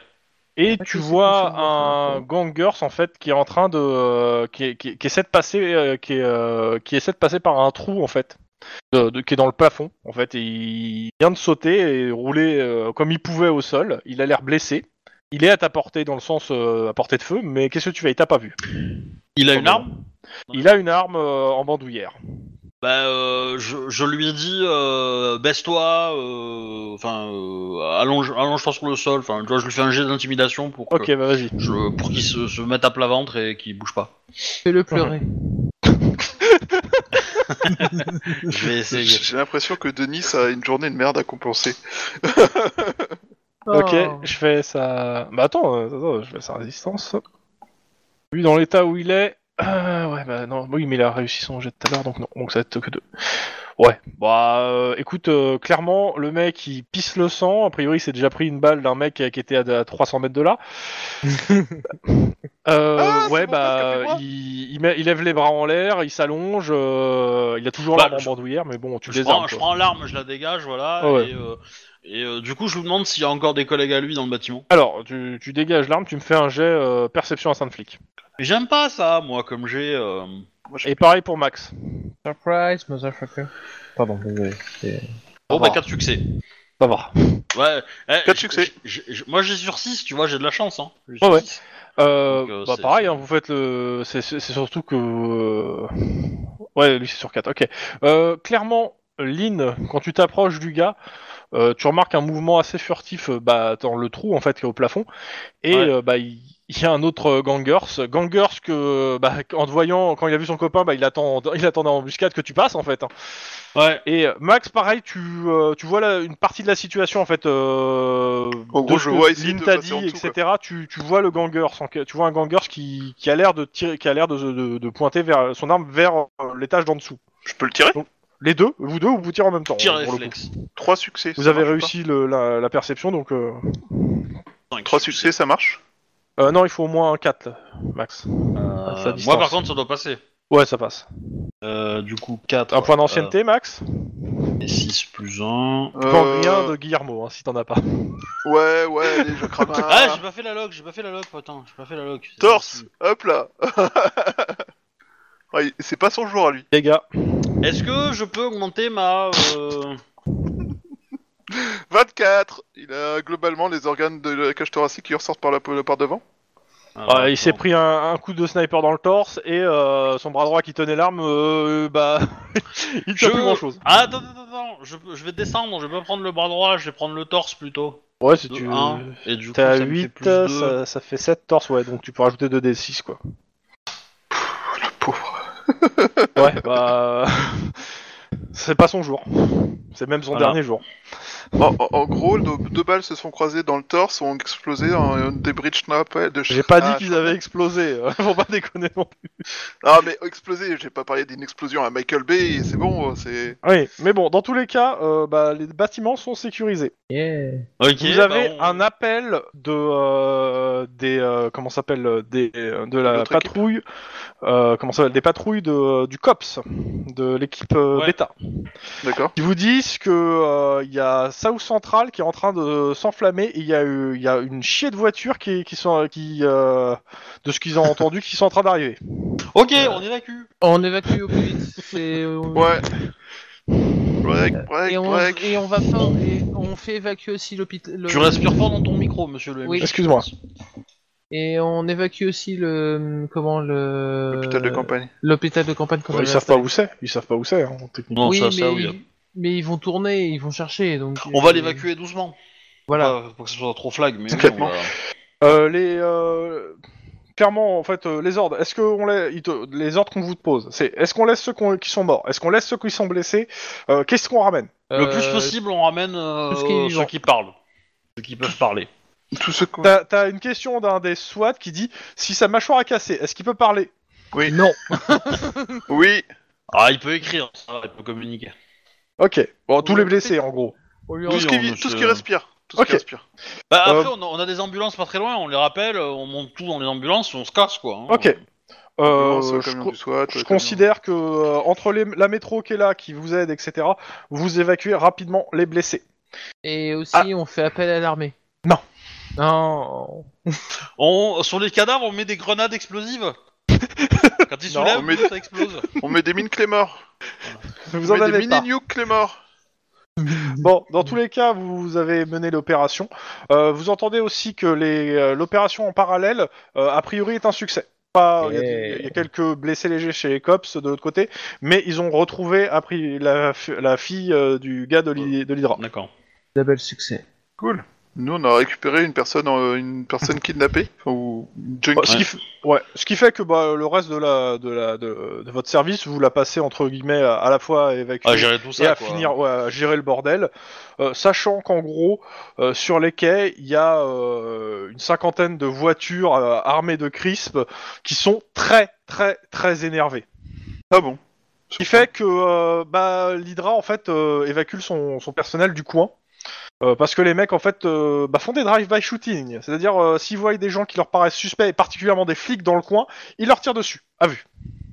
[SPEAKER 3] et
[SPEAKER 4] Ah,
[SPEAKER 3] tu
[SPEAKER 4] qu'est-ce
[SPEAKER 3] vois
[SPEAKER 4] qu'on fait dans
[SPEAKER 3] un gangers en fait qui est en train de euh, qui, est- qui est- qui essaie de passer euh, qui, est, euh, qui essaie de passer par un trou en fait de- de- qui est dans le plafond en fait et il vient de sauter et rouler euh, comme il pouvait au sol il a l'air blessé il est à ta portée dans le sens euh, à portée de feu mais qu'est-ce que tu fais il t'a pas vu
[SPEAKER 2] Il a une arme
[SPEAKER 3] il a une arme euh, en bandoulière
[SPEAKER 2] Bah, euh, je, je lui ai dit, euh, baisse-toi, euh, enfin, euh, allonge, allonge-toi sur le sol. Enfin, tu vois, je lui fais un jet d'intimidation pour que-
[SPEAKER 3] ok bah vas-y
[SPEAKER 2] je- pour qu'il se, se mette à plat ventre et qu'il bouge pas.
[SPEAKER 4] Fais-le pleurer.
[SPEAKER 2] Je vais
[SPEAKER 1] J'ai
[SPEAKER 2] essayer.
[SPEAKER 1] j'ai l'impression que Denis a une journée de merde à compenser.
[SPEAKER 3] Ok,
[SPEAKER 4] Oh.
[SPEAKER 3] je fais ça. Bah attends, euh, attends, je fais sa résistance. Lui, dans l'état où il est. euh, ouais, bah non, oui, mais il a réussi son jet de tout à l'heure, donc non, donc ça va être que deux. Ouais, bah euh, écoute, euh, clairement, le mec il pisse le sang. A priori, il s'est déjà pris une balle d'un mec qui était à, à 300 mètres de là. Euh,
[SPEAKER 1] Ah, c'est
[SPEAKER 3] ouais,
[SPEAKER 1] bon, parce que plus
[SPEAKER 3] bah
[SPEAKER 1] moi.
[SPEAKER 3] il, il, met- il lève les bras en l'air, il s'allonge. euh, il a toujours
[SPEAKER 2] Bah,
[SPEAKER 3] l'arme en
[SPEAKER 2] je-
[SPEAKER 3] bandoulière, mais bon, tu
[SPEAKER 2] Je
[SPEAKER 3] les
[SPEAKER 2] prends, je prends l'arme, je la dégage, voilà.
[SPEAKER 3] Ah ouais.
[SPEAKER 2] Et, euh, et, euh, du coup, je vous demande s'il y a encore des collègues à lui dans le bâtiment.
[SPEAKER 3] Alors, tu, tu dégages l'arme, tu me fais un jet euh, perception à saint flic.
[SPEAKER 2] J'aime pas ça, moi, comme j'ai. euh,
[SPEAKER 3] Et pareil pour Max.
[SPEAKER 4] Surprise, motherfucker. Pardon, désolé.
[SPEAKER 2] Bon, bah,
[SPEAKER 3] revoir.
[SPEAKER 2] 4 succès.
[SPEAKER 3] Ça va.
[SPEAKER 2] Ouais. eh,
[SPEAKER 1] Quatre
[SPEAKER 2] j-
[SPEAKER 1] succès.
[SPEAKER 2] j- j- moi, j'ai sur 6, tu vois, j'ai de la chance. Hein. J'ai
[SPEAKER 3] Oh,
[SPEAKER 2] sur
[SPEAKER 3] ouais.
[SPEAKER 2] six.
[SPEAKER 3] Euh,
[SPEAKER 2] Donc, euh,
[SPEAKER 3] bah
[SPEAKER 2] c'est-
[SPEAKER 3] pareil,
[SPEAKER 2] c'est-
[SPEAKER 3] hein, vous faites le. C'est c'est- c'est surtout que. euh, Ouais, lui c'est sur 4, ok. Euh, clairement, Lynn, quand tu t'approches du gars, euh, tu remarques un mouvement assez furtif euh, bah, dans le trou en fait qui est au plafond. Et
[SPEAKER 2] Ouais.
[SPEAKER 3] euh, bah, il il y a un autre euh, gangers. Gangers que, bah, en te voyant, quand il a vu son copain, bah, il, attend, il attendait en embuscade que tu passes en fait. hein.
[SPEAKER 2] Ouais.
[SPEAKER 3] Et euh, Max, pareil, tu, euh, tu vois la- une partie de la situation en fait. euh,
[SPEAKER 1] En
[SPEAKER 3] de
[SPEAKER 1] gros,
[SPEAKER 3] ce
[SPEAKER 1] je
[SPEAKER 3] que
[SPEAKER 1] vois essayer
[SPEAKER 3] Lynn
[SPEAKER 1] de
[SPEAKER 3] t'a
[SPEAKER 1] passer en
[SPEAKER 3] dit,
[SPEAKER 1] dessous,
[SPEAKER 3] etc. Tu, tu vois le gangers, en- tu vois un gangers qui, qui a l'air de tirer, qui a l'air de, de- de pointer vers son arme vers euh, l'étage d'en dessous.
[SPEAKER 1] Je peux le tirer
[SPEAKER 3] Les deux, vous deux, vous vous tirez en même temps.
[SPEAKER 2] Tir
[SPEAKER 3] euh, pour le coup.
[SPEAKER 2] réflexe.
[SPEAKER 1] Trois succès.
[SPEAKER 3] Vous
[SPEAKER 1] ça
[SPEAKER 3] avez
[SPEAKER 1] marche ou
[SPEAKER 3] réussi le- la, la perception, donc euh,
[SPEAKER 1] pas Trois succès, ça marche
[SPEAKER 3] euh, non, il faut au moins un 4, là, Max.
[SPEAKER 2] Euh,
[SPEAKER 3] Ça, distance.
[SPEAKER 2] moi, par contre, ça doit passer.
[SPEAKER 3] Ouais, ça passe.
[SPEAKER 2] Euh, du coup, 4.
[SPEAKER 3] Un point d'ancienneté, Max.
[SPEAKER 2] 6 plus 1.
[SPEAKER 3] Pas
[SPEAKER 1] Euh,
[SPEAKER 3] rien de Guillermo, hein, si t'en as pas.
[SPEAKER 1] Ouais, ouais, allez, je crame un.
[SPEAKER 2] Ah, j'ai pas fait la log, j'ai pas fait la log, putain, j'ai pas fait la log.
[SPEAKER 1] Torse Hop là Ouais, C'est pas son jour à lui.
[SPEAKER 3] Les gars,
[SPEAKER 2] Est-ce que je peux augmenter ma. euh,
[SPEAKER 1] 24 Il a globalement les organes de la cage thoracique qui ressortent par la peau- par devant.
[SPEAKER 3] euh, il s'est pris un, un coup de sniper dans le torse et euh, son bras droit qui tenait l'arme, euh, bah, il tient
[SPEAKER 2] Je-
[SPEAKER 3] plus grand chose.
[SPEAKER 2] Ah, attends, attends, attends, je, peux- je vais descendre, je vais pas prendre le bras droit, je vais prendre le torse plutôt.
[SPEAKER 3] Ouais, si
[SPEAKER 2] De
[SPEAKER 3] tu.
[SPEAKER 2] Euh, un, et du coup,
[SPEAKER 3] T'es à
[SPEAKER 2] ça me fait
[SPEAKER 3] 8,
[SPEAKER 2] plus deux.
[SPEAKER 3] ça, ça fait 7 torses, ouais, donc tu peux rajouter 2d6, quoi.
[SPEAKER 1] Le pauvre.
[SPEAKER 3] Ouais, bah. C'est pas son jour. C'est même son
[SPEAKER 2] Voilà.
[SPEAKER 3] dernier jour.
[SPEAKER 1] En, en- en gros, nos deux balles se sont croisées dans le torse, ont explosé en débris de schnapp- de
[SPEAKER 3] J'ai pas
[SPEAKER 1] ah,
[SPEAKER 3] dit qu'ils avaient explosé, euh, faut pas déconner non plus.
[SPEAKER 1] Ah mais explosé, j'ai pas parlé d'une explosion à Michael Bay, et c'est bon, c'est...
[SPEAKER 3] Oui, mais bon, dans tous les cas, euh, bah, les bâtiments sont sécurisés.
[SPEAKER 4] Yeah.
[SPEAKER 2] Ok,
[SPEAKER 3] Vous
[SPEAKER 2] bah,
[SPEAKER 3] avez
[SPEAKER 2] on-
[SPEAKER 3] un appel de euh, des euh, comment ça s'appelle euh, des euh, de la
[SPEAKER 1] L'autre équipe.
[SPEAKER 3] patrouille euh, comment ça s'appelle des patrouilles de euh, du cops de l'équipe euh,
[SPEAKER 2] Ouais.
[SPEAKER 3] bêta.
[SPEAKER 1] D'accord.
[SPEAKER 3] Ils vous disent que euh, il y a South Central qui est en train de s'enflammer et il y a eu- il y a une chier de voitures qui qui sont qui euh, de ce qu'ils ont entendu qui sont en train d'arriver.
[SPEAKER 2] Ok,
[SPEAKER 3] Euh,
[SPEAKER 2] on évacue.
[SPEAKER 4] On évacue au plus vite. c'est- on-
[SPEAKER 1] Ouais. Break, break,
[SPEAKER 4] Et on,
[SPEAKER 1] break.
[SPEAKER 4] et on va faire, et on fait évacuer aussi l'hôpital. le-
[SPEAKER 2] Tu respires fort dans ton micro, monsieur le.
[SPEAKER 4] Oui.
[SPEAKER 3] Excuse-moi.
[SPEAKER 4] Et on évacue aussi le comment le
[SPEAKER 1] L'hôpital
[SPEAKER 3] euh,
[SPEAKER 1] de campagne.
[SPEAKER 4] L'hôpital de campagne. qu'on
[SPEAKER 3] Ils
[SPEAKER 4] avait
[SPEAKER 3] savent pas
[SPEAKER 4] installé.
[SPEAKER 3] où c'est, ils savent pas où c'est hein, techniquement.
[SPEAKER 2] Non,
[SPEAKER 4] oui,
[SPEAKER 2] ça,
[SPEAKER 4] mais,
[SPEAKER 2] ça, oui.
[SPEAKER 4] ils- mais ils vont tourner, ils vont chercher. Donc
[SPEAKER 2] On va
[SPEAKER 4] euh,
[SPEAKER 2] l'évacuer doucement.
[SPEAKER 4] Voilà.
[SPEAKER 2] Pas- pour que ce soit trop flag, mais. oui,
[SPEAKER 1] Complètement.
[SPEAKER 2] on va-
[SPEAKER 3] Euh, les euh, clairement en fait euh, les ordres. Est-ce que on la- ils te- les ordres qu'on vous pose, c'est est-ce qu'on laisse ceux qu'on- qui sont morts, est-ce qu'on laisse ceux qui sont blessés, Euh, qu'est-ce qu'on ramène
[SPEAKER 2] Le plus
[SPEAKER 4] euh,
[SPEAKER 2] possible, on ramène euh,
[SPEAKER 4] tout ce qui est
[SPEAKER 2] ceux
[SPEAKER 4] vivant.
[SPEAKER 2] qui parlent. Ceux qui peuvent parler.
[SPEAKER 1] Tout ce qu'on.
[SPEAKER 3] T'as t'as une question d'un des SWAT qui dit si sa mâchoire a cassé, est-ce qu'il peut parler
[SPEAKER 1] Oui.
[SPEAKER 4] euh, Non.
[SPEAKER 1] Oui.
[SPEAKER 2] Ah, il peut écrire, ça va, il peut communiquer.
[SPEAKER 3] Ok. Bon, tous les blessés en gros.
[SPEAKER 4] On lui
[SPEAKER 1] Tout
[SPEAKER 2] Oui,
[SPEAKER 1] ce
[SPEAKER 2] on
[SPEAKER 1] qui,
[SPEAKER 2] me
[SPEAKER 1] vit- tout ce
[SPEAKER 2] se-
[SPEAKER 1] qui respire. Tout ce
[SPEAKER 3] Ok.
[SPEAKER 1] qui respire.
[SPEAKER 2] Bah,
[SPEAKER 3] Euh,
[SPEAKER 2] après, on a, on a des ambulances pas très loin, on les rappelle, euh, on monte tout dans les ambulances, on se casse quoi. hein.
[SPEAKER 3] Ok.
[SPEAKER 1] Non, c'est
[SPEAKER 3] Euh,
[SPEAKER 1] au
[SPEAKER 3] je,
[SPEAKER 1] camion
[SPEAKER 3] co-
[SPEAKER 1] du SWAT,
[SPEAKER 3] je
[SPEAKER 1] au camion.
[SPEAKER 3] considère que euh, entre les- la métro qui est là, qui vous aide, etc., vous évacuez rapidement les blessés.
[SPEAKER 4] Et aussi,
[SPEAKER 3] Ah.
[SPEAKER 4] on fait appel à l'armée.
[SPEAKER 3] Non.
[SPEAKER 4] Non.
[SPEAKER 2] On, sur les cadavres, on met des grenades explosives. Quand ils
[SPEAKER 3] Non,
[SPEAKER 2] soulèvent,
[SPEAKER 1] on met-
[SPEAKER 2] ça explose.
[SPEAKER 1] On met des mines Claymore.
[SPEAKER 3] Vous
[SPEAKER 1] On
[SPEAKER 3] en
[SPEAKER 1] met des
[SPEAKER 3] avez pas.
[SPEAKER 1] mini-nukes Claymore.
[SPEAKER 3] Bon, dans tous les cas, vous avez mené l'opération. Euh, vous entendez aussi que les, euh, l'opération en parallèle, euh, a priori, est un succès. Pas- Il y a des- il y, a quelques blessés légers chez les cops de l'autre côté, mais ils ont retrouvé a priori, la, fi- la fille euh, du gars de l'I- de l'Hydra.
[SPEAKER 2] D'accord.
[SPEAKER 4] D'un bel succès.
[SPEAKER 1] Cool. Nous, on a récupéré une personne, euh, une personne kidnappée, enfin, ou une junkie.
[SPEAKER 3] Bah, ce, qui f- ouais, ce qui fait que bah, le reste de, la, de, la, de, de votre service, vous la passez entre guillemets à, à la fois à évacuer
[SPEAKER 2] Ah, gérer tout ça.
[SPEAKER 3] et à
[SPEAKER 2] quoi.
[SPEAKER 3] finir, ouais, à gérer le bordel, Euh, sachant qu'en gros, euh, sur les quais, il y a euh, une cinquantaine de voitures euh, armées de crisp qui sont très, très, très énervées.
[SPEAKER 1] Ah bon
[SPEAKER 3] Ce qui fait que euh, bah, l'Hydra, en fait, euh, évacue son, son personnel du coin. Euh, parce que les mecs, en fait, euh, bah, font des drive-by shooting. C'est-à-dire, euh, s'ils voient des gens qui leur paraissent suspects, et particulièrement des flics dans le coin, ils leur tirent dessus, à vue.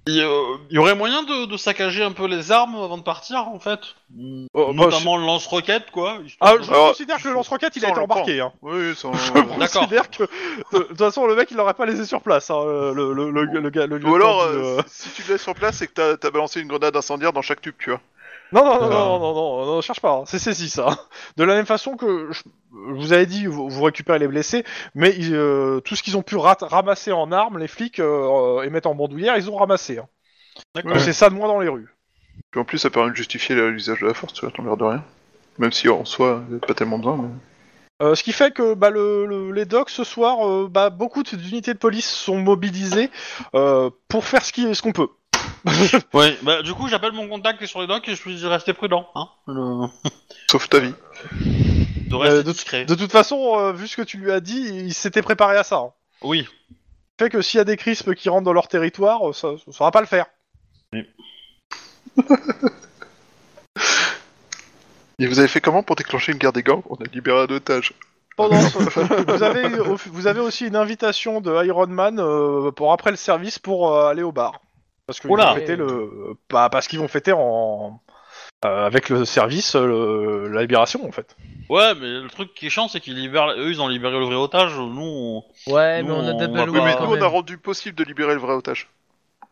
[SPEAKER 2] Il euh, il y aurait moyen de, de saccager un peu les armes avant de partir, en fait
[SPEAKER 3] Euh, bah,
[SPEAKER 2] Notamment Euh, le lance-roquette, quoi. histoire
[SPEAKER 3] Ah,
[SPEAKER 2] de-
[SPEAKER 3] je
[SPEAKER 1] Alors,
[SPEAKER 3] considère que le lance-roquette, il a
[SPEAKER 1] ça,
[SPEAKER 3] été
[SPEAKER 1] on le prend.
[SPEAKER 3] embarqué. Hein.
[SPEAKER 1] Oui, oui, ça-
[SPEAKER 2] D'accord.
[SPEAKER 3] considère que de, de toute façon le mec il l'aurait pas laissé sur place hein, le, le, le, le, le gars le
[SPEAKER 1] Ou
[SPEAKER 3] lieutenant
[SPEAKER 1] alors,
[SPEAKER 3] du,
[SPEAKER 1] euh,
[SPEAKER 3] euh,
[SPEAKER 1] si si tu le laisses sur place, c'est que t'as t'as balancé une grenade incendiaire dans chaque tube, tu vois.
[SPEAKER 3] non non non,
[SPEAKER 2] Euh.
[SPEAKER 3] non non non non, cherche pas hein, c'est saisi ça de la même façon que je, je vous avais dit vous, vous récupérez les blessés mais ils, euh, tout ce qu'ils ont pu rat- ramasser en armes les flics euh, et mettre en bandoulière ils ont ramassé hein.
[SPEAKER 2] D'accord.
[SPEAKER 3] Donc, c'est ça de moins dans les rues
[SPEAKER 1] Puis en plus, ça permet de justifier la- l'usage de la force, tu vois, t'en l'air de rien. Même si en soi, y a pas tellement besoin. Mais...
[SPEAKER 3] Euh, ce qui fait que bah, le, le- les docs ce soir, euh, bah, beaucoup de- d'unités de police sont mobilisées euh, pour faire ce qui- ce qu'on peut.
[SPEAKER 2] Ouais, bah, du coup, j'appelle mon contact qui est sur les docks et je lui dis rester prudent, hein. Le-
[SPEAKER 1] Sauf ta vie.
[SPEAKER 2] De rester
[SPEAKER 3] Euh, de-
[SPEAKER 2] discret.
[SPEAKER 3] De toute façon, euh, vu ce que tu lui as dit, il s'était préparé à ça. hein.
[SPEAKER 2] Oui.
[SPEAKER 3] fait que s'il y a des crisps qui rentrent dans leur territoire, euh, ça ne saura pas le faire.
[SPEAKER 1] Et vous avez fait comment pour déclencher une guerre des gangs On a libéré un otage.
[SPEAKER 3] Ah, Pendant ce- vous, avez, vous avez aussi une invitation de Iron Man euh, pour après le service pour euh, aller au bar. Parce qu'ils
[SPEAKER 2] Oula.
[SPEAKER 3] vont fêter le. bah, parce qu'ils vont fêter en. euh, avec le service, euh, la libération en fait.
[SPEAKER 2] Ouais, mais le truc qui est chiant, c'est qu'ils libèrent. Eux, ils ont libéré le vrai otage. Nous, on...
[SPEAKER 4] Ouais,
[SPEAKER 2] Nous,
[SPEAKER 4] mais on a
[SPEAKER 2] on
[SPEAKER 4] d'un
[SPEAKER 2] va
[SPEAKER 4] bel
[SPEAKER 1] Oui,
[SPEAKER 2] pas-
[SPEAKER 1] mais
[SPEAKER 2] Bah,
[SPEAKER 1] nous,
[SPEAKER 4] quand
[SPEAKER 1] on a
[SPEAKER 4] même.
[SPEAKER 1] rendu possible de libérer le vrai otage.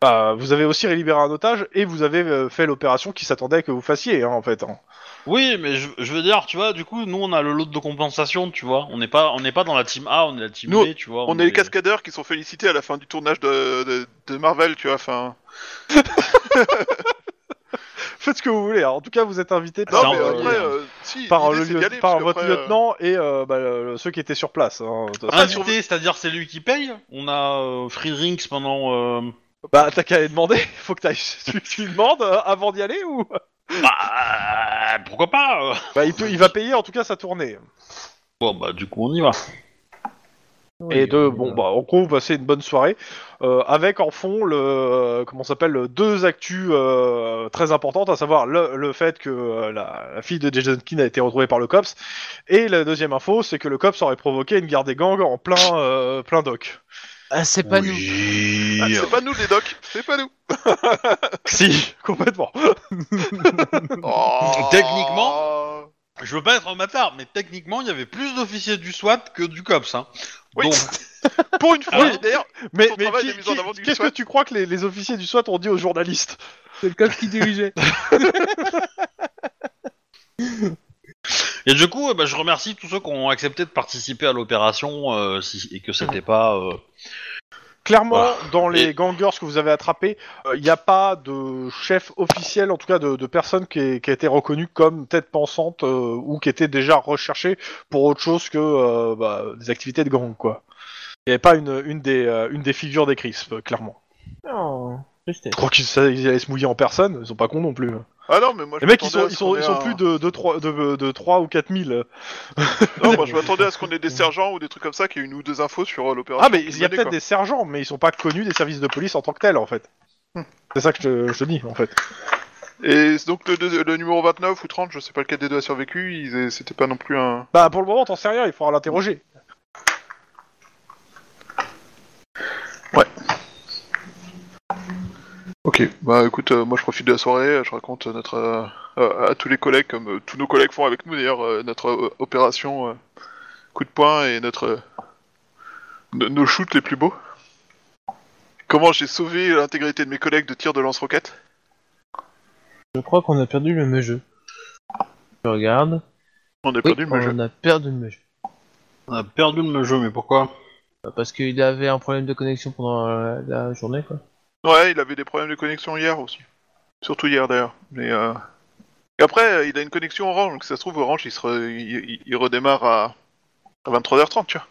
[SPEAKER 3] Bah, vous avez aussi libéré un otage et vous avez euh, fait l'opération qui s'attendait à que vous fassiez hein, en fait. hein.
[SPEAKER 2] Oui, mais je, je veux dire, tu vois, du coup, nous, on a le lot de compensation, tu vois. On n'est pas, on n'est pas dans la team A, on est la team
[SPEAKER 1] Nous,
[SPEAKER 2] B, tu
[SPEAKER 3] Oh,
[SPEAKER 2] vois.
[SPEAKER 1] On est les cascadeurs qui sont félicités à la fin du tournage de, de, de Marvel, tu vois. Enfin,
[SPEAKER 3] Faites ce que vous voulez. hein. En tout cas, vous êtes invité
[SPEAKER 1] Ah non,
[SPEAKER 2] Ça,
[SPEAKER 1] mais
[SPEAKER 2] on-
[SPEAKER 1] après, euh, si,
[SPEAKER 3] Ah, par,
[SPEAKER 1] l'idée,
[SPEAKER 3] le
[SPEAKER 1] c'est
[SPEAKER 3] lieu-
[SPEAKER 1] d'y aller,
[SPEAKER 3] par
[SPEAKER 1] parce
[SPEAKER 3] votre
[SPEAKER 1] qu'après, euh,
[SPEAKER 3] lieutenant et euh, bah, le- ceux qui étaient sur place. hein, de toute façon.
[SPEAKER 2] Invité, c'est-à-dire c'est lui qui paye. On a euh, free drinks pendant. euh,
[SPEAKER 3] Bah t'as qu'à aller demander, faut que t'ailles- tu, tu lui demandes euh, avant d'y aller ou
[SPEAKER 2] Bah, pourquoi pas euh.
[SPEAKER 3] Bah il, peut- il va payer en tout cas sa tournée.
[SPEAKER 2] Bon, bah, du coup, on y va.
[SPEAKER 3] Et de bon bah en gros vous passez une bonne soirée euh, avec en fond le euh, comment ça s'appelle le- deux actus euh, très importantes à savoir le, le fait que euh, la, la fille de Jason Keane a été retrouvée par le cops et la deuxième info c'est que le cops aurait provoqué une guerre des gangs en plein euh, plein doc.
[SPEAKER 4] Ah, c'est pas nous.
[SPEAKER 1] ah, c'est pas nous les docs, c'est pas nous.
[SPEAKER 3] Si complètement.
[SPEAKER 1] Oh.
[SPEAKER 2] Techniquement, Je veux pas être un bâtard, mais techniquement, il y avait plus d'officiers du SWAT que du COPS. Hein.
[SPEAKER 1] Oui.
[SPEAKER 2] Donc,
[SPEAKER 3] Pour
[SPEAKER 1] Ah
[SPEAKER 3] une
[SPEAKER 2] fois,
[SPEAKER 3] d'ailleurs. Mais,
[SPEAKER 1] son
[SPEAKER 3] mais
[SPEAKER 1] travail
[SPEAKER 3] qui-
[SPEAKER 1] est mis en
[SPEAKER 3] qui-
[SPEAKER 1] avant du
[SPEAKER 3] qu'est-ce que
[SPEAKER 1] SWAT.
[SPEAKER 3] tu crois que les, les officiers du SWAT ont dit aux journalistes
[SPEAKER 4] C'est le coq qui dirigeait.
[SPEAKER 2] Et du coup, eh ben, je remercie tous ceux qui ont accepté de participer à l'opération euh, si- et que c'était pas. euh,
[SPEAKER 3] Clairement,
[SPEAKER 2] Voilà.
[SPEAKER 3] dans les
[SPEAKER 2] Et-
[SPEAKER 3] gangers que vous avez attrapés, il n'y a pas de chef officiel, en tout cas de, de personne qui, est- qui a été reconnue comme tête pensante euh, ou qui était déjà recherchée pour autre chose que euh, bah, des activités de gang, quoi. Il n'y avait pas une, une, des, euh, une des figures des crisps, euh, clairement.
[SPEAKER 4] Non.
[SPEAKER 3] Je crois qu'ils sa- ils allaient se mouiller en personne, ils sont pas cons non plus. hein.
[SPEAKER 1] Ah non, mais moi je
[SPEAKER 3] Les mecs, ils
[SPEAKER 1] m'attendais à
[SPEAKER 3] sont, ils
[SPEAKER 1] ce
[SPEAKER 3] sont,
[SPEAKER 1] qu'on
[SPEAKER 3] ils
[SPEAKER 1] ait
[SPEAKER 3] sont
[SPEAKER 1] un-
[SPEAKER 3] plus de, de, 3, de, de 3 ou 4 000.
[SPEAKER 1] Non, moi je m'attendais à ce qu'on ait des sergents ou des trucs comme ça qui aient une ou deux infos sur euh, l'opération.
[SPEAKER 3] Ah, mais il y a
[SPEAKER 1] menée,
[SPEAKER 3] peut-être
[SPEAKER 1] quoi.
[SPEAKER 3] des sergents, mais ils sont pas connus des services de police en tant que tels, en fait. C'est ça que je, te- je te dis, en fait.
[SPEAKER 1] Et c'est donc le, deux- le numéro 29 ou 30, je sais pas lequel des deux a survécu, ils- c'était pas non plus un.
[SPEAKER 3] Bah, pour le moment, t'en sais rien, il faudra l'interroger.
[SPEAKER 1] Ok, bah écoute, euh, moi je profite de la soirée, euh, je raconte euh, notre euh, euh, à tous les collègues, comme euh, tous nos collègues font avec nous d'ailleurs, euh, notre euh, opération euh, coup de poing et notre euh, no- nos shoots les plus beaux. Comment j'ai sauvé l'intégrité de mes collègues de tir de lance-roquettes
[SPEAKER 4] Je crois qu'on a perdu le jeu. Je regarde.
[SPEAKER 1] On a
[SPEAKER 4] Oui,
[SPEAKER 1] perdu, mais je...
[SPEAKER 4] on a perdu le jeu.
[SPEAKER 2] On a perdu le jeu, mais pourquoi
[SPEAKER 4] Bah, Parce qu'il avait un problème de connexion pendant la, la journée, quoi.
[SPEAKER 1] Ouais, il avait des problèmes de connexion hier aussi. Surtout hier d'ailleurs. Mais euh... et Après, euh, il a une connexion Orange, donc si ça se trouve, Orange il, se re- il- il- il redémarre à... à 23h30, tu vois.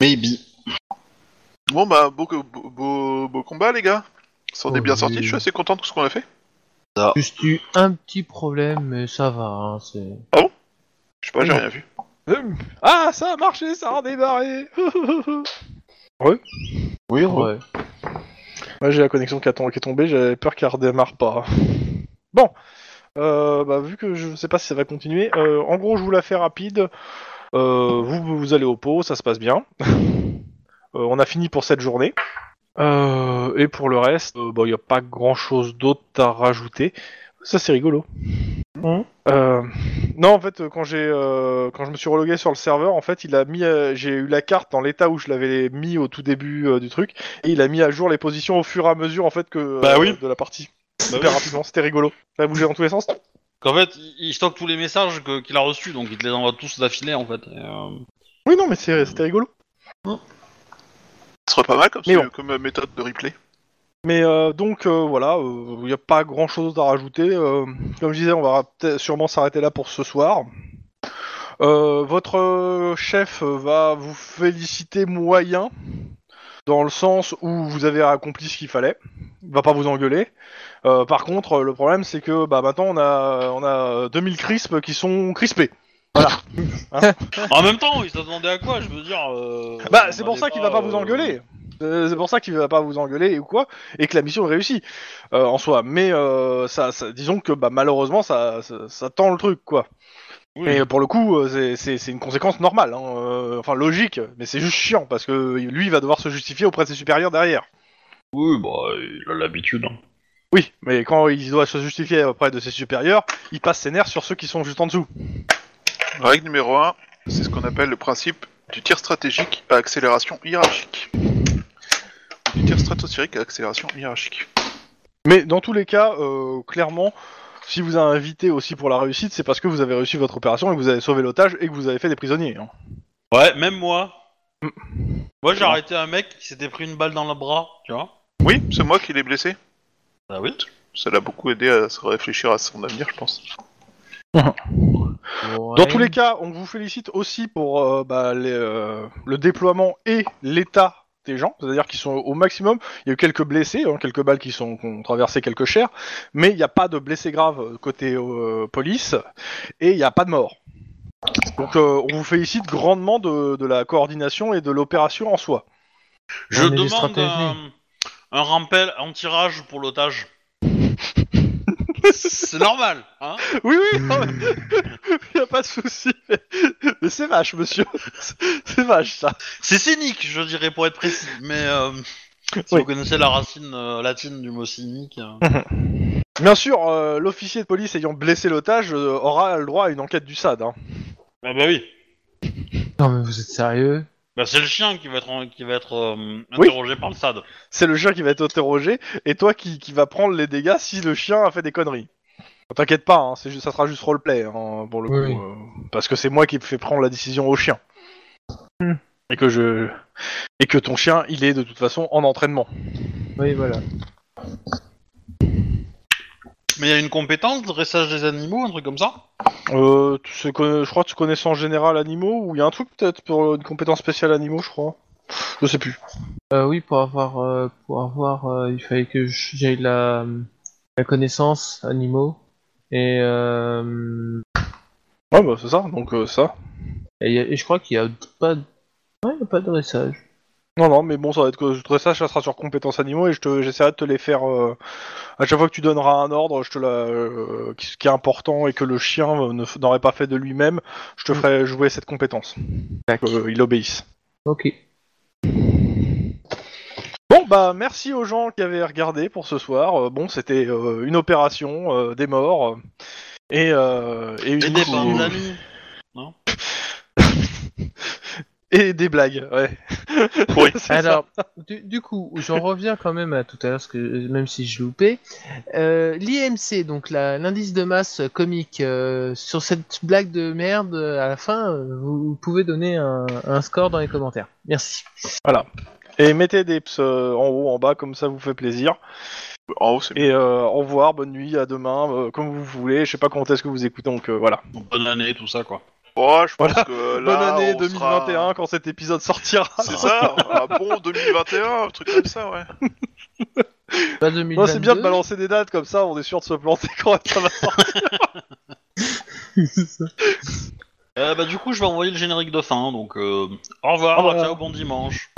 [SPEAKER 2] Maybe.
[SPEAKER 1] Bon bah, beau, beau- beau- beau combat les gars. S'en est
[SPEAKER 4] Oh,
[SPEAKER 1] bien
[SPEAKER 4] oui.
[SPEAKER 1] sorti, je suis assez content de tout ce qu'on a fait.
[SPEAKER 4] Juste eu un petit problème, mais ça va, hein, c'est...
[SPEAKER 1] Je sais pas, Bah, j'ai
[SPEAKER 3] Non.
[SPEAKER 1] rien vu.
[SPEAKER 3] Euh, Ah, ça a marché, ça a redémarré
[SPEAKER 2] Oui,
[SPEAKER 4] Ouais.
[SPEAKER 3] Moi, j'ai la connexion qui, a tom- qui est tombée, j'avais peur qu'elle redémarre pas. Bon, Euh, bah, vu que je sais pas si ça va continuer, euh, en gros, je vous la fais rapide. Euh, vous, vous allez au pot, ça se passe bien. Euh, on a fini pour cette journée. Euh, et pour le reste, il n'y a pas grand chose d'autre à rajouter. Ça, c'est rigolo.
[SPEAKER 4] Mhm.
[SPEAKER 3] Euh, non, en fait, quand j'ai euh, quand je me suis relogué sur le serveur, en fait, il a mis, euh, j'ai eu la carte dans l'état où je l'avais mis au tout début euh, du truc, et il a mis à jour les positions au fur et à mesure en fait que euh,
[SPEAKER 2] Bah oui.
[SPEAKER 3] de la partie.
[SPEAKER 2] Bah
[SPEAKER 3] Super
[SPEAKER 2] oui.
[SPEAKER 3] rapidement, c'était rigolo. Ça a bougé dans tous les sens.
[SPEAKER 2] Qu'en fait, il il stocke tous les messages que- qu'il a reçus, donc il te les envoie tous d'affilée en fait. Et, euh,
[SPEAKER 3] Oui, non, mais c'est- c'était rigolo.
[SPEAKER 1] Ce serait pas mal comme,
[SPEAKER 3] Mais
[SPEAKER 1] si-
[SPEAKER 3] bon.
[SPEAKER 1] comme euh, méthode de replay.
[SPEAKER 3] Mais euh, donc euh, voilà, il n'y a pas grand chose à rajouter. Euh, comme je disais, on va peut-être- sûrement s'arrêter là pour ce soir. Euh, votre euh, chef va vous féliciter moyen, dans le sens où vous avez accompli ce qu'il fallait. Il va pas vous engueuler. Euh, par contre, le problème c'est que bah, maintenant on a, on a 2000 crisps qui sont crispés.
[SPEAKER 2] En même temps, il s'attendait à quoi Je veux dire. euh,
[SPEAKER 3] Bah
[SPEAKER 2] on
[SPEAKER 3] c'est pour
[SPEAKER 2] avait
[SPEAKER 3] ça qu'il va pas vous
[SPEAKER 2] euh,
[SPEAKER 3] engueuler. Euh, C'est pour ça qu'il va pas vous engueuler ou quoi, et que la mission est réussie euh, en soi. Mais euh, ça, ça- disons que bah, malheureusement ça, ça, ça tend le truc quoi.
[SPEAKER 2] Oui.
[SPEAKER 3] Mais pour le coup euh, c'est- c'est c'est une conséquence normale, hein, euh, enfin logique, mais c'est juste chiant parce que lui il va devoir se justifier auprès de ses supérieurs derrière.
[SPEAKER 2] Oui, bah, il a l'habitude. hein.
[SPEAKER 3] Oui, mais quand il doit se justifier auprès de ses supérieurs, il passe ses nerfs sur ceux qui sont juste en dessous.
[SPEAKER 1] Règle numéro 1, c'est ce qu'on appelle le principe du tir stratégique à accélération hiérarchique. Du tir stratosphérique à accélération hiérarchique.
[SPEAKER 3] Mais dans tous les cas, euh, clairement, si vous avez invité aussi pour la réussite, c'est parce que vous avez réussi votre opération et que vous avez sauvé l'otage et que vous avez fait des prisonniers. hein.
[SPEAKER 2] Ouais, même moi.
[SPEAKER 3] Mm.
[SPEAKER 2] Moi, j'ai arrêté un mec qui s'était pris une balle dans le bras, tu vois.
[SPEAKER 1] Oui, c'est moi qui l'ai blessé.
[SPEAKER 2] Bah oui.
[SPEAKER 1] Ça l'a beaucoup aidé à se réfléchir à son avenir, je pense.
[SPEAKER 3] Dans tous les cas, on vous félicite aussi pour euh, bah, les, euh, le déploiement et l'état des gens, c'est-à-dire qu'ils sont au maximum. Il y a eu quelques blessés, hein, quelques balles qui sont qui ont traversé quelques chairs, mais il n'y a pas de blessés graves euh, côté euh, police et il n'y a pas de mort. Donc euh, on vous félicite grandement de, de la coordination et de l'opération en soi.
[SPEAKER 2] Je
[SPEAKER 4] On est des
[SPEAKER 2] demande
[SPEAKER 4] stratèges
[SPEAKER 2] un, un rappel en tirage pour l'otage. C'est normal, hein
[SPEAKER 3] Oui, oui,
[SPEAKER 4] Hmm.
[SPEAKER 3] non, mais... y a pas de souci. Mais, mais c'est vache, monsieur. C'est- C'est vache, ça.
[SPEAKER 2] C'est cynique, je dirais, pour être précis. Mais euh, si
[SPEAKER 3] Oui.
[SPEAKER 2] vous connaissez la racine euh, latine du mot cynique. euh,
[SPEAKER 3] Bien sûr, euh, l'officier de police ayant blessé l'otage euh, aura le droit à une enquête du SAD. hein.
[SPEAKER 2] Ah bah oui.
[SPEAKER 4] Non, mais vous êtes sérieux
[SPEAKER 2] Bah, c'est le chien qui va être, en- qui va être euh,
[SPEAKER 3] Oui.
[SPEAKER 2] interrogé par le SAD.
[SPEAKER 3] C'est le chien qui va être interrogé et toi qui, qui va prendre les dégâts si le chien a fait des conneries. T'inquiète pas, hein, c'est ju- ça sera juste roleplay hein, pour le coup.
[SPEAKER 4] Oui.
[SPEAKER 3] euh, parce que c'est moi qui fais prendre la décision au chien.
[SPEAKER 4] Hmm.
[SPEAKER 3] Et que je. Et que ton chien, il est de toute façon en entraînement.
[SPEAKER 4] Oui, voilà.
[SPEAKER 2] Mais il y a une compétence, dressage des animaux, un truc comme ça
[SPEAKER 3] Euh, tu sais, conna- je crois que tu connais ça en général animaux, ou il y a un truc peut-être pour une compétence spéciale animaux, je crois. Je sais plus.
[SPEAKER 4] Euh, oui, pour avoir... euh, pour avoir euh, il fallait que je- j'aille la... la connaissance, animaux, et, euh,
[SPEAKER 3] Ouais, bah c'est ça, donc euh, ça.
[SPEAKER 4] et, y a- et je crois qu'il n'y a pas de... Ouais, il y a pas de dressage.
[SPEAKER 3] Non, non, mais bon, ça va être que je te- ça, ça sera sur compétences animaux et je te- j'essaierai de te les faire. euh, à chaque fois que tu donneras un ordre, je te la, euh, qui, qui est important et que le chien euh, ne f- n'aurait pas fait de lui-même, je te ferai jouer cette compétence. Euh, il obéisse.
[SPEAKER 4] Ok.
[SPEAKER 3] Bon, bah merci aux gens qui avaient regardé pour ce soir. Euh, bon, c'était euh, une opération, euh, des morts euh, et, euh, et une
[SPEAKER 2] Et des
[SPEAKER 3] histoire-
[SPEAKER 2] parents d'amis.
[SPEAKER 3] et des blagues. Ouais.
[SPEAKER 1] Oui.
[SPEAKER 3] C'est ça.
[SPEAKER 4] Alors, du, du coup, j'en reviens quand même à tout à l'heure, parce que même si je loupais. Euh, L'IMC, donc la- l'indice de masse comique, euh, sur cette blague de merde, euh, à la fin, euh, vous, vous pouvez donner un, un score dans les commentaires. Merci.
[SPEAKER 3] Et mettez des ps euh, en haut, en bas, comme ça vous fait plaisir.
[SPEAKER 1] En haut, c'est
[SPEAKER 3] Et euh, au revoir, bonne nuit, à demain, euh, comme vous voulez. Je sais pas quand est-ce que vous écoutez, donc euh, voilà.
[SPEAKER 2] Donc, Bonne année, tout ça, quoi.
[SPEAKER 1] Oh, je pense
[SPEAKER 3] Voilà.
[SPEAKER 1] que là,
[SPEAKER 3] bonne année
[SPEAKER 1] on
[SPEAKER 3] 2021
[SPEAKER 1] sera-
[SPEAKER 3] quand cet épisode sortira.
[SPEAKER 1] C'est ça, un bon 2021, un truc comme ça, ouais.
[SPEAKER 4] Pas
[SPEAKER 3] Non, c'est bien de
[SPEAKER 4] 2022.
[SPEAKER 3] balancer des dates comme ça, on est sûr de se planter quand ça va sortir.
[SPEAKER 2] Euh, bah, du coup, je vais envoyer le générique de fin, donc euh, au revoir,
[SPEAKER 3] Au revoir.
[SPEAKER 2] ciao, bon dimanche.